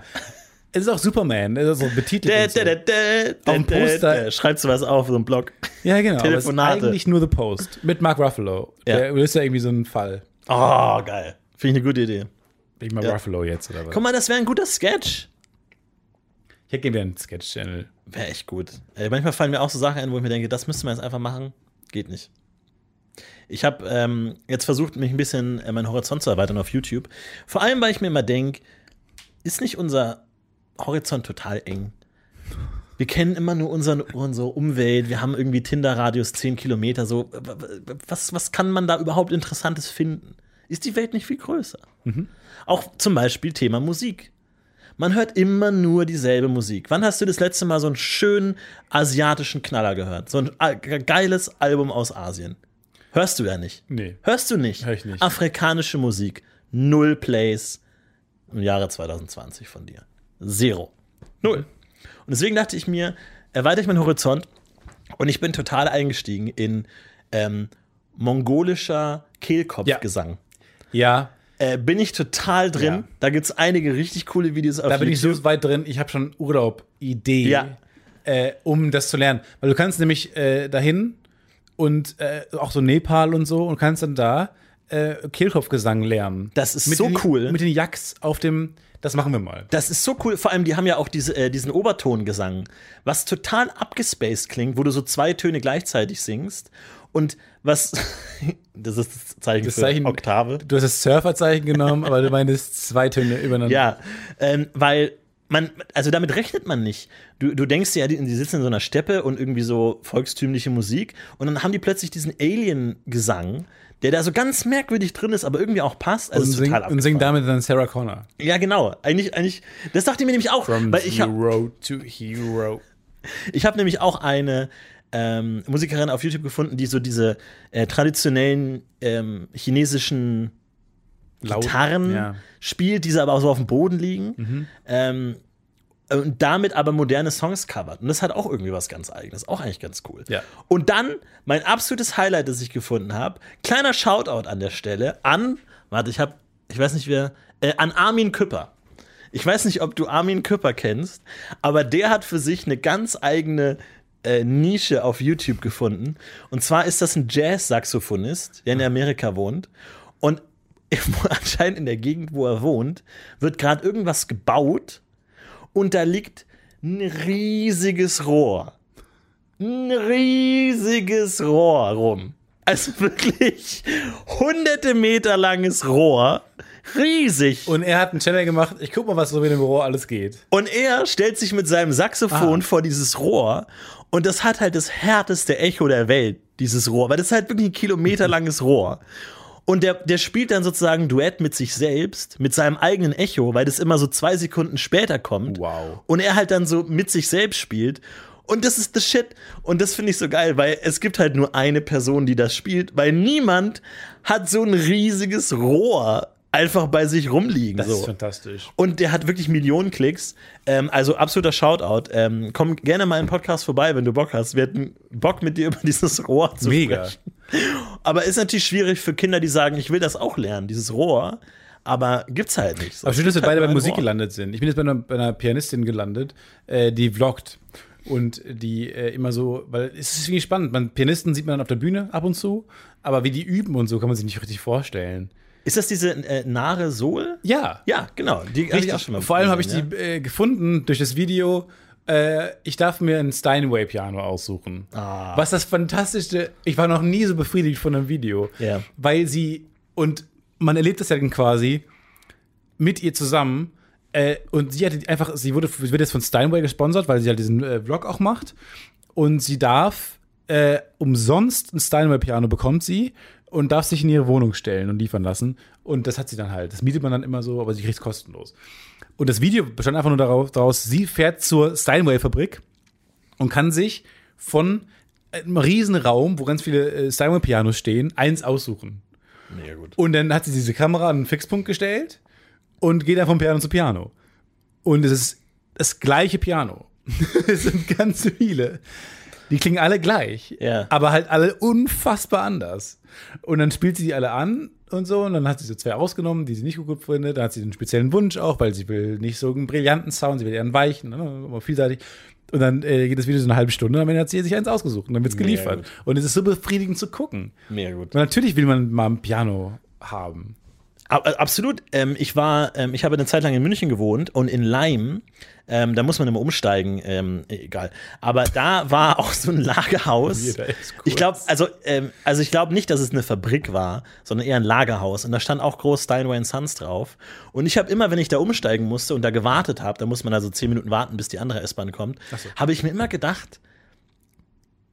[SPEAKER 2] es ist auch Superman, es ist so betitelt.
[SPEAKER 3] Dä,
[SPEAKER 2] und so.
[SPEAKER 3] dä, dä, dä,
[SPEAKER 2] Auf dem
[SPEAKER 3] dä, dä,
[SPEAKER 2] Poster.
[SPEAKER 3] dä. Schreibst du was auf, so einen Blog.
[SPEAKER 2] Ja, genau. Aber es ist
[SPEAKER 3] Telefonate.
[SPEAKER 2] eigentlich nur The Post mit Mark Ruffalo.
[SPEAKER 3] Ja.
[SPEAKER 2] Der löst ja irgendwie so einen Fall.
[SPEAKER 3] Oh, geil. Finde ich eine gute Idee.
[SPEAKER 2] Ich mal Ruffalo jetzt oder was?
[SPEAKER 3] Guck mal, das wäre ein guter Sketch.
[SPEAKER 2] Ich hätte gerne wieder einen Sketch-Channel.
[SPEAKER 3] Wäre echt gut. Äh, manchmal fallen mir auch so Sachen ein, wo ich mir denke, das müsste man jetzt einfach machen. Geht nicht. Ich habe ähm, jetzt versucht, mich ein bisschen äh, meinen Horizont zu erweitern auf YouTube. Vor allem, weil ich mir immer denke, ist nicht unser Horizont total eng? Wir kennen immer nur unseren, unsere Umwelt. Wir haben irgendwie Tinder-Radius 10 Kilometer. So, W- w- was, was kann man da überhaupt Interessantes finden? Ist die Welt nicht viel größer? Auch zum Beispiel Thema Musik. Man hört immer nur dieselbe Musik. Wann hast du das letzte Mal so einen schönen asiatischen Knaller gehört? So ein a- geiles Album aus Asien. Hörst du ja nicht.
[SPEAKER 2] Nee.
[SPEAKER 3] Hörst du nicht?
[SPEAKER 2] Hör ich nicht.
[SPEAKER 3] Afrikanische Musik. Null Plays im Jahre 2020 von dir. Zero. Null. Und deswegen dachte ich mir, erweitere ich meinen Horizont und ich bin total eingestiegen in ähm, mongolischer Kehlkopfgesang.
[SPEAKER 2] Ja,
[SPEAKER 3] Äh, bin ich total drin.
[SPEAKER 2] Ja.
[SPEAKER 3] Da gibt es einige richtig coole Videos auf
[SPEAKER 2] da bin ich
[SPEAKER 3] YouTube.
[SPEAKER 2] so weit drin, ich habe schon Urlaub-Idee,
[SPEAKER 3] Ja.
[SPEAKER 2] äh, um das zu lernen. Weil du kannst nämlich äh, dahin und äh, auch so Nepal und so und kannst dann da äh, Kehlkopfgesang lernen.
[SPEAKER 3] Das ist so
[SPEAKER 2] den,
[SPEAKER 3] cool.
[SPEAKER 2] Mit den Jacks auf dem, das machen wir mal.
[SPEAKER 3] das ist so cool. Vor allem, die haben ja auch diese, äh, diesen Obertongesang, was total abgespaced klingt, wo du so zwei Töne gleichzeitig singst. Und was, das ist das Zeichen
[SPEAKER 2] Das
[SPEAKER 3] für
[SPEAKER 2] Zeichen-
[SPEAKER 3] Oktave.
[SPEAKER 2] Du hast das Surferzeichen genommen, aber du meintest zwei Töne übereinander.
[SPEAKER 3] Ja, ähm, weil man, also damit rechnet man nicht. Du, du denkst dir, ja, die, die sitzen in so einer Steppe und irgendwie so volkstümliche Musik und dann haben die plötzlich diesen Alien-Gesang, der da so ganz merkwürdig drin ist, aber irgendwie auch passt. Also
[SPEAKER 2] und,
[SPEAKER 3] es ist
[SPEAKER 2] sing,
[SPEAKER 3] total
[SPEAKER 2] und sing
[SPEAKER 3] abgefahren.
[SPEAKER 2] damit dann Sarah Connor.
[SPEAKER 3] Ja, genau. Eigentlich, eigentlich, das dachte ich mir nämlich auch, weil ich habe
[SPEAKER 2] Zero to Hero.
[SPEAKER 3] ich hab nämlich auch eine ähm, Musikerin auf YouTube gefunden, die so diese äh, traditionellen ähm, chinesischen
[SPEAKER 2] Laut.
[SPEAKER 3] Gitarren
[SPEAKER 2] Ja. Mhm.
[SPEAKER 3] spielt, die aber auch so auf dem Boden liegen. Ähm, und damit aber moderne Songs covert. Und das hat auch irgendwie was ganz eigenes. Auch eigentlich ganz cool.
[SPEAKER 2] Ja.
[SPEAKER 3] Und dann mein absolutes Highlight, das ich gefunden habe. Kleiner Shoutout an der Stelle an, warte, ich habe, ich weiß nicht wer, äh, an Armin Küpper. Ich weiß nicht, ob du Armin Küpper kennst, aber der hat für sich eine ganz eigene äh, Nische auf YouTube gefunden. Und zwar ist das ein Jazz-Saxophonist, der in Amerika wohnt. Und anscheinend in der Gegend, wo er wohnt, wird gerade irgendwas gebaut und da liegt ein riesiges Rohr. Ein riesiges Rohr rum. Also wirklich hunderte Meter langes Rohr. Riesig.
[SPEAKER 2] Und er hat einen Channel gemacht, ich guck mal, was so mit dem Büro alles geht.
[SPEAKER 3] Und er stellt sich mit seinem Saxophon
[SPEAKER 2] Ah.
[SPEAKER 3] vor dieses Rohr und das hat halt das härteste Echo der Welt, dieses Rohr, weil das ist halt wirklich ein kilometerlanges Rohr. Und der, der spielt dann sozusagen Duett mit sich selbst, mit seinem eigenen Echo, weil das immer so zwei Sekunden später kommt.
[SPEAKER 2] Wow.
[SPEAKER 3] Und er halt dann so mit sich selbst spielt. Und das ist the shit. Und das finde ich so geil, weil es gibt halt nur eine Person, die das spielt, weil niemand hat so ein riesiges Rohr einfach bei sich rumliegen. so.
[SPEAKER 2] fantastisch.
[SPEAKER 3] Und der hat wirklich Millionen Klicks. Ähm, also absoluter Shoutout. Ähm, komm gerne mal im Podcast vorbei, wenn du Bock hast. Wir hätten Bock mit dir über dieses Rohr zu
[SPEAKER 2] Mega.
[SPEAKER 3] sprechen. Aber ist natürlich schwierig für Kinder, die sagen, ich will das auch lernen, dieses Rohr. Aber gibt's halt nicht. So,
[SPEAKER 2] Aber schön, dass wir
[SPEAKER 3] gibt halt
[SPEAKER 2] beide bei
[SPEAKER 3] nur ein
[SPEAKER 2] Musik
[SPEAKER 3] Rohr.
[SPEAKER 2] gelandet sind. Ich bin jetzt bei einer, bei einer Pianistin gelandet, äh, die vloggt. Und die äh, immer so, weil es ist irgendwie spannend. Man, Pianisten sieht man dann auf der Bühne ab und zu, aber wie die üben und so kann man sich nicht richtig vorstellen.
[SPEAKER 3] Ist das diese äh, Nare Sohl?
[SPEAKER 2] Ja.
[SPEAKER 3] Ja, genau. Die hab ich auch schon mal
[SPEAKER 2] Vor allem habe ich
[SPEAKER 3] gesehen,
[SPEAKER 2] die äh, gefunden durch das Video. Äh, ich darf mir ein Steinway-Piano aussuchen.
[SPEAKER 3] Ah.
[SPEAKER 2] Was das fantastischste. Ich war noch nie so befriedigt von einem Video.
[SPEAKER 3] Ja.
[SPEAKER 2] Weil sie. Und man erlebt das ja dann quasi mit ihr zusammen. Äh, und sie hatte einfach. Sie wurde, wird jetzt von Steinway gesponsert, weil sie halt diesen äh, Vlog auch macht. Und sie darf äh, umsonst ein Steinway-Piano bekommt sie und darf sich in ihre Wohnung stellen und liefern lassen. Und das hat sie dann halt. Das mietet man dann immer so, aber sie kriegt es kostenlos. Und das Video bestand einfach nur daraus, daraus sie fährt zur Steinway-Fabrik und kann sich von einem Riesenraum, wo ganz viele äh, Steinway-Pianos stehen, eins aussuchen.
[SPEAKER 3] ja. Mega gut.
[SPEAKER 2] Und dann hat sie diese Kamera an einen Fixpunkt gestellt und geht dann von Piano zu Piano. Und es ist das gleiche Piano. es sind ganz viele. Die klingen alle gleich,
[SPEAKER 3] Ja.
[SPEAKER 2] aber halt alle unfassbar anders. Und dann spielt sie die alle an und so. Und dann hat sie so zwei ausgenommen, die sie nicht gut findet. Dann hat sie den speziellen Wunsch auch, weil sie will nicht so einen brillanten Sound, sie will eher einen weichen, ne, immer vielseitig. Und dann äh, geht das Video so eine halbe Stunde und dann hat sie sich eins ausgesucht und dann wird es geliefert.
[SPEAKER 3] gut.
[SPEAKER 2] und es ist so befriedigend zu gucken.
[SPEAKER 3] Mega
[SPEAKER 2] Und
[SPEAKER 3] gut.
[SPEAKER 2] natürlich will man mal ein Piano haben.
[SPEAKER 3] Ab- äh, Absolut. Ähm, ich war, ähm, ich habe eine Zeit lang in München gewohnt und in Leim, ähm, da muss man immer umsteigen, ähm, egal. Aber da war auch so ein Lagerhaus.
[SPEAKER 2] Jeder ist kurz.
[SPEAKER 3] Ich glaube, also, ähm, also ich glaube nicht, dass es eine Fabrik war, sondern eher ein Lagerhaus. Und da stand auch groß Steinway Sons drauf. Und ich habe immer, wenn ich da umsteigen musste und da gewartet habe, da muss man also zehn Minuten warten, bis die andere S-Bahn kommt, habe ich mir immer gedacht,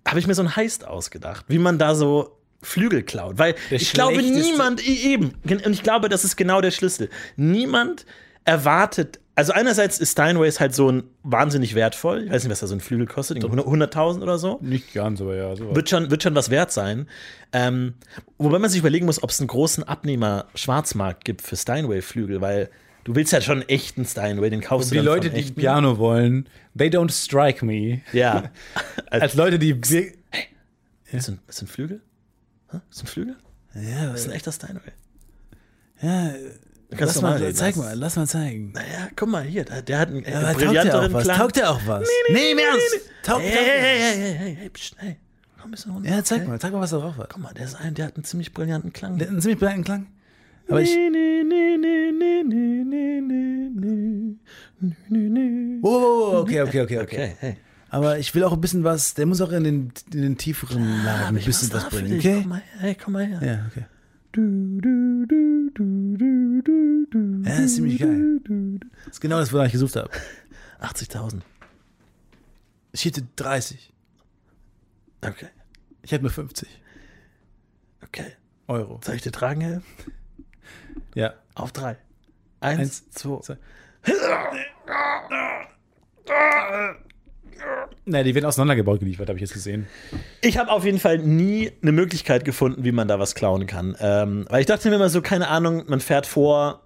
[SPEAKER 3] habe ich mir so ein Heist ausgedacht, wie man da so Flügel klaut. Weil
[SPEAKER 2] Der
[SPEAKER 3] ich glaube,
[SPEAKER 2] schlechteste-
[SPEAKER 3] niemand, e- eben, Gen- und ich glaube, das ist genau der Schlüssel. Niemand erwartet Also einerseits ist Steinways halt so ein wahnsinnig wertvoll. Ich weiß nicht, was da so ein Flügel kostet, irgendwie 100.000 oder so.
[SPEAKER 2] Nicht ganz, aber ja. So
[SPEAKER 3] Wird schon, wird schon was wert sein. Ähm, wobei man sich überlegen muss, ob es einen großen Abnehmer-Schwarzmarkt gibt für Steinway-Flügel, weil du willst ja schon einen echten Steinway, den kaufst
[SPEAKER 2] die
[SPEAKER 3] du dann
[SPEAKER 2] Leute,
[SPEAKER 3] von
[SPEAKER 2] die
[SPEAKER 3] echten.
[SPEAKER 2] Piano wollen, they don't strike me.
[SPEAKER 3] Ja.
[SPEAKER 2] Als Leute, die. wir-
[SPEAKER 3] Ist ein, ist ein Flügel? Hä? Ist ein Flügel?
[SPEAKER 2] Ja,
[SPEAKER 3] Ist ein echter Steinway.
[SPEAKER 2] ja
[SPEAKER 3] Kannst du mal reden, das-
[SPEAKER 2] lass mal zeigen.
[SPEAKER 3] Naja, guck mal hier, der, der hat einen
[SPEAKER 2] Aber
[SPEAKER 3] äh,
[SPEAKER 2] taugt der auch
[SPEAKER 3] brillanteren
[SPEAKER 2] was?
[SPEAKER 3] Klang.
[SPEAKER 2] Taugt der auch was? Nee, im Ernst. Taugt,
[SPEAKER 3] hey,
[SPEAKER 2] taugt der-
[SPEAKER 3] hey, hey, hey, hey, hey, hey, psst, hey. Komm ein bisschen runter.
[SPEAKER 2] Ja, zeig
[SPEAKER 3] hey.
[SPEAKER 2] mal, zeig mal, was da drauf war.
[SPEAKER 3] Guck mal, der, ist ein, der hat einen ziemlich brillanten Klang.
[SPEAKER 2] Der hat einen ziemlich breiten Klang. Aber ich.
[SPEAKER 3] Nee, nee, nee, nee, nee, nee, nee, nee, nee, nee.
[SPEAKER 2] Oh, oh, oh, okay, okay, okay, okay.
[SPEAKER 3] Okay, hey.
[SPEAKER 2] Aber ich will auch ein bisschen was, der muss auch in den, in den
[SPEAKER 3] Ah,
[SPEAKER 2] tieferen Lagen ein bisschen was
[SPEAKER 3] da für
[SPEAKER 2] bringen.
[SPEAKER 3] dich.
[SPEAKER 2] Okay?
[SPEAKER 3] Komm mal her, hey, komm mal her.
[SPEAKER 2] Ja, okay.
[SPEAKER 3] Du, du, du, du, du, du, du,
[SPEAKER 2] Ja, ist ziemlich geil.
[SPEAKER 3] du, du.
[SPEAKER 2] Das ist genau das, wonach ich gesucht habe.
[SPEAKER 3] 80.000.
[SPEAKER 2] Ich hätte 30.
[SPEAKER 3] Okay,
[SPEAKER 2] Ich hätte nur 50
[SPEAKER 3] okay.
[SPEAKER 2] Euro.
[SPEAKER 3] Soll ich dir tragen helfen?
[SPEAKER 2] Ja.
[SPEAKER 3] Auf drei. Eins,
[SPEAKER 2] Eins,
[SPEAKER 3] zwei.
[SPEAKER 2] zwei. Na, die werden auseinandergebaut geliefert, habe ich jetzt gesehen.
[SPEAKER 3] Ich habe auf jeden Fall nie eine Möglichkeit gefunden, wie man da was klauen kann. Ähm, weil ich dachte mir immer so, keine Ahnung, man fährt vor,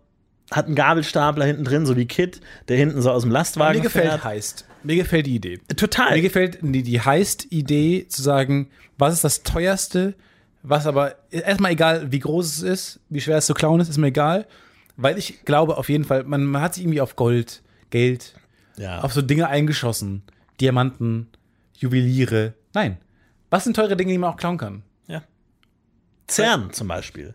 [SPEAKER 3] hat einen Gabelstapler hinten drin, so wie Kid, der hinten so aus dem Lastwagen
[SPEAKER 2] Mir gefällt halt.
[SPEAKER 3] fährt.
[SPEAKER 2] heißt. Mir gefällt die Idee.
[SPEAKER 3] Total.
[SPEAKER 2] Mir gefällt die, die Heist-Idee zu sagen, was ist das teuerste, was aber erstmal egal, wie groß es ist, wie schwer es zu klauen ist, ist mir egal. Weil ich glaube auf jeden Fall, man, man hat sich irgendwie auf Gold, Geld,
[SPEAKER 3] ja.
[SPEAKER 2] auf so Dinge eingeschossen. Diamanten, Juweliere. Nein. Was sind teure Dinge, die man auch klauen kann?
[SPEAKER 3] ja. CERN zum Beispiel.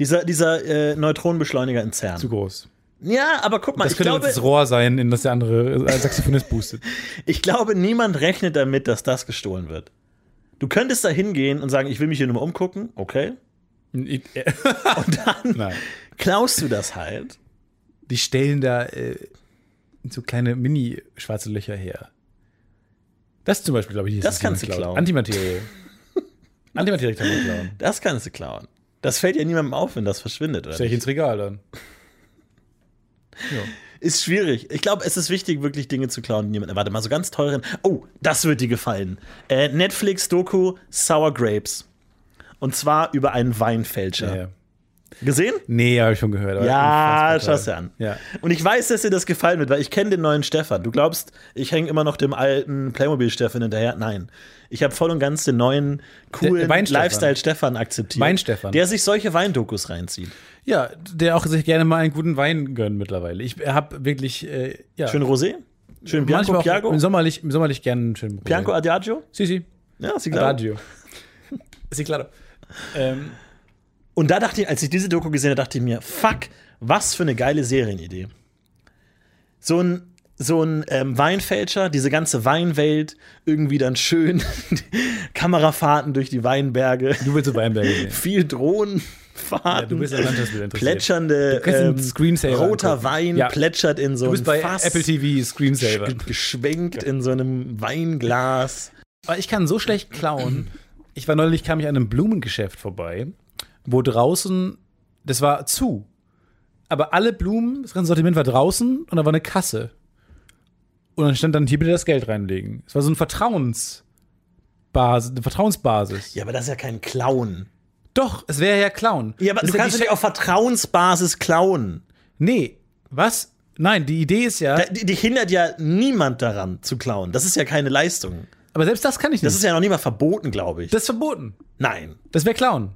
[SPEAKER 3] Dieser, dieser äh, Neutronenbeschleuniger in CERN.
[SPEAKER 2] Zu groß.
[SPEAKER 3] Ja, aber guck mal,
[SPEAKER 2] Das
[SPEAKER 3] ich
[SPEAKER 2] könnte
[SPEAKER 3] glaube,
[SPEAKER 2] jetzt das Rohr sein, in das der andere äh, Saxophonist boostet.
[SPEAKER 3] Ich glaube, niemand rechnet damit, dass das gestohlen wird. Du könntest da hingehen und sagen, ich will mich hier nur mal umgucken, okay?
[SPEAKER 2] Ich-
[SPEAKER 3] Und dann
[SPEAKER 2] Nein.
[SPEAKER 3] klaust du das halt.
[SPEAKER 2] Die stellen da äh, so kleine mini-schwarze Löcher her. Das zum Beispiel, glaube ich, ist
[SPEAKER 3] Das
[SPEAKER 2] was
[SPEAKER 3] kannst
[SPEAKER 2] man
[SPEAKER 3] du
[SPEAKER 2] klaut.
[SPEAKER 3] klauen.
[SPEAKER 2] Antimaterie. Antimaterie kann man klauen.
[SPEAKER 3] Das kannst du klauen. Das fällt ja niemandem auf, wenn das verschwindet, oder?
[SPEAKER 2] Stell ich
[SPEAKER 3] Nicht?
[SPEAKER 2] ins Regal dann. Ja.
[SPEAKER 3] Ist schwierig. Ich glaube, es ist wichtig, wirklich Dinge zu klauen, die niemand. Warte mal, so ganz teuren. Oh, das wird dir gefallen. Äh, Netflix-Doku Sour Grapes. Und zwar über einen Weinfälscher.
[SPEAKER 2] Ja.
[SPEAKER 3] Gesehen?
[SPEAKER 2] Nee, habe ich schon gehört. aber
[SPEAKER 3] Ja,
[SPEAKER 2] unfassbar
[SPEAKER 3] schau's dir an.
[SPEAKER 2] Ja.
[SPEAKER 3] Und ich weiß, dass dir das gefallen wird, weil ich kenne den neuen Stefan. Du glaubst, ich hänge immer noch dem alten Playmobil-Stefan hinterher. Nein. Ich habe voll und ganz den neuen, coolen
[SPEAKER 2] Der äh, Wein-Stefan.
[SPEAKER 3] Lifestyle-Stefan akzeptiert.
[SPEAKER 2] Wein-Stefan.
[SPEAKER 3] Der sich solche Weindokus reinzieht.
[SPEAKER 2] Ja, der auch sich gerne mal einen guten Wein gönnt mittlerweile. Ich habe wirklich, äh, ja.
[SPEAKER 3] Schön Rosé,
[SPEAKER 2] Manchmal
[SPEAKER 3] schön Bianco
[SPEAKER 2] auch
[SPEAKER 3] Piago,
[SPEAKER 2] Im Sommerlich, im Sommerlich gerne einen schönen
[SPEAKER 3] Bianco Adiagio.
[SPEAKER 2] Si, si.
[SPEAKER 3] Ja, sie glauben.
[SPEAKER 2] Adagio. Ist klar. Ähm,
[SPEAKER 3] Und da dachte ich, als ich diese Doku gesehen habe, dachte ich mir, fuck, was für eine geile Serienidee. So ein, so ein ähm, Weinfälscher, diese ganze Weinwelt, irgendwie dann schön Kamerafahrten durch die Weinberge,
[SPEAKER 2] du willst zu Weinberger gehen.
[SPEAKER 3] viel Drohnenfahrten.
[SPEAKER 2] Ja, du bist an Landschaftsbild interessiert.
[SPEAKER 3] Plätschernde,
[SPEAKER 2] Du kriegst einen
[SPEAKER 3] ähm,
[SPEAKER 2] Screensaver
[SPEAKER 3] roter
[SPEAKER 2] angucken.
[SPEAKER 3] Wein
[SPEAKER 2] Ja.
[SPEAKER 3] plätschert in so
[SPEAKER 2] Du bist bei
[SPEAKER 3] Fass,
[SPEAKER 2] Apple TV Screensaver.
[SPEAKER 3] gesch- geschwenkt in so einem Weinglas.
[SPEAKER 2] Weil ich kann so schlecht klauen. Ich war neulich, kam ich an einem Blumengeschäft vorbei, wo draußen, das war zu. Aber alle Blumen, das ganze Sortiment war draußen und da war eine Kasse. Und dann stand dann hier bitte das Geld reinlegen. Es war so ein Vertrauensbasis, eine Vertrauensbasis.
[SPEAKER 3] Ja, aber das ist ja kein Klauen.
[SPEAKER 2] Doch, es wäre ja klauen.
[SPEAKER 3] Ja, aber
[SPEAKER 2] Das ist
[SPEAKER 3] du
[SPEAKER 2] ja
[SPEAKER 3] kannst
[SPEAKER 2] die
[SPEAKER 3] ja nicht
[SPEAKER 2] Sche-
[SPEAKER 3] auf Vertrauensbasis klauen.
[SPEAKER 2] Nee, was? Nein, die Idee ist ja,
[SPEAKER 3] Da, die, die hindert ja niemand daran zu klauen. Das ist ja keine Leistung.
[SPEAKER 2] aber selbst das kann ich nicht.
[SPEAKER 3] Das ist ja noch nicht mal verboten, glaube ich.
[SPEAKER 2] das ist verboten.
[SPEAKER 3] Nein.
[SPEAKER 2] Das wäre klauen.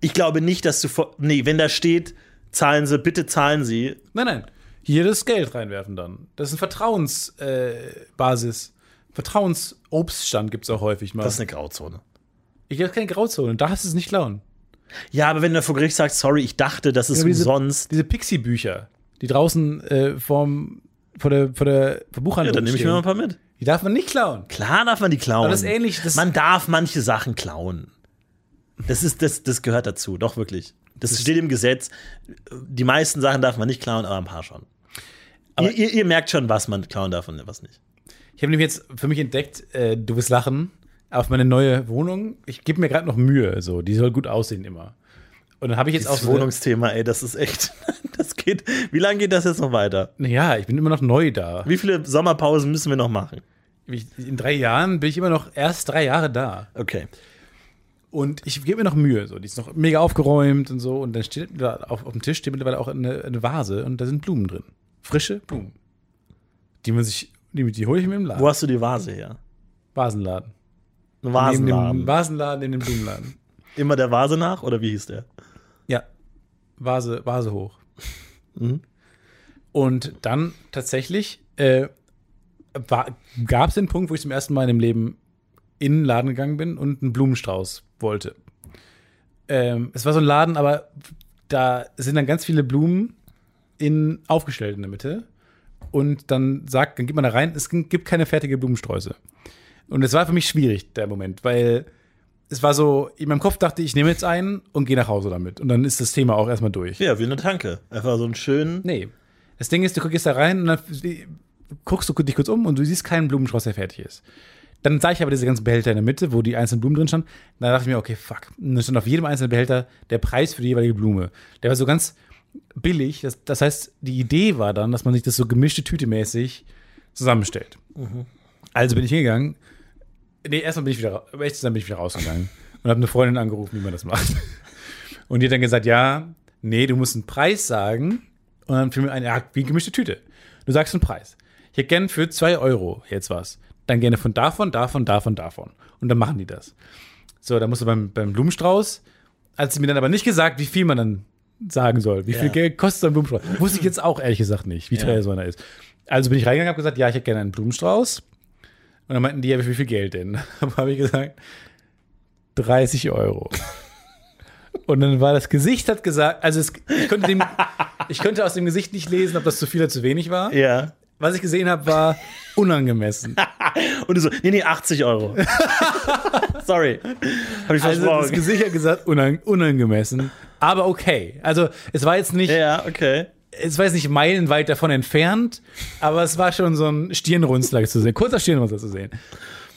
[SPEAKER 3] Ich glaube nicht, dass du vor. Nee, wenn da steht, zahlen Sie, bitte zahlen Sie.
[SPEAKER 2] Nein, nein. Hier das Geld reinwerfen dann. Das ist eine Vertrauensbasis. Äh, Basis. Vertrauensobststand gibt es auch häufig mal.
[SPEAKER 3] Das ist eine Grauzone.
[SPEAKER 2] ich glaube, keine Grauzone. Da hast du es nicht klauen.
[SPEAKER 3] Ja, aber wenn du vor Gericht sagst, sorry, ich dachte, das ist
[SPEAKER 2] Ja, aber diese-
[SPEAKER 3] umsonst.
[SPEAKER 2] Diese Pixie-Bücher, die draußen äh, vorm, vor der, vor der vor
[SPEAKER 3] Ja,
[SPEAKER 2] Buchhandlung
[SPEAKER 3] dann nehme ich
[SPEAKER 2] stehen,
[SPEAKER 3] mir mal ein paar mit.
[SPEAKER 2] die darf man nicht klauen.
[SPEAKER 3] Klar darf man die klauen.
[SPEAKER 2] Aber das ist ähnlich, das-
[SPEAKER 3] man darf manche Sachen klauen. Das, ist, das, das gehört dazu, doch wirklich. Das, steht im Gesetz. Die meisten Sachen darf man nicht klauen, aber ein paar schon. ihr, ihr, ihr merkt schon, was man klauen darf und was nicht.
[SPEAKER 2] Ich habe nämlich jetzt für mich entdeckt, äh, du wirst lachen, auf meine neue Wohnung. Ich gebe mir gerade noch Mühe, so. Die soll gut aussehen immer. Und dann habe ich jetzt auch
[SPEAKER 3] Das
[SPEAKER 2] so eine-
[SPEAKER 3] Wohnungsthema, ey, das ist echt. Das geht, wie lange geht das jetzt noch weiter?
[SPEAKER 2] Ja, ich bin immer noch neu da.
[SPEAKER 3] Wie viele Sommerpausen müssen wir noch machen?
[SPEAKER 2] Ich- In drei Jahren bin ich immer noch erst drei Jahre da.
[SPEAKER 3] Okay.
[SPEAKER 2] Und ich gebe mir noch Mühe. So. Die ist noch mega aufgeräumt und so. Und dann steht da auf, auf dem Tisch steht mittlerweile auch eine, eine Vase und da sind Blumen drin. Frische Blumen. Die man sich, die, die hole ich mir im Laden.
[SPEAKER 3] Wo hast du die Vase her?
[SPEAKER 2] Vasenladen.
[SPEAKER 3] Ein
[SPEAKER 2] Neben dem
[SPEAKER 3] Vasenladen.
[SPEAKER 2] Vasenladen in dem Blumenladen.
[SPEAKER 3] Immer der Vase nach oder wie hieß der?
[SPEAKER 2] ja. Vase, Vase hoch. Und dann tatsächlich äh, gab es den Punkt, wo ich zum ersten Mal in dem Leben in den Laden gegangen bin und einen Blumenstrauß wollte. Ähm, es war so ein Laden, aber da sind dann ganz viele Blumen in, aufgestellt in der Mitte. Und dann sagt, dann geht man da rein, es gibt keine fertige Blumensträuße. Und es war für mich schwierig, der Moment, weil es war so, in meinem Kopf dachte ich, ich nehme jetzt einen und gehe nach Hause damit. Und dann ist das Thema auch erstmal durch.
[SPEAKER 3] Ja, wie eine Tanke. Einfach so einen schönen.
[SPEAKER 2] Nee. Das Ding ist, du gehst da rein und dann guckst du dich kurz um und du siehst keinen Blumenstrauß, der fertig ist. Dann sah ich aber diese ganzen Behälter in der Mitte, wo die einzelnen Blumen drin standen. Da dachte ich mir, okay, fuck. Und dann stand auf jedem einzelnen Behälter der Preis für die jeweilige Blume. Der war so ganz billig. Das, das heißt, die Idee war dann, dass man sich das so gemischte Tüte mäßig zusammenstellt. Also bin ich hingegangen. Nee, erstmal bin ich wieder, ra- um ehrlich zu sein, bin ich wieder rausgegangen und habe eine Freundin angerufen, wie man das macht. Und die hat dann gesagt, ja, nee, du musst einen Preis sagen. Und dann fiel mir ein, ja, wie gemischte Tüte. Du sagst einen Preis. Ich hätte gern für 2 Euro jetzt was. Dann gerne von davon, davon, davon, davon. Und dann machen die das. So, dann musst du beim, beim Blumenstrauß, als sie mir dann aber nicht gesagt, wie viel man dann sagen soll, wie viel Geld kostet so ein Blumenstrauß. Wusste ich jetzt auch ehrlich gesagt nicht, wie teuer so einer ist. Also bin ich reingegangen und habe gesagt, ja, ich hätte gerne einen Blumenstrauß. Und dann meinten die, ja, wie viel Geld denn? Dann habe ich gesagt, 30 Euro. Und dann war das Gesicht hat gesagt, also es, ich, konnte dem, ich konnte aus dem Gesicht nicht lesen, ob das zu viel oder zu wenig war.
[SPEAKER 3] Ja.
[SPEAKER 2] Was ich gesehen habe, war unangemessen.
[SPEAKER 3] Und du so, nee, nee, 80 Euro. Sorry. Habe ich
[SPEAKER 2] Also das
[SPEAKER 3] versprochen.
[SPEAKER 2] Gesicht hat gesagt, unang, unangemessen. Aber okay. Also es war jetzt nicht,
[SPEAKER 3] Ja, okay.
[SPEAKER 2] es war jetzt nicht meilenweit davon entfernt, aber es war schon so ein Stirnrunzler zu sehen, kurzer Stirnrunzler zu sehen.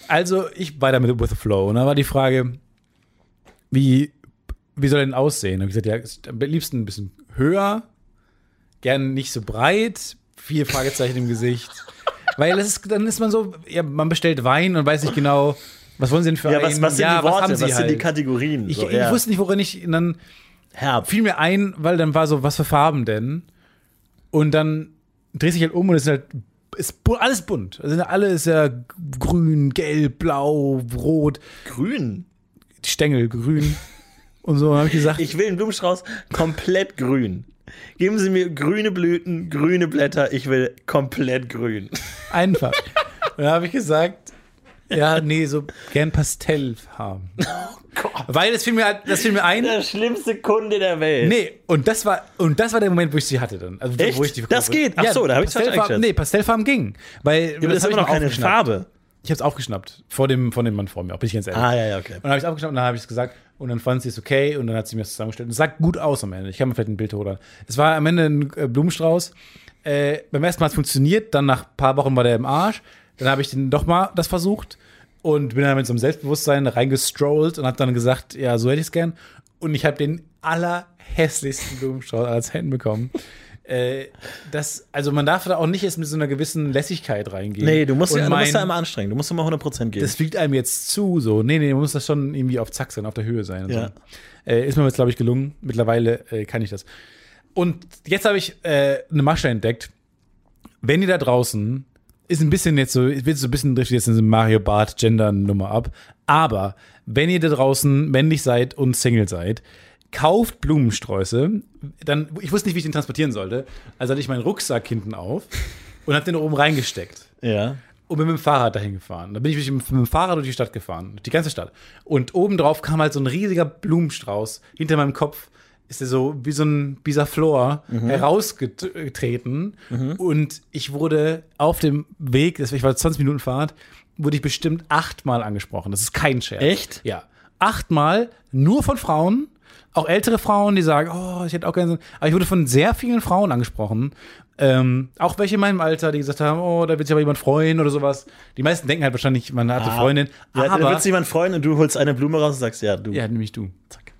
[SPEAKER 2] Also ich war damit with the flow. Und da war die Frage, wie, wie soll er denn aussehen? Und ich gesagt, ja, ist am liebsten ein bisschen höher, gern nicht so breit, vier Fragezeichen im Gesicht. Weil das ist, dann ist man so, ja, man bestellt Wein und weiß nicht genau, was wollen sie denn für
[SPEAKER 3] Ja, was,
[SPEAKER 2] einen?
[SPEAKER 3] was sind die Worte? Was,
[SPEAKER 2] haben sie
[SPEAKER 3] sind die
[SPEAKER 2] halt?
[SPEAKER 3] Kategorien?
[SPEAKER 2] Ich,
[SPEAKER 3] so,
[SPEAKER 2] ich
[SPEAKER 3] ja.
[SPEAKER 2] wusste nicht, worin ich, und dann
[SPEAKER 3] Herb.
[SPEAKER 2] fiel mir ein, weil dann war so, was für Farben denn? Und dann drehst du dich halt um und es ist halt ist bu alles bunt. Also alles ist ja grün, gelb, blau, rot,
[SPEAKER 3] Grün.
[SPEAKER 2] die Stängel grün und so. Und habe ich gesagt,
[SPEAKER 3] Ich will einen Blumenstrauß komplett grün. Geben Sie mir grüne Blüten, grüne Blätter. Ich will komplett grün.
[SPEAKER 2] einfach. Und da habe ich gesagt, ja, nee, so gern Pastellfarben. Weil es fiel mir, halt- das fiel mir ein.
[SPEAKER 3] Der schlimmste Kunde der Welt.
[SPEAKER 2] Nee, und das war und das war der Moment, wo ich sie hatte dann. Also,
[SPEAKER 3] Echt?
[SPEAKER 2] Wo ich die
[SPEAKER 3] Das geht? Ach so, da habe ich's falsch
[SPEAKER 2] Pastellfarben,
[SPEAKER 3] eingeschätzt.
[SPEAKER 2] Nee, Pastellfarben ging. Weil
[SPEAKER 3] aber
[SPEAKER 2] hab
[SPEAKER 3] das, ist
[SPEAKER 2] ich
[SPEAKER 3] aber noch
[SPEAKER 2] mal
[SPEAKER 3] keine
[SPEAKER 2] aufgeschnappt.
[SPEAKER 3] Farbe.
[SPEAKER 2] Ich habe es aufgeschnappt vor dem, von dem Mann vor mir, auch bin ich ganz ehrlich.
[SPEAKER 3] Ah, ja, ja, okay.
[SPEAKER 2] Und dann habe ich es aufgeschnappt und dann habe ich es gesagt und dann fand sie es okay und dann hat sie mir das zusammengestellt. Und es sah gut aus am Ende. Ich kann mir vielleicht ein Bild holen. Es war am Ende ein äh, Blumenstrauß. Äh, beim ersten Mal hat es funktioniert, dann nach ein paar Wochen war der im Arsch. Dann habe ich den doch mal das versucht und bin dann mit so einem Selbstbewusstsein reingestrollt und habe dann gesagt, ja, so hätte ich es gern. Und ich habe den allerhässlichsten Blumenstrauß als Händen bekommen. äh, das, also man darf da auch nicht jetzt mit so einer gewissen Lässigkeit reingehen.
[SPEAKER 3] Nee, du musst,
[SPEAKER 2] Und
[SPEAKER 3] ja, du musst
[SPEAKER 2] mein-
[SPEAKER 3] ja immer anstrengen. Du musst immer 100% geben.
[SPEAKER 2] das fliegt einem jetzt zu, so. Nee, nee, man muss das schon irgendwie auf Zack sein, auf der Höhe sein. Und
[SPEAKER 3] Ja.
[SPEAKER 2] so. äh, ist mir jetzt, glaube ich, gelungen. Mittlerweile äh, kann ich das. Und jetzt habe ich äh, eine Masche entdeckt. Wenn ihr da draußen, ist ein bisschen jetzt so, es wird so ein bisschen driftet jetzt in diese Mario Bart Gender-Nummer ab. Aber wenn ihr da draußen männlich seid und Single seid, kauft Blumensträuße. Dann, ich wusste nicht, wie ich den transportieren sollte. Also hatte ich meinen Rucksack hinten auf und habe den oben reingesteckt
[SPEAKER 3] ja.
[SPEAKER 2] und bin mit dem Fahrrad dahin gefahren. Da bin ich mit dem Fahrrad durch die Stadt gefahren, durch die ganze Stadt. Und obendrauf kam halt so ein riesiger Blumenstrauß. Hinter meinem Kopf ist er so wie so ein Bisaflor herausgetreten. Und ich wurde auf dem Weg, das- ich war 20 Minuten Fahrt, wurde ich bestimmt achtmal angesprochen. Das ist kein Scherz.
[SPEAKER 3] Echt?
[SPEAKER 2] Ja. Achtmal nur von Frauen, auch ältere Frauen, die sagen, oh, ich hätte auch gerne so. Aber ich wurde von sehr vielen Frauen angesprochen. Ähm, auch welche in meinem Alter, die gesagt haben, oh, da wird sich aber jemand freuen oder sowas. Die meisten denken halt wahrscheinlich, man hat eine Freundin.
[SPEAKER 3] Ah. Ja, da
[SPEAKER 2] aber,
[SPEAKER 3] wird sich jemand freuen und du holst eine Blume raus und sagst, ja, du.
[SPEAKER 2] ja, nämlich du. Zack.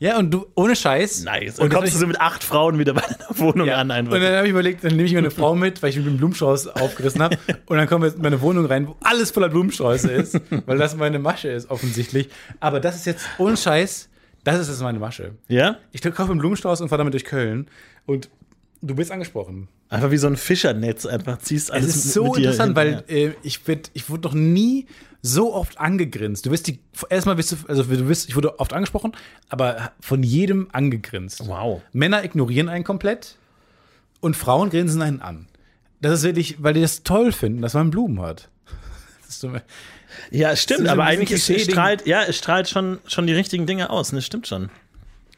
[SPEAKER 2] Ja, und du, ohne Scheiß.
[SPEAKER 3] Nice. Und
[SPEAKER 2] Und
[SPEAKER 3] kommst du
[SPEAKER 2] das hab
[SPEAKER 3] so mit acht Frauen wieder bei deiner Wohnung
[SPEAKER 2] ich, ja,
[SPEAKER 3] an.
[SPEAKER 2] Und
[SPEAKER 3] Einfach.
[SPEAKER 2] dann habe ich überlegt, dann nehme ich mir eine Frau mit, weil ich mit dem Blumenstrauß aufgerissen habe. Und dann kommen wir jetzt in meine Wohnung rein, wo alles voller Blumensträuße ist, weil das meine Masche ist, offensichtlich. Aber das ist jetzt, ohne Scheiß, das ist jetzt meine Masche.
[SPEAKER 3] ja?
[SPEAKER 2] Ich kaufe einen Blumenstrauß und fahre damit durch Köln. Und du bist angesprochen.
[SPEAKER 3] Einfach wie so ein Fischernetz. Einfach ziehst alles
[SPEAKER 2] Es ist
[SPEAKER 3] Also
[SPEAKER 2] so
[SPEAKER 3] mit- mit dir
[SPEAKER 2] interessant,
[SPEAKER 3] hin,
[SPEAKER 2] weil
[SPEAKER 3] ja.
[SPEAKER 2] äh, ich, werd, ich wurde noch nie so oft angegrinst. Du wirst die, erstmal wirst du, also du wirst, ich wurde oft angesprochen, aber von jedem angegrinst.
[SPEAKER 3] Wow.
[SPEAKER 2] Männer ignorieren einen komplett und Frauen grinsen einen an. Das ist wirklich, weil die das toll finden, dass man Blumen hat. Das ist so,
[SPEAKER 3] Ja, stimmt,
[SPEAKER 2] Das ist
[SPEAKER 3] aber
[SPEAKER 2] ein
[SPEAKER 3] eigentlich
[SPEAKER 2] bisschen
[SPEAKER 3] ist,
[SPEAKER 2] Klischee-Ding.
[SPEAKER 3] strahlt, ja, es strahlt schon, schon die richtigen Dinge aus, ne? Stimmt schon.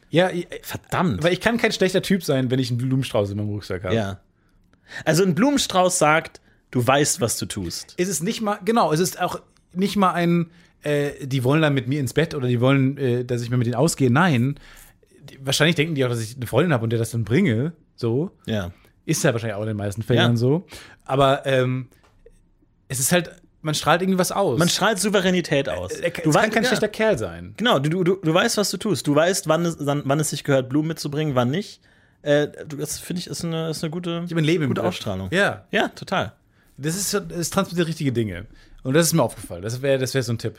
[SPEAKER 2] ja, ich,
[SPEAKER 3] Verdammt.
[SPEAKER 2] weil ich kann kein schlechter Typ sein, wenn ich einen Blumenstrauß in meinem Rucksack habe.
[SPEAKER 3] ja. Also ein Blumenstrauß sagt, du weißt, was du tust.
[SPEAKER 2] ist es nicht mal, genau, es ist auch nicht mal ein, äh, die wollen dann mit mir ins Bett oder die wollen, äh, dass ich mir mit denen ausgehe. Nein, die, wahrscheinlich denken die auch, dass ich eine Freundin habe und der das dann bringe. So
[SPEAKER 3] Ja.
[SPEAKER 2] ist ja wahrscheinlich auch in den meisten Fällen
[SPEAKER 3] Ja.
[SPEAKER 2] so. Aber ähm, es ist halt, man strahlt irgendwas aus.
[SPEAKER 3] Man strahlt Souveränität aus.
[SPEAKER 2] Er kann-
[SPEAKER 3] Du
[SPEAKER 2] es
[SPEAKER 3] wei-
[SPEAKER 2] Äh, kann kein
[SPEAKER 3] ja.
[SPEAKER 2] schlechter Kerl sein.
[SPEAKER 3] Genau, du, du, du du weißt, was du tust. Du weißt, wann es, wann, wann es sich gehört, Blumen mitzubringen, wann nicht. Äh, du- das finde ich ist eine, ist eine gute,
[SPEAKER 2] Ich habe ein Leben im
[SPEAKER 3] gute
[SPEAKER 2] Griff.
[SPEAKER 3] Ausstrahlung.
[SPEAKER 2] Ja,
[SPEAKER 3] ja, total.
[SPEAKER 2] das ist, es transportiert richtige Dinge. Und das ist mir aufgefallen. Das wäre das wär so ein Tipp.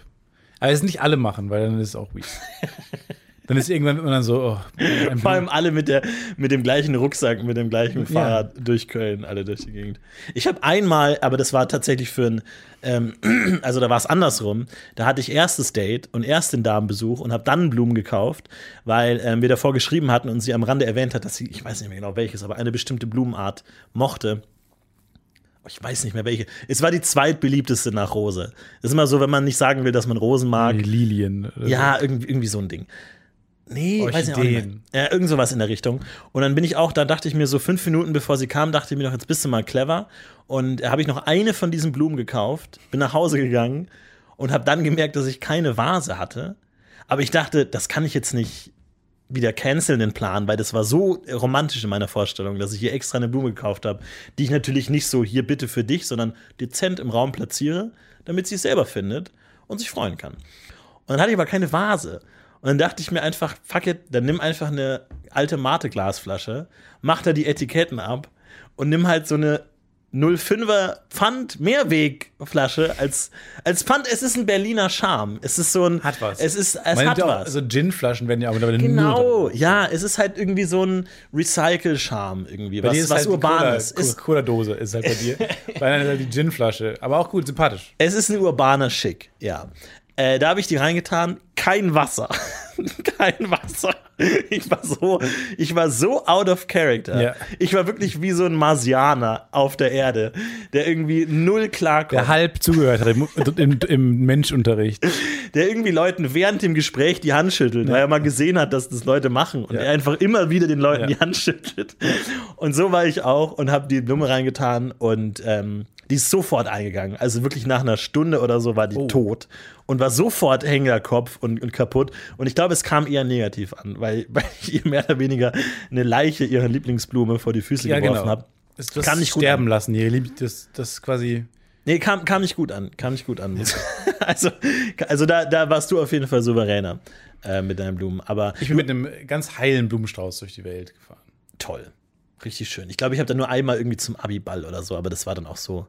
[SPEAKER 2] Aber das nicht alle machen, weil dann ist es auch weird. dann ist irgendwann wird man dann so, oh, ein
[SPEAKER 3] Vor allem alle mit, der, mit dem gleichen Rucksack, mit dem gleichen Fahrrad durch Köln, alle durch die Gegend. Ich habe einmal, aber das war tatsächlich für ein, ähm, also da war es andersrum, da hatte ich erstes Date und erst den Damenbesuch und habe dann Blumen gekauft, weil ähm, wir davor geschrieben hatten und sie am Rande erwähnt hat, dass sie, ich weiß nicht mehr genau welches, aber eine bestimmte Blumenart mochte. Ich weiß nicht mehr welche. Es war die zweitbeliebteste nach Rose. Das ist immer so, wenn man nicht sagen will, dass man Rosen mag.
[SPEAKER 2] Die Lilien. oder
[SPEAKER 3] Ja, irgendwie, irgendwie so ein Ding. Nee, weiß ich auch nicht
[SPEAKER 2] Orchideen.
[SPEAKER 3] mehr. Ja, irgend sowas in der Richtung. Und dann bin ich auch, da dachte ich mir so fünf Minuten bevor sie kam, dachte ich mir noch, jetzt bist du mal clever. Und habe ich noch eine von diesen Blumen gekauft, bin nach Hause gegangen und habe dann gemerkt, dass ich keine Vase hatte. Aber ich dachte, das kann ich jetzt nicht wieder canceln den Plan, weil das war so romantisch in meiner Vorstellung, dass ich hier extra eine Blume gekauft habe, die ich natürlich nicht so hier bitte für dich, sondern dezent im Raum platziere, damit sie es selber findet und sich freuen kann. Und dann hatte ich aber keine Vase. Und dann dachte ich mir einfach, fuck it, dann nimm einfach eine alte Mate-Glasflasche, mach da die Etiketten ab und nimm halt so eine 05er Pfand Mehrwegflasche als, als Pfand. Es ist ein Berliner Charme. Es ist so ein.
[SPEAKER 2] Hat was.
[SPEAKER 3] Es ist, es
[SPEAKER 2] Meine also
[SPEAKER 3] hat
[SPEAKER 2] auch,
[SPEAKER 3] was.
[SPEAKER 2] So Gin-Flaschen werden ja aber dabei
[SPEAKER 3] Genau,
[SPEAKER 2] nur drin.
[SPEAKER 3] ja, es ist halt irgendwie so ein Recycle-Charme irgendwie,
[SPEAKER 2] Bei dir
[SPEAKER 3] was,
[SPEAKER 2] ist
[SPEAKER 3] was
[SPEAKER 2] halt die
[SPEAKER 3] Urbanes
[SPEAKER 2] Cola,
[SPEAKER 3] ist.
[SPEAKER 2] Cola-Dose ist halt bei dir. bei einer ist halt die Gin-Flasche. Aber auch gut, sympathisch.
[SPEAKER 3] Es ist ein urbaner Schick, ja. Äh, da habe ich die reingetan, kein Wasser. kein Wasser. Ich war so, ich war so out of character.
[SPEAKER 2] Ja.
[SPEAKER 3] Ich war wirklich wie so ein Marsianer auf der Erde, der irgendwie null klarkommt.
[SPEAKER 2] Der halb zugehört hat im, im, im Menschunterricht.
[SPEAKER 3] der irgendwie Leuten während dem Gespräch die Hand schüttelt, weil er mal gesehen hat, dass das Leute machen und
[SPEAKER 2] Ja.
[SPEAKER 3] er einfach immer wieder den Leuten
[SPEAKER 2] Ja.
[SPEAKER 3] die Hand schüttelt. Und so war ich auch und habe die Blume reingetan und ähm, die ist sofort eingegangen. Also wirklich nach einer Stunde oder so war die
[SPEAKER 2] Oh.
[SPEAKER 3] tot und war sofort hängender Kopf und, und kaputt. Und ich glaube, es kam eher negativ an, weil, weil ich ihr mehr oder weniger eine Leiche ihrer Lieblingsblume vor die Füße geworfen
[SPEAKER 2] genau.
[SPEAKER 3] habe.
[SPEAKER 2] Das, das
[SPEAKER 3] Kann nicht gut
[SPEAKER 2] sterben lassen. Ihr liebt das, das quasi.
[SPEAKER 3] Nee, kam, kam nicht gut an. Kam nicht gut an. also, also da, da warst du auf jeden Fall souveräner äh, mit deinen Blumen. Aber
[SPEAKER 2] Ich bin mit einem ganz heilen Blumenstrauß durch die Welt gefahren.
[SPEAKER 3] toll. Richtig schön. Ich glaube, ich habe da nur einmal irgendwie zum Abiball oder so, aber das war dann auch so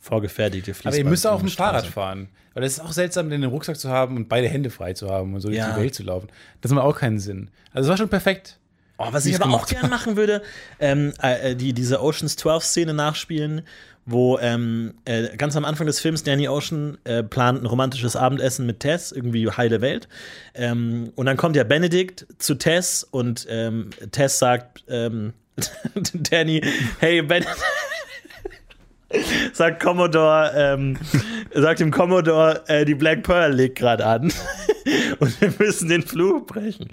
[SPEAKER 3] vorgefertigte
[SPEAKER 2] Aber
[SPEAKER 3] Fließband.
[SPEAKER 2] ihr müsst auch auf dem
[SPEAKER 3] Blumenstrauße.
[SPEAKER 2] Fahrrad fahren. Weil das ist auch seltsam, den im Rucksack zu haben und beide Hände frei zu haben und so durch
[SPEAKER 3] Ja.
[SPEAKER 2] die Welt zu laufen. Das macht auch keinen Sinn. Also es war schon perfekt.
[SPEAKER 3] Oh, was
[SPEAKER 2] Wie
[SPEAKER 3] ich
[SPEAKER 2] ich's
[SPEAKER 3] aber auch
[SPEAKER 2] gemacht
[SPEAKER 3] gern machen würde, ähm, äh, äh, die, diese Oceans 12-Szene nachspielen, wo ähm, äh, ganz am Anfang des Films Danny Ocean äh, plant ein romantisches Abendessen mit Tess, irgendwie heile Welt. Ähm, und dann kommt ja Benedikt zu Tess und ähm, Tess sagt ähm, Danny, hey Benedikt. Sagt Commodore, ähm, sagt dem Commodore, äh, die Black Pearl legt gerade an und wir müssen den Flug brechen.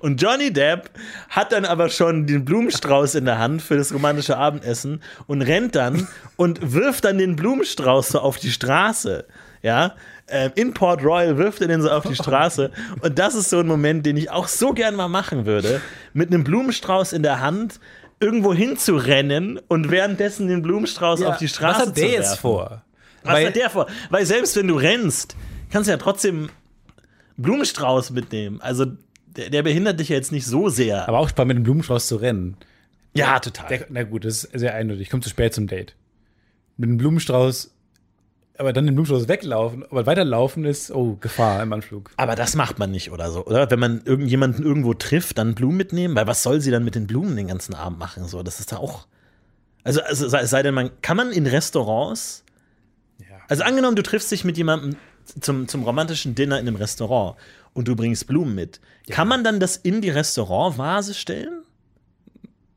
[SPEAKER 3] Und Johnny Depp hat dann aber schon den Blumenstrauß in der Hand für das romantische Abendessen und rennt dann und wirft dann den Blumenstrauß so auf die Straße. Ja, ähm, in Port Royal wirft er den so auf die Straße. Und das ist so ein Moment, den ich auch so gern mal machen würde. Mit einem Blumenstrauß in der Hand irgendwo hinzurennen und währenddessen den Blumenstrauß auf die Straße
[SPEAKER 2] Was hat der
[SPEAKER 3] zu werfen.
[SPEAKER 2] jetzt vor?
[SPEAKER 3] Was
[SPEAKER 2] Weil-
[SPEAKER 3] hat der vor? Weil selbst wenn du rennst, kannst du ja trotzdem Blumenstrauß mitnehmen. Also Der, der behindert dich ja jetzt nicht so sehr.
[SPEAKER 2] Aber auch Spaß mit dem Blumenstrauß zu rennen.
[SPEAKER 3] ja, total.
[SPEAKER 2] Der, na gut, das ist sehr eindeutig. Ich komme zu spät zum Date. Mit dem Blumenstrauß, aber dann den Blumenstrauß weglaufen, aber weiterlaufen ist, oh, Gefahr im Anflug.
[SPEAKER 3] aber das macht man nicht oder so, oder? Wenn man irgendjemanden irgendwo trifft, dann Blumen mitnehmen, weil was soll sie dann mit den Blumen den ganzen Abend machen? So, das ist da auch. Also, also sei, sei denn, man kann man in Restaurants. Also angenommen, du triffst dich mit jemandem zum, zum romantischen Dinner in einem Restaurant und du bringst Blumen mit. Kann man dann das in die Restaurantvase stellen?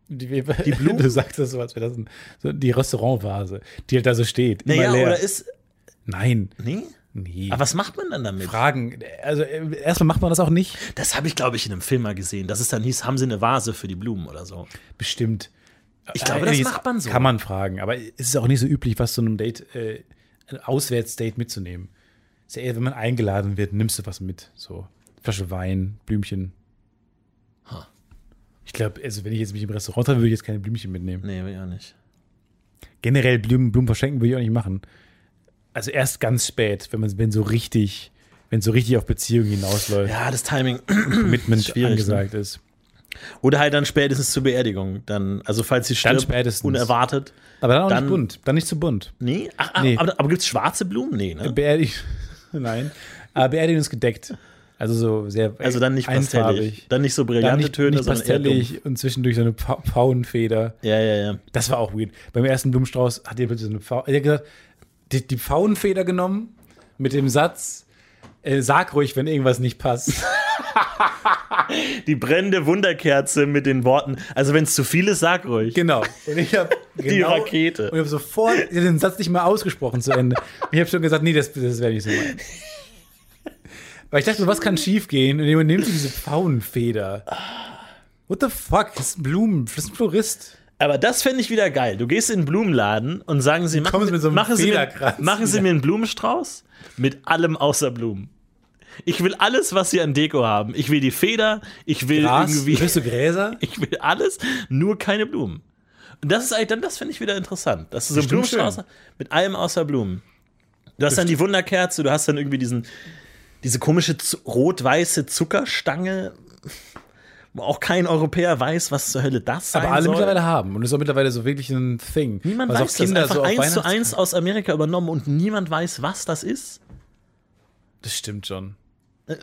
[SPEAKER 2] Die, Blumen? Du sagst das so, als wäre das ein, so die Restaurantvase, die halt da so steht. Immer
[SPEAKER 3] Naja,
[SPEAKER 2] leer.
[SPEAKER 3] oder ist.
[SPEAKER 2] Nein.
[SPEAKER 3] Nee?
[SPEAKER 2] Nee.
[SPEAKER 3] Aber was macht man dann damit?
[SPEAKER 2] Fragen. Also, äh, erstmal macht man das auch nicht.
[SPEAKER 3] Das habe ich, glaube ich, in einem Film mal gesehen, dass es dann hieß, haben sie eine Vase für die Blumen oder so.
[SPEAKER 2] Bestimmt.
[SPEAKER 3] Ich glaube,
[SPEAKER 2] Äh,
[SPEAKER 3] das
[SPEAKER 2] jetzt
[SPEAKER 3] macht man so.
[SPEAKER 2] Kann man fragen, aber es ist auch nicht so üblich, was zu einem Date, äh, ein Auswärtsdate mitzunehmen. Ist ja eher, wenn man eingeladen wird, nimmst du was mit. So, Flasche Wein, Blümchen.
[SPEAKER 3] Ha.
[SPEAKER 2] Ich glaube, also wenn ich jetzt mich im Restaurant habe, würde ich jetzt keine Blümchen mitnehmen.
[SPEAKER 3] Nee, will ich auch nicht.
[SPEAKER 2] Generell Blumen, Blumen verschenken würde ich auch nicht machen. Also erst ganz spät, wenn man wenn so richtig, wenn so richtig auf Beziehung hinausläuft,
[SPEAKER 3] Ja, das Timing.
[SPEAKER 2] Commitment
[SPEAKER 3] schwierig, ne?
[SPEAKER 2] angesagt ist.
[SPEAKER 3] Oder halt dann spätestens zur Beerdigung. Dann, also falls sie
[SPEAKER 2] Dann
[SPEAKER 3] stirbt,
[SPEAKER 2] spätestens.
[SPEAKER 3] unerwartet.
[SPEAKER 2] Aber dann auch
[SPEAKER 3] Dann-
[SPEAKER 2] nicht bunt, dann nicht zu bunt.
[SPEAKER 3] Nee? Ach, ach,
[SPEAKER 2] Nee.
[SPEAKER 3] aber, aber gibt es schwarze Blumen? Nee, ne?
[SPEAKER 2] Beerdigung. Nein. Aber Beerdigung ist gedeckt. Also so sehr.
[SPEAKER 3] Also dann nicht pastellig.
[SPEAKER 2] einfarbig.
[SPEAKER 3] Dann nicht so brillante
[SPEAKER 2] Dann nicht,
[SPEAKER 3] Töne,
[SPEAKER 2] nicht
[SPEAKER 3] sondern eher dumpf.
[SPEAKER 2] pastellig und zwischendurch so eine pa Pfauenfeder.
[SPEAKER 3] Ja, ja, ja.
[SPEAKER 2] Das war auch weird. Beim ersten Blumenstrauß hat er plötzlich so eine Pfau er hat gesagt, die, die Pfauenfeder genommen mit dem Satz, äh, sag ruhig, wenn irgendwas nicht passt.
[SPEAKER 3] Die brennende Wunderkerze mit den Worten. Also, wenn es zu viel ist, sag ruhig.
[SPEAKER 2] genau. Und ich habe genau,
[SPEAKER 3] Rakete.
[SPEAKER 2] Und ich habe sofort ich hab den Satz nicht mal ausgesprochen zu Ende. Ich habe schon gesagt, nee, das, das wäre nicht so mein. Weil ich dachte, so, was kann schiefgehen? Und jemand nimmt sich diese Pfauenfeder. What the fuck? Das ist ein Blumen, das ist ein Florist.
[SPEAKER 3] Aber das fände ich wieder geil. Du gehst in einen Blumenladen und sagen sie, machen,
[SPEAKER 2] kommen
[SPEAKER 3] Sie-
[SPEAKER 2] mit so einem
[SPEAKER 3] machen, sie, mir,
[SPEAKER 2] Federkranz
[SPEAKER 3] machen sie
[SPEAKER 2] wieder.
[SPEAKER 3] mir einen Blumenstrauß mit allem außer Blumen. Ich will alles, was sie an Deko haben. Ich will die Feder, ich will
[SPEAKER 2] Gras,
[SPEAKER 3] irgendwie.
[SPEAKER 2] willst du Gräser?
[SPEAKER 3] Ich will alles, nur keine Blumen. Und das ist eigentlich dann, das finde ich wieder interessant. Dass du so einen
[SPEAKER 2] Bestimmt
[SPEAKER 3] Blumenstrauß
[SPEAKER 2] schön.
[SPEAKER 3] mit allem außer Blumen. Du hast dann die Wunderkerze, du hast dann irgendwie diesen, diese komische zu- rot-weiße Zuckerstange, wo auch kein Europäer weiß, was zur Hölle das sein
[SPEAKER 2] Aber alle
[SPEAKER 3] soll.
[SPEAKER 2] mittlerweile haben. Und das ist auch mittlerweile so wirklich ein Thing.
[SPEAKER 3] niemand
[SPEAKER 2] Was
[SPEAKER 3] weiß
[SPEAKER 2] auch
[SPEAKER 3] das. Einfach
[SPEAKER 2] auf
[SPEAKER 3] eins zu
[SPEAKER 2] Weihnachts-
[SPEAKER 3] eins aus Amerika übernommen und niemand weiß, was das ist.
[SPEAKER 2] Das stimmt schon.
[SPEAKER 3] Äh,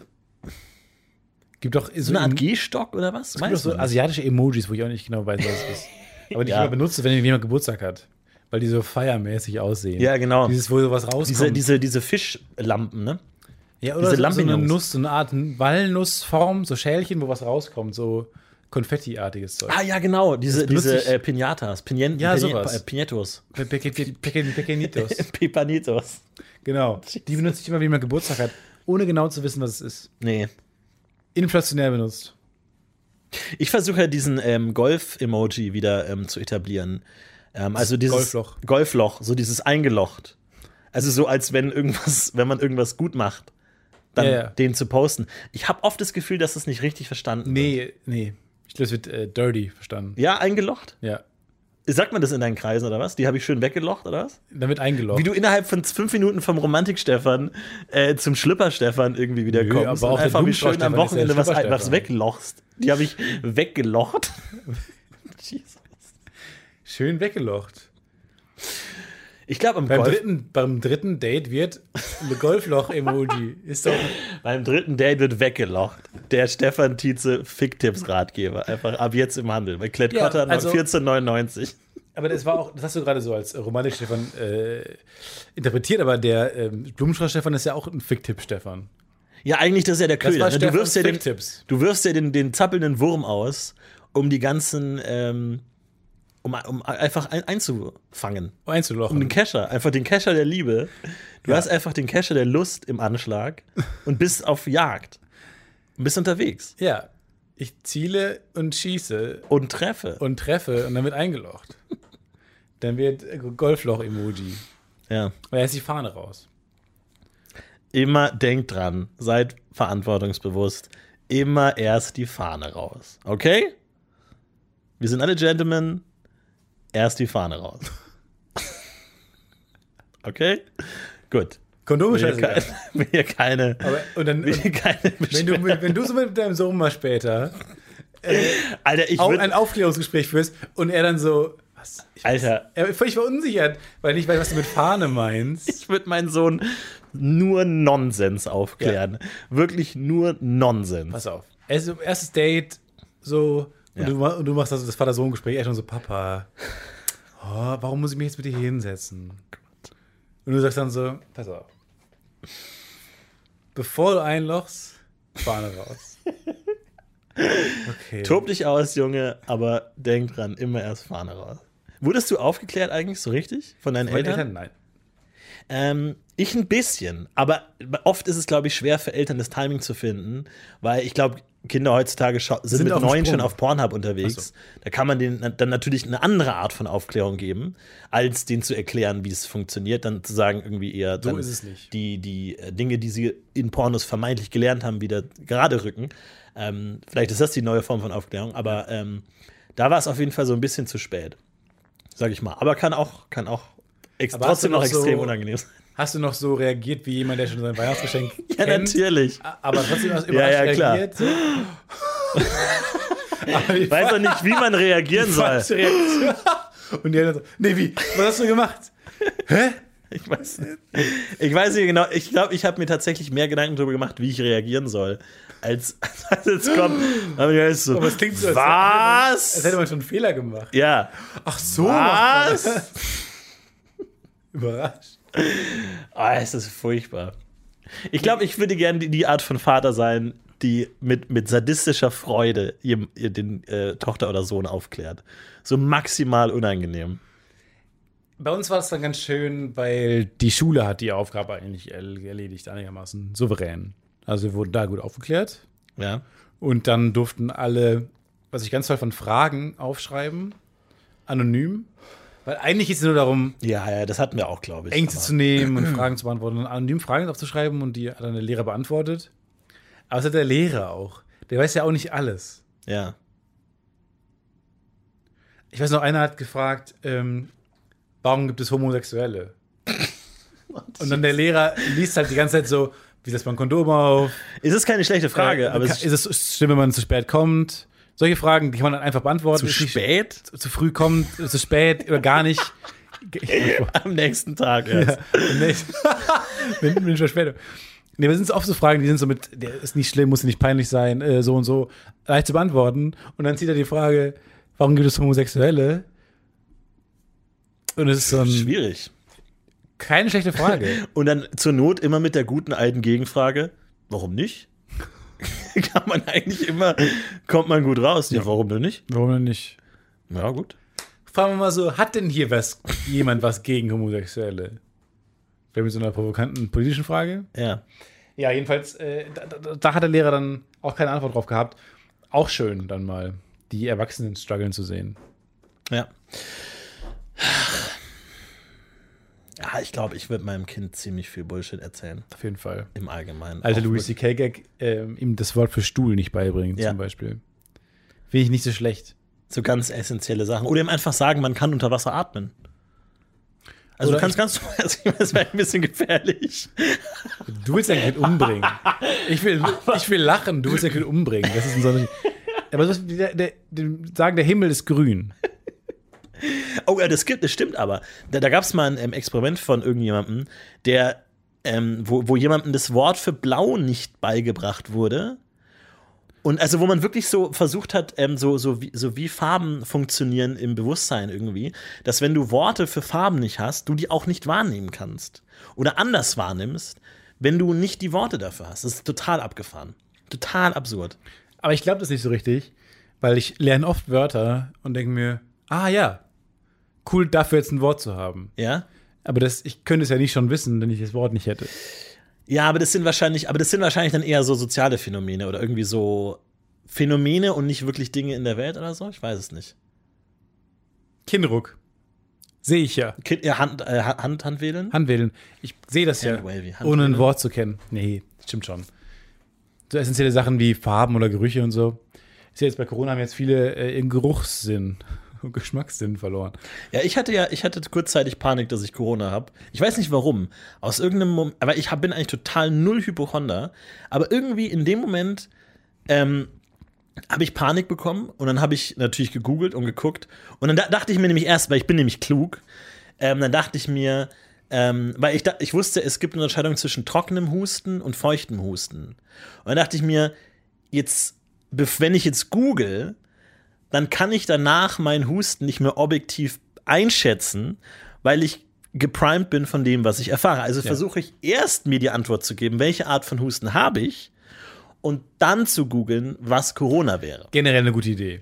[SPEAKER 2] Gibt doch so,
[SPEAKER 3] Eine Art
[SPEAKER 2] im-
[SPEAKER 3] Gehstock oder was?
[SPEAKER 2] Mhm. gibt doch
[SPEAKER 3] Weiß
[SPEAKER 2] so also
[SPEAKER 3] man nicht.
[SPEAKER 2] asiatische Emojis, wo ich auch nicht genau weiß, was es ist. Aber die
[SPEAKER 3] Ja.
[SPEAKER 2] ich immer benutze, wenn jemand Geburtstag hat. Weil die so feiermäßig aussehen.
[SPEAKER 3] Ja, genau.
[SPEAKER 2] Dieses, wo sowas rauskommt.
[SPEAKER 3] diese, diese, diese Fischlampen, ne?
[SPEAKER 2] ja,
[SPEAKER 3] diese
[SPEAKER 2] oder so, so eine
[SPEAKER 3] Lampignons.
[SPEAKER 2] Nuss, so eine Art Walnussform, so Schälchen, wo was rauskommt. So Konfettiartiges Zeug.
[SPEAKER 3] Ah ja, genau, diese,
[SPEAKER 2] benutze
[SPEAKER 3] diese
[SPEAKER 2] ich-
[SPEAKER 3] äh, Pinatas, Pinien,
[SPEAKER 2] Ja,
[SPEAKER 3] Pinien-
[SPEAKER 2] sowas.
[SPEAKER 3] äh, Pinetos.
[SPEAKER 2] Pe- pe- pe- pe- Pequeñitos.
[SPEAKER 3] Pepanitos.
[SPEAKER 2] genau. Die benutze ich immer, wenn jemand Geburtstag hat. Ohne genau zu wissen, was es ist.
[SPEAKER 3] Nee.
[SPEAKER 2] Inflationär benutzt.
[SPEAKER 3] Ich versuche ja diesen ähm, Golf-Emoji wieder ähm, zu etablieren. Ähm, also dieses
[SPEAKER 2] Golfloch.
[SPEAKER 3] Golfloch, so dieses eingelocht. Also so als wenn irgendwas, wenn man irgendwas gut macht, dann
[SPEAKER 2] Ja, ja.
[SPEAKER 3] den zu posten. Ich habe oft das Gefühl, dass das nicht richtig verstanden wird.
[SPEAKER 2] Nee, nee. Ich glaube, es wird äh, dirty verstanden.
[SPEAKER 3] Ja, eingelocht?
[SPEAKER 2] Ja.
[SPEAKER 3] Sagt man das in deinen Kreisen oder was? Die habe ich schön weggelocht oder was?
[SPEAKER 2] Dann wird eingeloggt.
[SPEAKER 3] Wie du innerhalb von fünf Minuten vom Romantik-Stefan äh, zum Schlipper-Stefan irgendwie wieder
[SPEAKER 2] Nö,
[SPEAKER 3] kommst.
[SPEAKER 2] aber auch
[SPEAKER 3] und
[SPEAKER 2] der
[SPEAKER 3] einfach wie schön am
[SPEAKER 2] Blumenstrauß-Stefan ist ja ein
[SPEAKER 3] Wochenende was, was
[SPEAKER 2] Schlipper-Stefan.
[SPEAKER 3] weglochst. Die habe ich weggelocht. Jesus.
[SPEAKER 2] Schön weggelocht.
[SPEAKER 3] Ich glaube, am
[SPEAKER 2] Beim
[SPEAKER 3] Golf-
[SPEAKER 2] dritten, beim dritten Date wird ein Golfloch-Emoji. Ist doch.
[SPEAKER 3] Beim dritten Date wird weggelocht. Der Stefan Tietze Ficktipps-Ratgeber. Einfach ab jetzt im Handel. Bei Klett
[SPEAKER 2] Ja,
[SPEAKER 3] Cotta
[SPEAKER 2] also-
[SPEAKER 3] 1499.
[SPEAKER 2] Aber das war auch, das hast du gerade so als romantisch Stefan äh, interpretiert, aber der ähm, Blumenstrauß-Stefan ist ja auch ein Ficktipp-Stefan.
[SPEAKER 3] Ja, eigentlich, das ist ja der
[SPEAKER 2] Das
[SPEAKER 3] Köder.
[SPEAKER 2] war
[SPEAKER 3] ne? Du
[SPEAKER 2] Stefans
[SPEAKER 3] wirfst ja, den,
[SPEAKER 2] Ficktipps.
[SPEAKER 3] du wirfst ja den, den zappelnden Wurm aus, um die ganzen, ähm, um, um einfach ein, einzufangen.
[SPEAKER 2] Um einzulochen.
[SPEAKER 3] Um den Kescher, einfach den Kescher der Liebe. Du hast einfach den Kescher der Lust im Anschlag und bist auf Jagd. Und bist unterwegs
[SPEAKER 2] ja. Ich ziele und schieße
[SPEAKER 3] und treffe.
[SPEAKER 2] und treffe und dann wird eingelocht. Dann wird äh, Golfloch-Emoji.
[SPEAKER 3] ja.
[SPEAKER 2] Und da ist die Fahne raus.
[SPEAKER 3] Immer denkt dran, seid verantwortungsbewusst. Immer erst die Fahne raus. Okay? Wir sind alle Gentlemen. Erst die Fahne raus. okay? Gut.
[SPEAKER 2] Kondome
[SPEAKER 3] Will hier
[SPEAKER 2] scheißegal.
[SPEAKER 3] ke- will hier keine.
[SPEAKER 2] Aber, und dann,
[SPEAKER 3] Will hier
[SPEAKER 2] und,
[SPEAKER 3] keine
[SPEAKER 2] wenn, du,
[SPEAKER 3] Beschwer-
[SPEAKER 2] mit- wenn du so mit deinem Sohn mal später
[SPEAKER 3] Alter, ich
[SPEAKER 2] au-
[SPEAKER 3] würd,
[SPEAKER 2] ein Aufklärungsgespräch führst und er dann so, was? Ich
[SPEAKER 3] Alter.
[SPEAKER 2] Er völlig verunsichert, weil er nicht weiß, was du mit Fahne meinst.
[SPEAKER 3] ich würde meinen Sohn nur Nonsens aufklären. Wirklich nur Nonsens.
[SPEAKER 2] Pass auf. Also, erstes Date, so, und,
[SPEAKER 3] Ja.
[SPEAKER 2] du, ma- und du machst das, das Vater-Sohn-Gespräch, er schon so, Papa, oh, warum muss ich mich jetzt mit dir hier hinsetzen? Und du sagst dann so, pass auf. Bevor du einlochst, Fahne raus. Okay.
[SPEAKER 3] Tob dich aus, Junge, aber denk dran, immer erst Fahne raus. Wurdest du aufgeklärt eigentlich so richtig von deinen
[SPEAKER 2] Meine
[SPEAKER 3] Eltern?
[SPEAKER 2] Eltern, nein.
[SPEAKER 3] Ähm, ich ein bisschen, aber oft ist es, glaube ich, schwer für Eltern, das Timing zu finden, weil ich glaube, Kinder heutzutage scha- sind,
[SPEAKER 2] Sind auf
[SPEAKER 3] mit
[SPEAKER 2] dem
[SPEAKER 3] neun
[SPEAKER 2] Sprung.
[SPEAKER 3] schon auf Pornhub unterwegs. Da kann man denen na- dann natürlich eine andere Art von Aufklärung geben, als denen zu erklären, wie es funktioniert, dann zu sagen, irgendwie eher dann
[SPEAKER 2] ist es nicht.
[SPEAKER 3] Die, die äh, Dinge, die sie in Pornos vermeintlich gelernt haben, wieder gerade rücken. Ähm, vielleicht ist das die neue Form von Aufklärung, aber ähm, da war es auf jeden Fall so ein bisschen zu spät, sag ich mal. Aber kann auch, kann auch ex
[SPEAKER 2] Aber hast
[SPEAKER 3] trotzdem
[SPEAKER 2] du
[SPEAKER 3] noch
[SPEAKER 2] noch so-
[SPEAKER 3] extrem unangenehm sein.
[SPEAKER 2] Hast du noch so reagiert wie jemand, der schon sein Weihnachtsgeschenk
[SPEAKER 3] Ja,
[SPEAKER 2] kennt?
[SPEAKER 3] natürlich.
[SPEAKER 2] Aber trotzdem hast du
[SPEAKER 3] Ja,
[SPEAKER 2] überrascht
[SPEAKER 3] ja, klar.
[SPEAKER 2] reagiert. So. Aber die
[SPEAKER 3] Weiß doch nicht, wie man reagieren soll.
[SPEAKER 2] falsche Reaktion. Und die hat so, nee, wie? Was hast du gemacht?
[SPEAKER 3] Ich weiß nicht. Ich weiß nicht genau. Ich glaube, ich habe mir tatsächlich mehr Gedanken darüber gemacht, wie ich reagieren soll, als, als jetzt kommt. Aber ich weiß so,
[SPEAKER 2] Aber es Oh, klingt so, als- Als hätte
[SPEAKER 3] was?
[SPEAKER 2] man schon einen Fehler gemacht.
[SPEAKER 3] Ja.
[SPEAKER 2] Ach so. macht man das.
[SPEAKER 3] Was?
[SPEAKER 2] Überrascht.
[SPEAKER 3] Oh, es ist furchtbar. Ich glaube, ich würde gerne die, die Art von Vater sein, die mit, mit sadistischer Freude ihr, ihr den äh, Tochter oder Sohn aufklärt. So maximal unangenehm.
[SPEAKER 2] Bei uns war es dann ganz schön, weil die Schule hat die Aufgabe eigentlich erl- erledigt, einigermaßen souverän. Also wir wurden da gut aufgeklärt.
[SPEAKER 3] Ja.
[SPEAKER 2] Und dann durften alle, was ich ganz toll von Fragen aufschreiben, anonym. Weil eigentlich geht es nur darum,
[SPEAKER 3] Ja, ja, das hatten wir auch, glaube ich.
[SPEAKER 2] Ängste
[SPEAKER 3] Aber-
[SPEAKER 2] zu nehmen und Fragen zu beantworten und anonym Fragen aufzuschreiben und die hat dann der Lehrer beantwortet. Aber es hat der Lehrer auch. Der weiß ja auch nicht alles.
[SPEAKER 3] Ja.
[SPEAKER 2] Ich weiß noch, einer hat gefragt, ähm, warum gibt es Homosexuelle? Und dann der Lehrer liest halt die ganze Zeit so, wie setzt man Kondom auf?
[SPEAKER 3] Es ist keine schlechte Frage,
[SPEAKER 2] Äh,
[SPEAKER 3] aber es
[SPEAKER 2] ist es schlimm, wenn man zu spät kommt? Solche Fragen, die kann man dann einfach beantworten.
[SPEAKER 3] Zu
[SPEAKER 2] Ist nicht-
[SPEAKER 3] spät?
[SPEAKER 2] Zu, zu früh kommt, zu spät oder gar nicht. Ich,
[SPEAKER 3] am nächsten Tag erst.
[SPEAKER 2] Nee. mit, mit Verspätung. Nee, wir sind so oft so Fragen, die sind so mit, der ist nicht schlimm, muss nicht peinlich sein, äh, so und so, leicht zu beantworten. Und dann zieht er die Frage, warum gibt es Homosexuelle? Und es ist so ein,
[SPEAKER 3] Schwierig.
[SPEAKER 2] keine schlechte Frage.
[SPEAKER 3] Und dann zur Not immer mit der guten alten Gegenfrage, warum nicht? Kann man eigentlich immer, kommt man gut raus. Ja, warum denn nicht?
[SPEAKER 2] Warum denn nicht?
[SPEAKER 3] Ja, gut.
[SPEAKER 2] Fragen wir mal so, hat denn hier was, jemand was gegen Homosexuelle? Vielleicht mit so einer provokanten politischen Frage?
[SPEAKER 3] Ja.
[SPEAKER 2] Ja, jedenfalls, äh, da, da, da hat der Lehrer dann auch keine Antwort drauf gehabt. Auch schön dann mal, die Erwachsenen strugglen zu sehen.
[SPEAKER 3] Ja. Ja, ich glaube, ich würde meinem Kind ziemlich viel Bullshit erzählen.
[SPEAKER 2] Auf jeden Fall.
[SPEAKER 3] Im Allgemeinen.
[SPEAKER 2] Alter
[SPEAKER 3] Auch
[SPEAKER 2] Louis C.K. Gag ähm, ihm das Wort für Stuhl nicht beibringen,
[SPEAKER 3] Ja.
[SPEAKER 2] zum Beispiel. Finde ich nicht so schlecht.
[SPEAKER 3] So ganz essentielle Sachen. Oder ihm einfach sagen, man kann unter Wasser atmen. Also
[SPEAKER 2] Oder
[SPEAKER 3] du kannst ganz normal, das wäre ein bisschen gefährlich.
[SPEAKER 2] Du willst dein Kind umbringen. Ich will, ich will lachen, du willst dein Kind umbringen. Das ist ein sonderlich. Aber sowas wie der, der, dem sagen, der Himmel ist grün.
[SPEAKER 3] Oh ja, das, gibt, das stimmt aber. Da, da gab es mal ein ähm, Experiment von irgendjemandem, der, ähm, wo, wo jemandem das Wort für blau nicht beigebracht wurde. Und also, wo man wirklich so versucht hat, ähm, so, so, wie, so wie Farben funktionieren im Bewusstsein irgendwie, dass wenn du Worte für Farben nicht hast, du die auch nicht wahrnehmen kannst. Oder anders wahrnimmst, wenn du nicht die Worte dafür hast. Das ist total abgefahren. Total absurd.
[SPEAKER 2] Aber ich glaube das nicht so richtig, weil ich lerne oft Wörter und denke mir, ah ja, cool, dafür jetzt ein Wort zu haben.
[SPEAKER 3] Ja?
[SPEAKER 2] Aber das, ich könnte es ja nicht schon wissen, wenn ich das Wort nicht hätte.
[SPEAKER 3] Ja, aber das sind wahrscheinlich, aber das sind wahrscheinlich dann eher so soziale Phänomene oder irgendwie so Phänomene und nicht wirklich Dinge in der Welt oder so. Ich weiß es nicht.
[SPEAKER 2] Kinnruck. Sehe ich ja.
[SPEAKER 3] Kind, ja, Hand, äh, Ha- Hand, Handwedeln?
[SPEAKER 2] Handwedeln. Ich sehe das ja,
[SPEAKER 3] Handwavy, Handwavy.
[SPEAKER 2] ohne ein Wort zu kennen. Nee, stimmt schon. So essentielle Sachen wie Farben oder Gerüche und so. Ist ja jetzt bei Corona haben jetzt viele äh, ihren Geruchssinn und Geschmackssinn verloren.
[SPEAKER 3] Ja, ich hatte ja, ich hatte kurzzeitig Panik, dass ich Corona habe. Ich weiß nicht warum. Aus irgendeinem Moment, aber ich hab, bin eigentlich total null Hypochonder. Aber irgendwie in dem Moment ähm, habe ich Panik bekommen und dann habe ich natürlich gegoogelt und geguckt. Und dann da, dachte ich mir nämlich erst, weil ich bin nämlich klug, ähm, dann dachte ich mir, ähm, weil ich, da, ich wusste, es gibt eine Unterscheidung zwischen trockenem Husten und feuchtem Husten. Und dann dachte ich mir, jetzt, bef- wenn ich jetzt google, dann kann ich danach meinen Husten nicht mehr objektiv einschätzen, weil ich geprimed bin von dem, was ich erfahre. Also versuche ich erst mir die Antwort zu geben, welche Art von Husten habe ich, und dann zu googeln, was Corona wäre.
[SPEAKER 2] Generell eine gute Idee.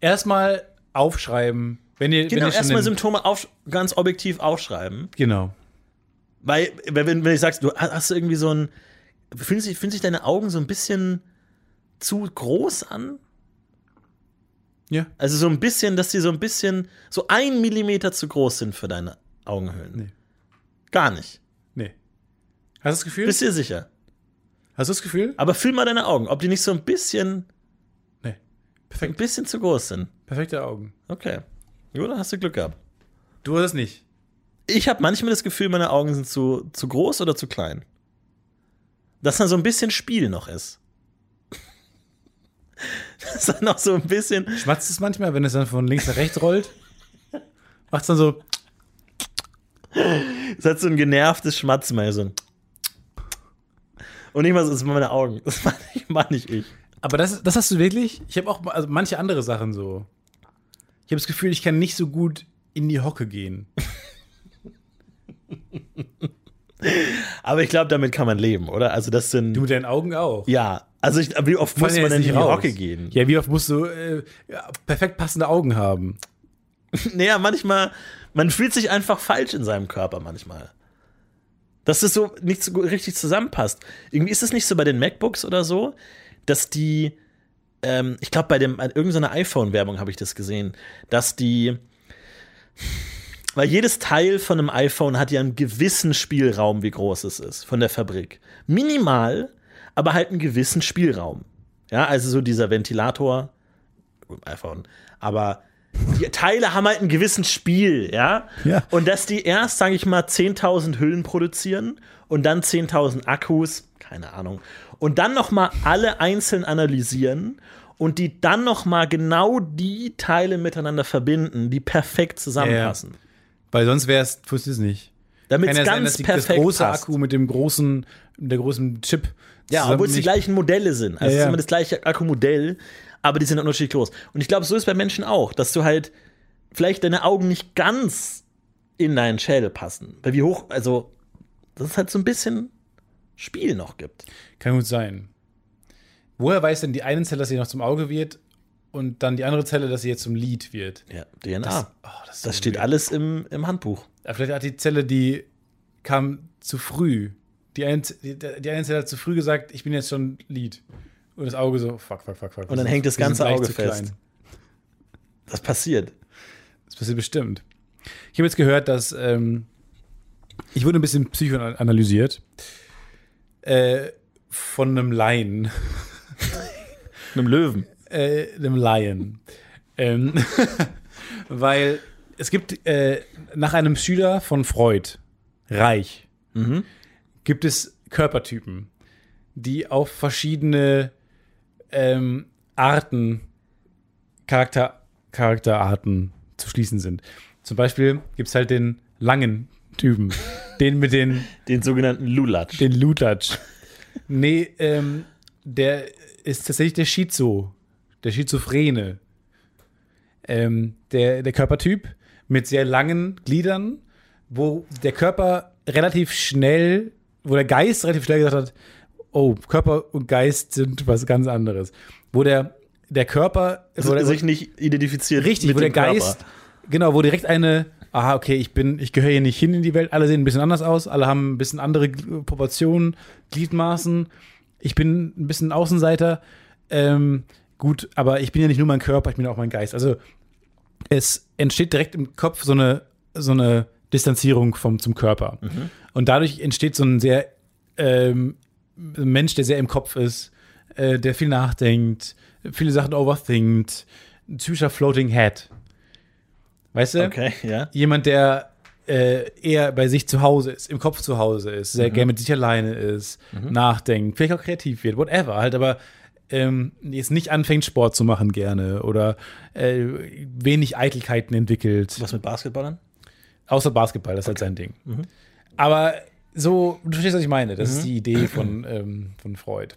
[SPEAKER 2] Erstmal aufschreiben, wenn ihr.
[SPEAKER 3] Genau,
[SPEAKER 2] wenn ihr schon
[SPEAKER 3] erstmal
[SPEAKER 2] den-
[SPEAKER 3] Symptome auf, ganz objektiv aufschreiben.
[SPEAKER 2] Genau.
[SPEAKER 3] Weil, wenn, wenn du sagst, du hast, hast du irgendwie so ein. Fühlen sich, fühlen sich deine Augen so ein bisschen zu groß an?
[SPEAKER 2] Ja.
[SPEAKER 3] Also so ein bisschen, dass die so ein bisschen, so ein Millimeter zu groß sind für deine Augenhöhlen.
[SPEAKER 2] Nee.
[SPEAKER 3] Gar nicht.
[SPEAKER 2] Nee. Hast du das Gefühl?
[SPEAKER 3] Bist dir sicher.
[SPEAKER 2] Hast du das Gefühl?
[SPEAKER 3] Aber fühl mal deine Augen, ob die nicht so ein bisschen,
[SPEAKER 2] Nee.
[SPEAKER 3] ein
[SPEAKER 2] Perfekt,
[SPEAKER 3] bisschen zu groß sind.
[SPEAKER 2] perfekte Augen.
[SPEAKER 3] Okay. Ja, dann hast du Glück gehabt.
[SPEAKER 2] Du hast es nicht.
[SPEAKER 3] Ich habe manchmal das Gefühl, meine Augen sind zu, zu groß oder zu klein. Dass da so ein bisschen Spiel noch ist. Dass da noch so ein bisschen.
[SPEAKER 2] Schmatzt es manchmal, wenn es dann von links nach rechts rollt? Macht es dann so.
[SPEAKER 3] Es hat so ein genervtes Schmatzen, mal so ein. Und nicht mal so, das sind meine Augen. Das meine ich, meine nicht ich.
[SPEAKER 2] Aber das, das hast du wirklich? Ich habe auch ma- also manche andere Sachen so. Ich habe das Gefühl, ich kann nicht so gut in die Hocke gehen.
[SPEAKER 3] Mhm. Aber ich glaube, damit kann man leben, oder? Also, das sind.
[SPEAKER 2] Du mit deinen Augen auch.
[SPEAKER 3] ja. Also, ich, wie oft muss
[SPEAKER 2] Fallen
[SPEAKER 3] man
[SPEAKER 2] jetzt
[SPEAKER 3] denn in die
[SPEAKER 2] raus.
[SPEAKER 3] Hocke gehen?
[SPEAKER 2] Ja, wie oft musst du äh, ja, perfekt passende Augen haben?
[SPEAKER 3] Naja, manchmal, man fühlt sich einfach falsch in seinem Körper manchmal. Dass das so nicht so gut- richtig zusammenpasst. Irgendwie ist es nicht so bei den MacBooks oder so, dass die, ähm, ich glaube, bei dem, bei irgendeiner iPhone-Werbung habe ich das gesehen, dass die, weil jedes Teil von einem iPhone hat ja einen gewissen Spielraum, wie groß es ist, von der Fabrik. Minimal, aber halt einen gewissen Spielraum. Ja, also so dieser Ventilator, gut, iPhone, aber die Teile haben halt einen gewissen Spiel, ja?
[SPEAKER 2] Ja.
[SPEAKER 3] Und dass die erst, sage ich mal, 10.000 Hüllen produzieren und dann 10.000 Akkus, keine Ahnung, und dann noch mal alle einzeln analysieren und die dann noch mal genau die Teile miteinander verbinden, die perfekt zusammenpassen.
[SPEAKER 2] Weil sonst wäre es, funktioniert es nicht.
[SPEAKER 3] Damit
[SPEAKER 2] Kann ja
[SPEAKER 3] es
[SPEAKER 2] sein,
[SPEAKER 3] ganz
[SPEAKER 2] dass die, das
[SPEAKER 3] perfekt
[SPEAKER 2] große
[SPEAKER 3] passt.
[SPEAKER 2] Akku mit dem großen, mit der großen Chip.
[SPEAKER 3] ja,
[SPEAKER 2] zusammen
[SPEAKER 3] obwohl es die
[SPEAKER 2] nicht-
[SPEAKER 3] gleichen Modelle sind. Also es
[SPEAKER 2] Ja, ja.
[SPEAKER 3] ist immer das gleiche Akkumodell, aber die sind halt unterschiedlich groß. Und ich glaube, so ist es bei Menschen auch, dass du halt vielleicht deine Augen nicht ganz in deinen Schädel passen. Weil wie hoch, also, dass es halt so ein bisschen Spiel noch gibt.
[SPEAKER 2] Kann gut sein. Woher weiß denn die eine Zelle, dass sie noch zum Auge wird und dann die andere Zelle, dass sie jetzt zum Lied wird?
[SPEAKER 3] Ja, DNA.
[SPEAKER 2] Das-
[SPEAKER 3] Ah, Das,
[SPEAKER 2] oh, das ist so
[SPEAKER 3] steht
[SPEAKER 2] weird.
[SPEAKER 3] alles im, im Handbuch.
[SPEAKER 2] Ja, Vielleicht hat die Zelle, die kam zu früh. Die eine, Z- die, die eine Zelle hat zu früh gesagt, ich bin jetzt schon Lied. Und das Auge so, fuck, fuck, fuck, fuck.
[SPEAKER 3] Und dann
[SPEAKER 2] wir
[SPEAKER 3] hängt das
[SPEAKER 2] wir
[SPEAKER 3] ganze
[SPEAKER 2] gleich
[SPEAKER 3] Auge
[SPEAKER 2] zu
[SPEAKER 3] fest. Das passiert.
[SPEAKER 2] Das passiert bestimmt. Ich habe jetzt gehört, dass ähm, ich wurde ein bisschen psychoanalysiert äh, von einem Laien.
[SPEAKER 3] Mit dem Löwen.
[SPEAKER 2] äh, einem Laien. ähm, weil es gibt äh, nach einem Schüler von Freud, Reich, gibt es Körpertypen, die auf verschiedene ähm, Arten, Charakter, Charakterarten zu schließen sind. Zum Beispiel gibt es halt den langen Typen, den mit den
[SPEAKER 3] Den sogenannten Lulatsch.
[SPEAKER 2] den Lulatsch. Nee, ähm, der ist tatsächlich der Schizo. Der Schizophrene. Ähm, der, der Körpertyp mit sehr langen Gliedern, wo der Körper relativ schnell, wo der Geist relativ schnell gesagt hat, oh, Körper und Geist sind was ganz anderes. Wo der, der Körper, wo der,
[SPEAKER 3] sich nicht identifizieren.
[SPEAKER 2] Richtig,
[SPEAKER 3] mit
[SPEAKER 2] wo der
[SPEAKER 3] dem Körper.
[SPEAKER 2] Geist, genau, wo direkt eine, aha, okay, ich bin, ich gehöre hier nicht hin in die Welt, alle sehen ein bisschen anders aus, alle haben ein bisschen andere Gl- Proportionen, Gliedmaßen, ich bin ein bisschen Außenseiter, ähm, gut, aber ich bin ja nicht nur mein Körper, ich bin auch mein Geist. Also es entsteht direkt im Kopf so eine, so eine Distanzierung vom, zum Körper. Und dadurch entsteht so ein sehr ähm, Mensch, der sehr im Kopf ist, äh, der viel nachdenkt, viele Sachen overthinkt, ein typischer Floating Head. Weißt du?
[SPEAKER 3] Okay, ja.
[SPEAKER 2] Jemand, der äh, eher bei sich zu Hause ist, im Kopf zu Hause ist,
[SPEAKER 3] Mhm.
[SPEAKER 2] sehr gerne mit sich alleine ist, nachdenkt, vielleicht auch kreativ wird, whatever halt, aber ähm, jetzt nicht anfängt, Sport zu machen gerne oder äh, wenig Eitelkeiten entwickelt.
[SPEAKER 3] Was Mhm. mit Basketballern?
[SPEAKER 2] Außer Basketball, das ist halt sein Ding. Aber so, du verstehst, was ich meine. Das ist die Idee von, ähm, von Freud.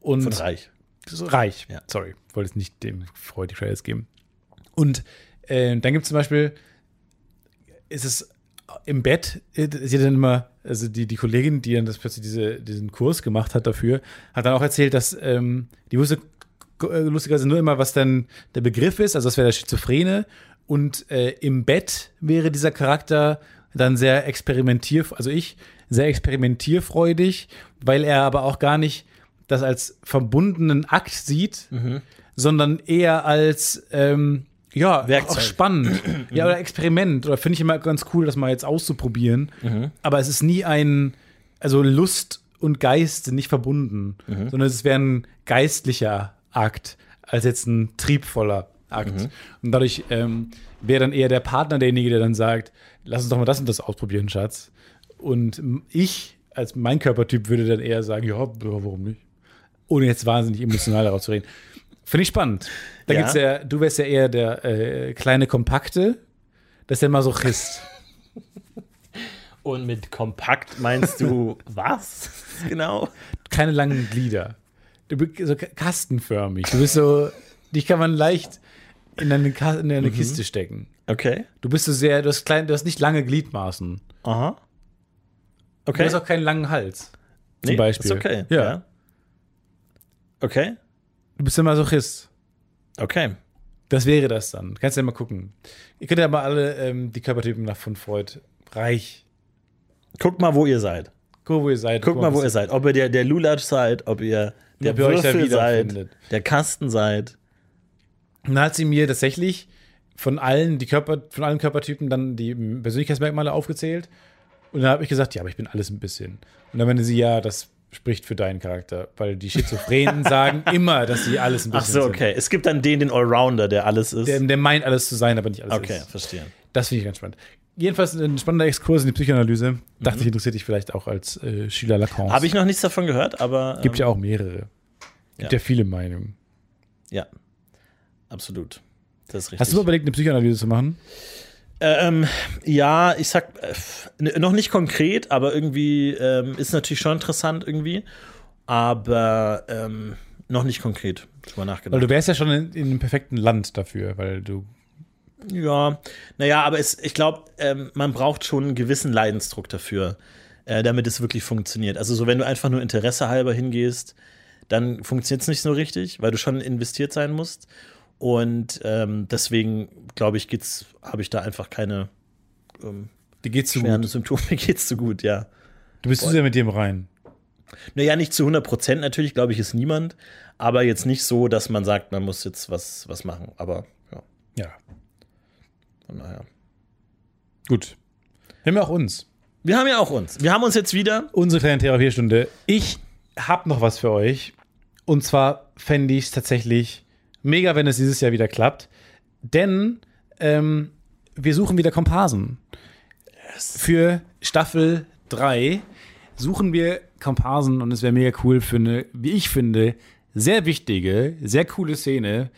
[SPEAKER 2] Und
[SPEAKER 3] Mhm. Von Reich.
[SPEAKER 2] so reich.
[SPEAKER 3] Ja.
[SPEAKER 2] Sorry, wollte es nicht dem Freud die Credits geben. Und äh, dann gibt es zum Beispiel, ist es im Bett, äh, sie hat dann immer, also die, die Kollegin, die dann das plötzlich diese, diesen Kurs gemacht hat dafür, hat dann auch erzählt, dass ähm, die wusste k- äh, lustigerweise nur immer, was dann der Begriff ist, also das wäre der Schizophrene. Und äh, im Bett wäre dieser Charakter dann sehr experimentier, also ich, sehr experimentierfreudig, weil er aber auch gar nicht das als verbundenen Akt sieht, sondern eher als ähm, ja,
[SPEAKER 3] Werkzeug.
[SPEAKER 2] auch spannend. ja, oder Experiment. Oder finde ich immer ganz cool, das mal jetzt auszuprobieren. Aber es ist nie ein, also Lust und Geist sind nicht verbunden, sondern es wäre ein geistlicher Akt, als jetzt ein triebvoller Akt. Und dadurch ähm, wäre dann eher der Partner derjenige, der dann sagt, lass uns doch mal das und das ausprobieren, Schatz. Und m- ich, als mein Körpertyp, würde dann eher sagen, ja, ja warum nicht? Ohne jetzt wahnsinnig emotional darauf zu reden. Finde ich spannend. Da
[SPEAKER 3] Ja.
[SPEAKER 2] gibt's ja, du wärst ja eher der äh, kleine Kompakte, das ist ja mal so Christ.
[SPEAKER 3] Und mit kompakt meinst du was? Genau.
[SPEAKER 2] keine langen Glieder. Du bist so ka- kastenförmig. Du bist so, dich kann man leicht in eine, Ka in
[SPEAKER 3] Mhm.
[SPEAKER 2] eine Kiste stecken.
[SPEAKER 3] Okay.
[SPEAKER 2] Du bist so sehr, du hast, klein, du hast nicht lange Gliedmaßen.
[SPEAKER 3] Aha.
[SPEAKER 2] Du
[SPEAKER 3] Okay.
[SPEAKER 2] hast auch keinen langen Hals. Zum
[SPEAKER 3] Nee,
[SPEAKER 2] Beispiel.
[SPEAKER 3] Ist okay.
[SPEAKER 2] Ja.
[SPEAKER 3] Okay.
[SPEAKER 2] Du bist immer so Christ.
[SPEAKER 3] Okay.
[SPEAKER 2] Das wäre das dann. Kannst ja mal gucken. Ihr könnt ja mal alle ähm, die Körpertypen nach von Freud reich.
[SPEAKER 3] Guckt mal, wo ihr seid.
[SPEAKER 2] Guck, wo ihr seid.
[SPEAKER 3] Guckt mal, wo ihr
[SPEAKER 2] was-
[SPEAKER 3] seid. Ob ihr der, der Lulatsch seid, ob ihr der
[SPEAKER 2] Ob ihr euch da
[SPEAKER 3] Würfel seid,
[SPEAKER 2] wiederfindet.
[SPEAKER 3] der Kasten seid.
[SPEAKER 2] Und dann hat sie mir tatsächlich von allen, die Körper, von allen Körpertypen dann die Persönlichkeitsmerkmale aufgezählt. Und dann habe ich gesagt, ja, aber ich bin alles ein bisschen. Und dann meinte sie, ja, das spricht für deinen Charakter, weil die Schizophrenen sagen immer, dass sie alles ein bisschen
[SPEAKER 3] Ach so,
[SPEAKER 2] sind.
[SPEAKER 3] okay. Es gibt dann den, den Allrounder, der alles ist.
[SPEAKER 2] Der, der meint alles zu sein, aber nicht alles
[SPEAKER 3] okay,
[SPEAKER 2] ist.
[SPEAKER 3] verstehe.
[SPEAKER 2] Das finde ich ganz spannend. Jedenfalls ein spannender Exkurs in die Psychoanalyse. Dachte ich, interessiert dich vielleicht auch als äh, Schüler Lacan.
[SPEAKER 3] Habe Mhm. ich noch nichts davon gehört, aber. ähm,
[SPEAKER 2] Gibt ja auch mehrere. Gibt ja,
[SPEAKER 3] Ja.
[SPEAKER 2] viele Meinungen.
[SPEAKER 3] Ja. ähm, Absolut. Das ist richtig.
[SPEAKER 2] Hast du mal überlegt, eine Psychoanalyse zu machen?
[SPEAKER 3] Ähm, ja, ich sag äh, f- n- noch nicht konkret, aber irgendwie ähm, ist natürlich schon interessant irgendwie, aber ähm, noch nicht konkret. Schon mal
[SPEAKER 2] Weil
[SPEAKER 3] nachgedacht.
[SPEAKER 2] du wärst ja schon in, in einem perfekten Land dafür, weil du
[SPEAKER 3] Ja, naja, aber es, ich glaube, ähm, man braucht schon einen gewissen Leidensdruck dafür, äh, damit es wirklich funktioniert. Also so, wenn du einfach nur Interesse halber hingehst, dann funktioniert es nicht so richtig, weil du schon investiert sein musst. Und ähm, deswegen, glaube ich, geht's, habe ich da einfach keine
[SPEAKER 2] Dir geht's zu
[SPEAKER 3] schweren
[SPEAKER 2] gut.
[SPEAKER 3] Symptome. Mir geht's so gut, ja.
[SPEAKER 2] Du bist zu sehr mit dem rein.
[SPEAKER 3] Naja, nicht zu 100 Prozent natürlich, glaube ich, ist niemand. Aber jetzt nicht so, dass man sagt, man muss jetzt was, was machen. Aber ja,
[SPEAKER 2] Ja.
[SPEAKER 3] von daher.
[SPEAKER 2] Gut. Wir haben ja auch uns.
[SPEAKER 3] Wir haben ja auch uns. Wir haben uns jetzt wieder.
[SPEAKER 2] Unsere kleine Therapiestunde. Ich hab noch was für euch. Und zwar fände ich es tatsächlich mega, wenn es dieses Jahr wieder klappt. Denn ähm, wir suchen wieder Komparsen. Für Staffel 3 suchen wir Komparsen und es wäre mega cool für eine, wie ich finde, sehr wichtige, sehr coole Szene.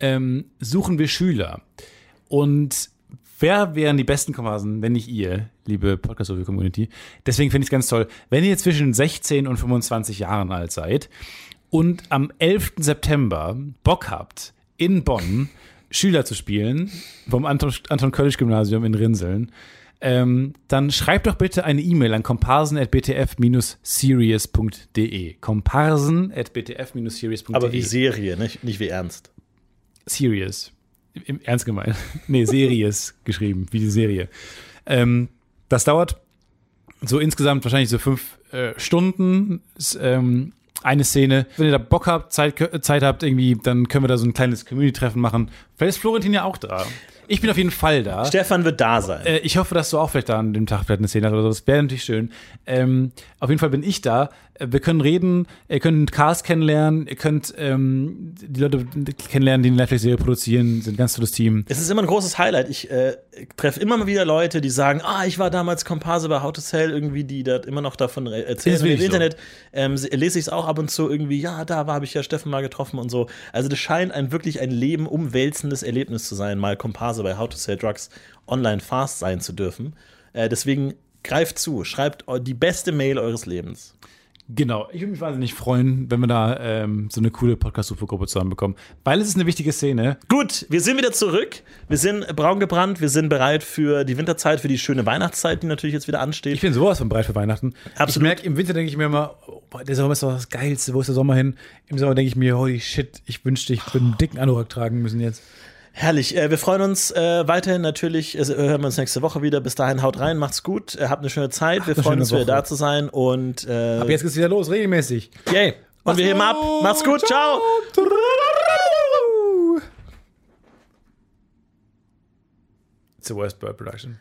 [SPEAKER 2] Ähm, suchen wir Schüler. Und wer wären die besten Komparsen, wenn nicht ihr, liebe podcast community Deswegen finde ich es ganz toll. Wenn ihr zwischen 16 und 25 Jahren alt seid und am 11. September Bock habt, in Bonn Schüler zu spielen, vom Anton, Anton Köllisch Gymnasium in Rinseln, ähm, dann schreibt doch bitte eine E-Mail an komparsen.btf-series.de. Komparsen.btf-series.de.
[SPEAKER 3] Aber wie Serie, nicht, nicht wie ernst.
[SPEAKER 2] Serious. Im Ernst gemeint. Nee, Series geschrieben, wie die Serie. Ähm, das dauert so insgesamt wahrscheinlich so fünf äh, Stunden. Ist, ähm, eine Szene. Wenn ihr da Bock äh, habt, Zeit, Zeit habt, irgendwie, dann können wir da so ein kleines Community-Treffen machen. Vielleicht ist Florentin ja auch da. Ich bin auf jeden Fall da.
[SPEAKER 3] Stefan wird da sein.
[SPEAKER 2] Äh, ich hoffe, dass du auch vielleicht da an dem Tag vielleicht eine Szene hast oder so. Das wäre natürlich schön. Ähm, auf jeden Fall bin ich da. Äh, Wir können reden, ihr könnt Cars kennenlernen, ihr könnt ähm, die Leute kennenlernen, die eine Netflix-Serie produzieren, sind ein ganz tolles Team.
[SPEAKER 3] Es ist immer ein großes Highlight. Ich äh, treffe immer mal wieder Leute, die sagen, ah, ich war damals Komparse bei How to Sell, irgendwie, die da immer noch davon re- erzählen.
[SPEAKER 2] Ist
[SPEAKER 3] Und Im
[SPEAKER 2] wirklich so.
[SPEAKER 3] Internet ähm, se- lese ich es auch ab und zu irgendwie, ja, da habe ich ja Steffen mal getroffen und so. Also das scheint ein wirklich ein Leben umwälzendes Erlebnis zu sein, mal Komparse bei How to Sell Drugs online fast sein zu dürfen. Äh, deswegen greift zu, schreibt eu- die beste Mail eures Lebens.
[SPEAKER 2] Genau, ich würde mich wahnsinnig freuen, wenn wir da ähm, so eine coole Podcast-Supergruppe zusammenbekommen. Weil es ist eine wichtige Szene.
[SPEAKER 3] Gut, wir sind wieder zurück. Wir sind braun gebrannt, wir sind bereit für die Winterzeit, für die schöne Weihnachtszeit, die natürlich jetzt wieder ansteht.
[SPEAKER 2] Ich bin sowas von bereit für Weihnachten.
[SPEAKER 3] Absolut.
[SPEAKER 2] Ich merke, im Winter denke ich mir immer, oh, boah, der Sommer ist doch das Geilste, wo ist der Sommer hin? Im Sommer denke ich mir, holy shit, ich wünschte, ich würde einen dicken Anorak tragen müssen jetzt.
[SPEAKER 3] Herrlich. Äh, wir freuen uns äh, weiterhin natürlich. Äh, hören wir uns nächste Woche wieder. Bis dahin, haut rein, macht's gut, äh, habt eine schöne Zeit. wir
[SPEAKER 2] eine
[SPEAKER 3] freuen
[SPEAKER 2] schöne
[SPEAKER 3] uns, wieder
[SPEAKER 2] Woche.
[SPEAKER 3] da zu sein. Und äh,
[SPEAKER 2] Aber jetzt geht's wieder los, regelmäßig.
[SPEAKER 3] yay. Und wir heben ab. Macht's gut, ciao.
[SPEAKER 2] It's a Westbird production.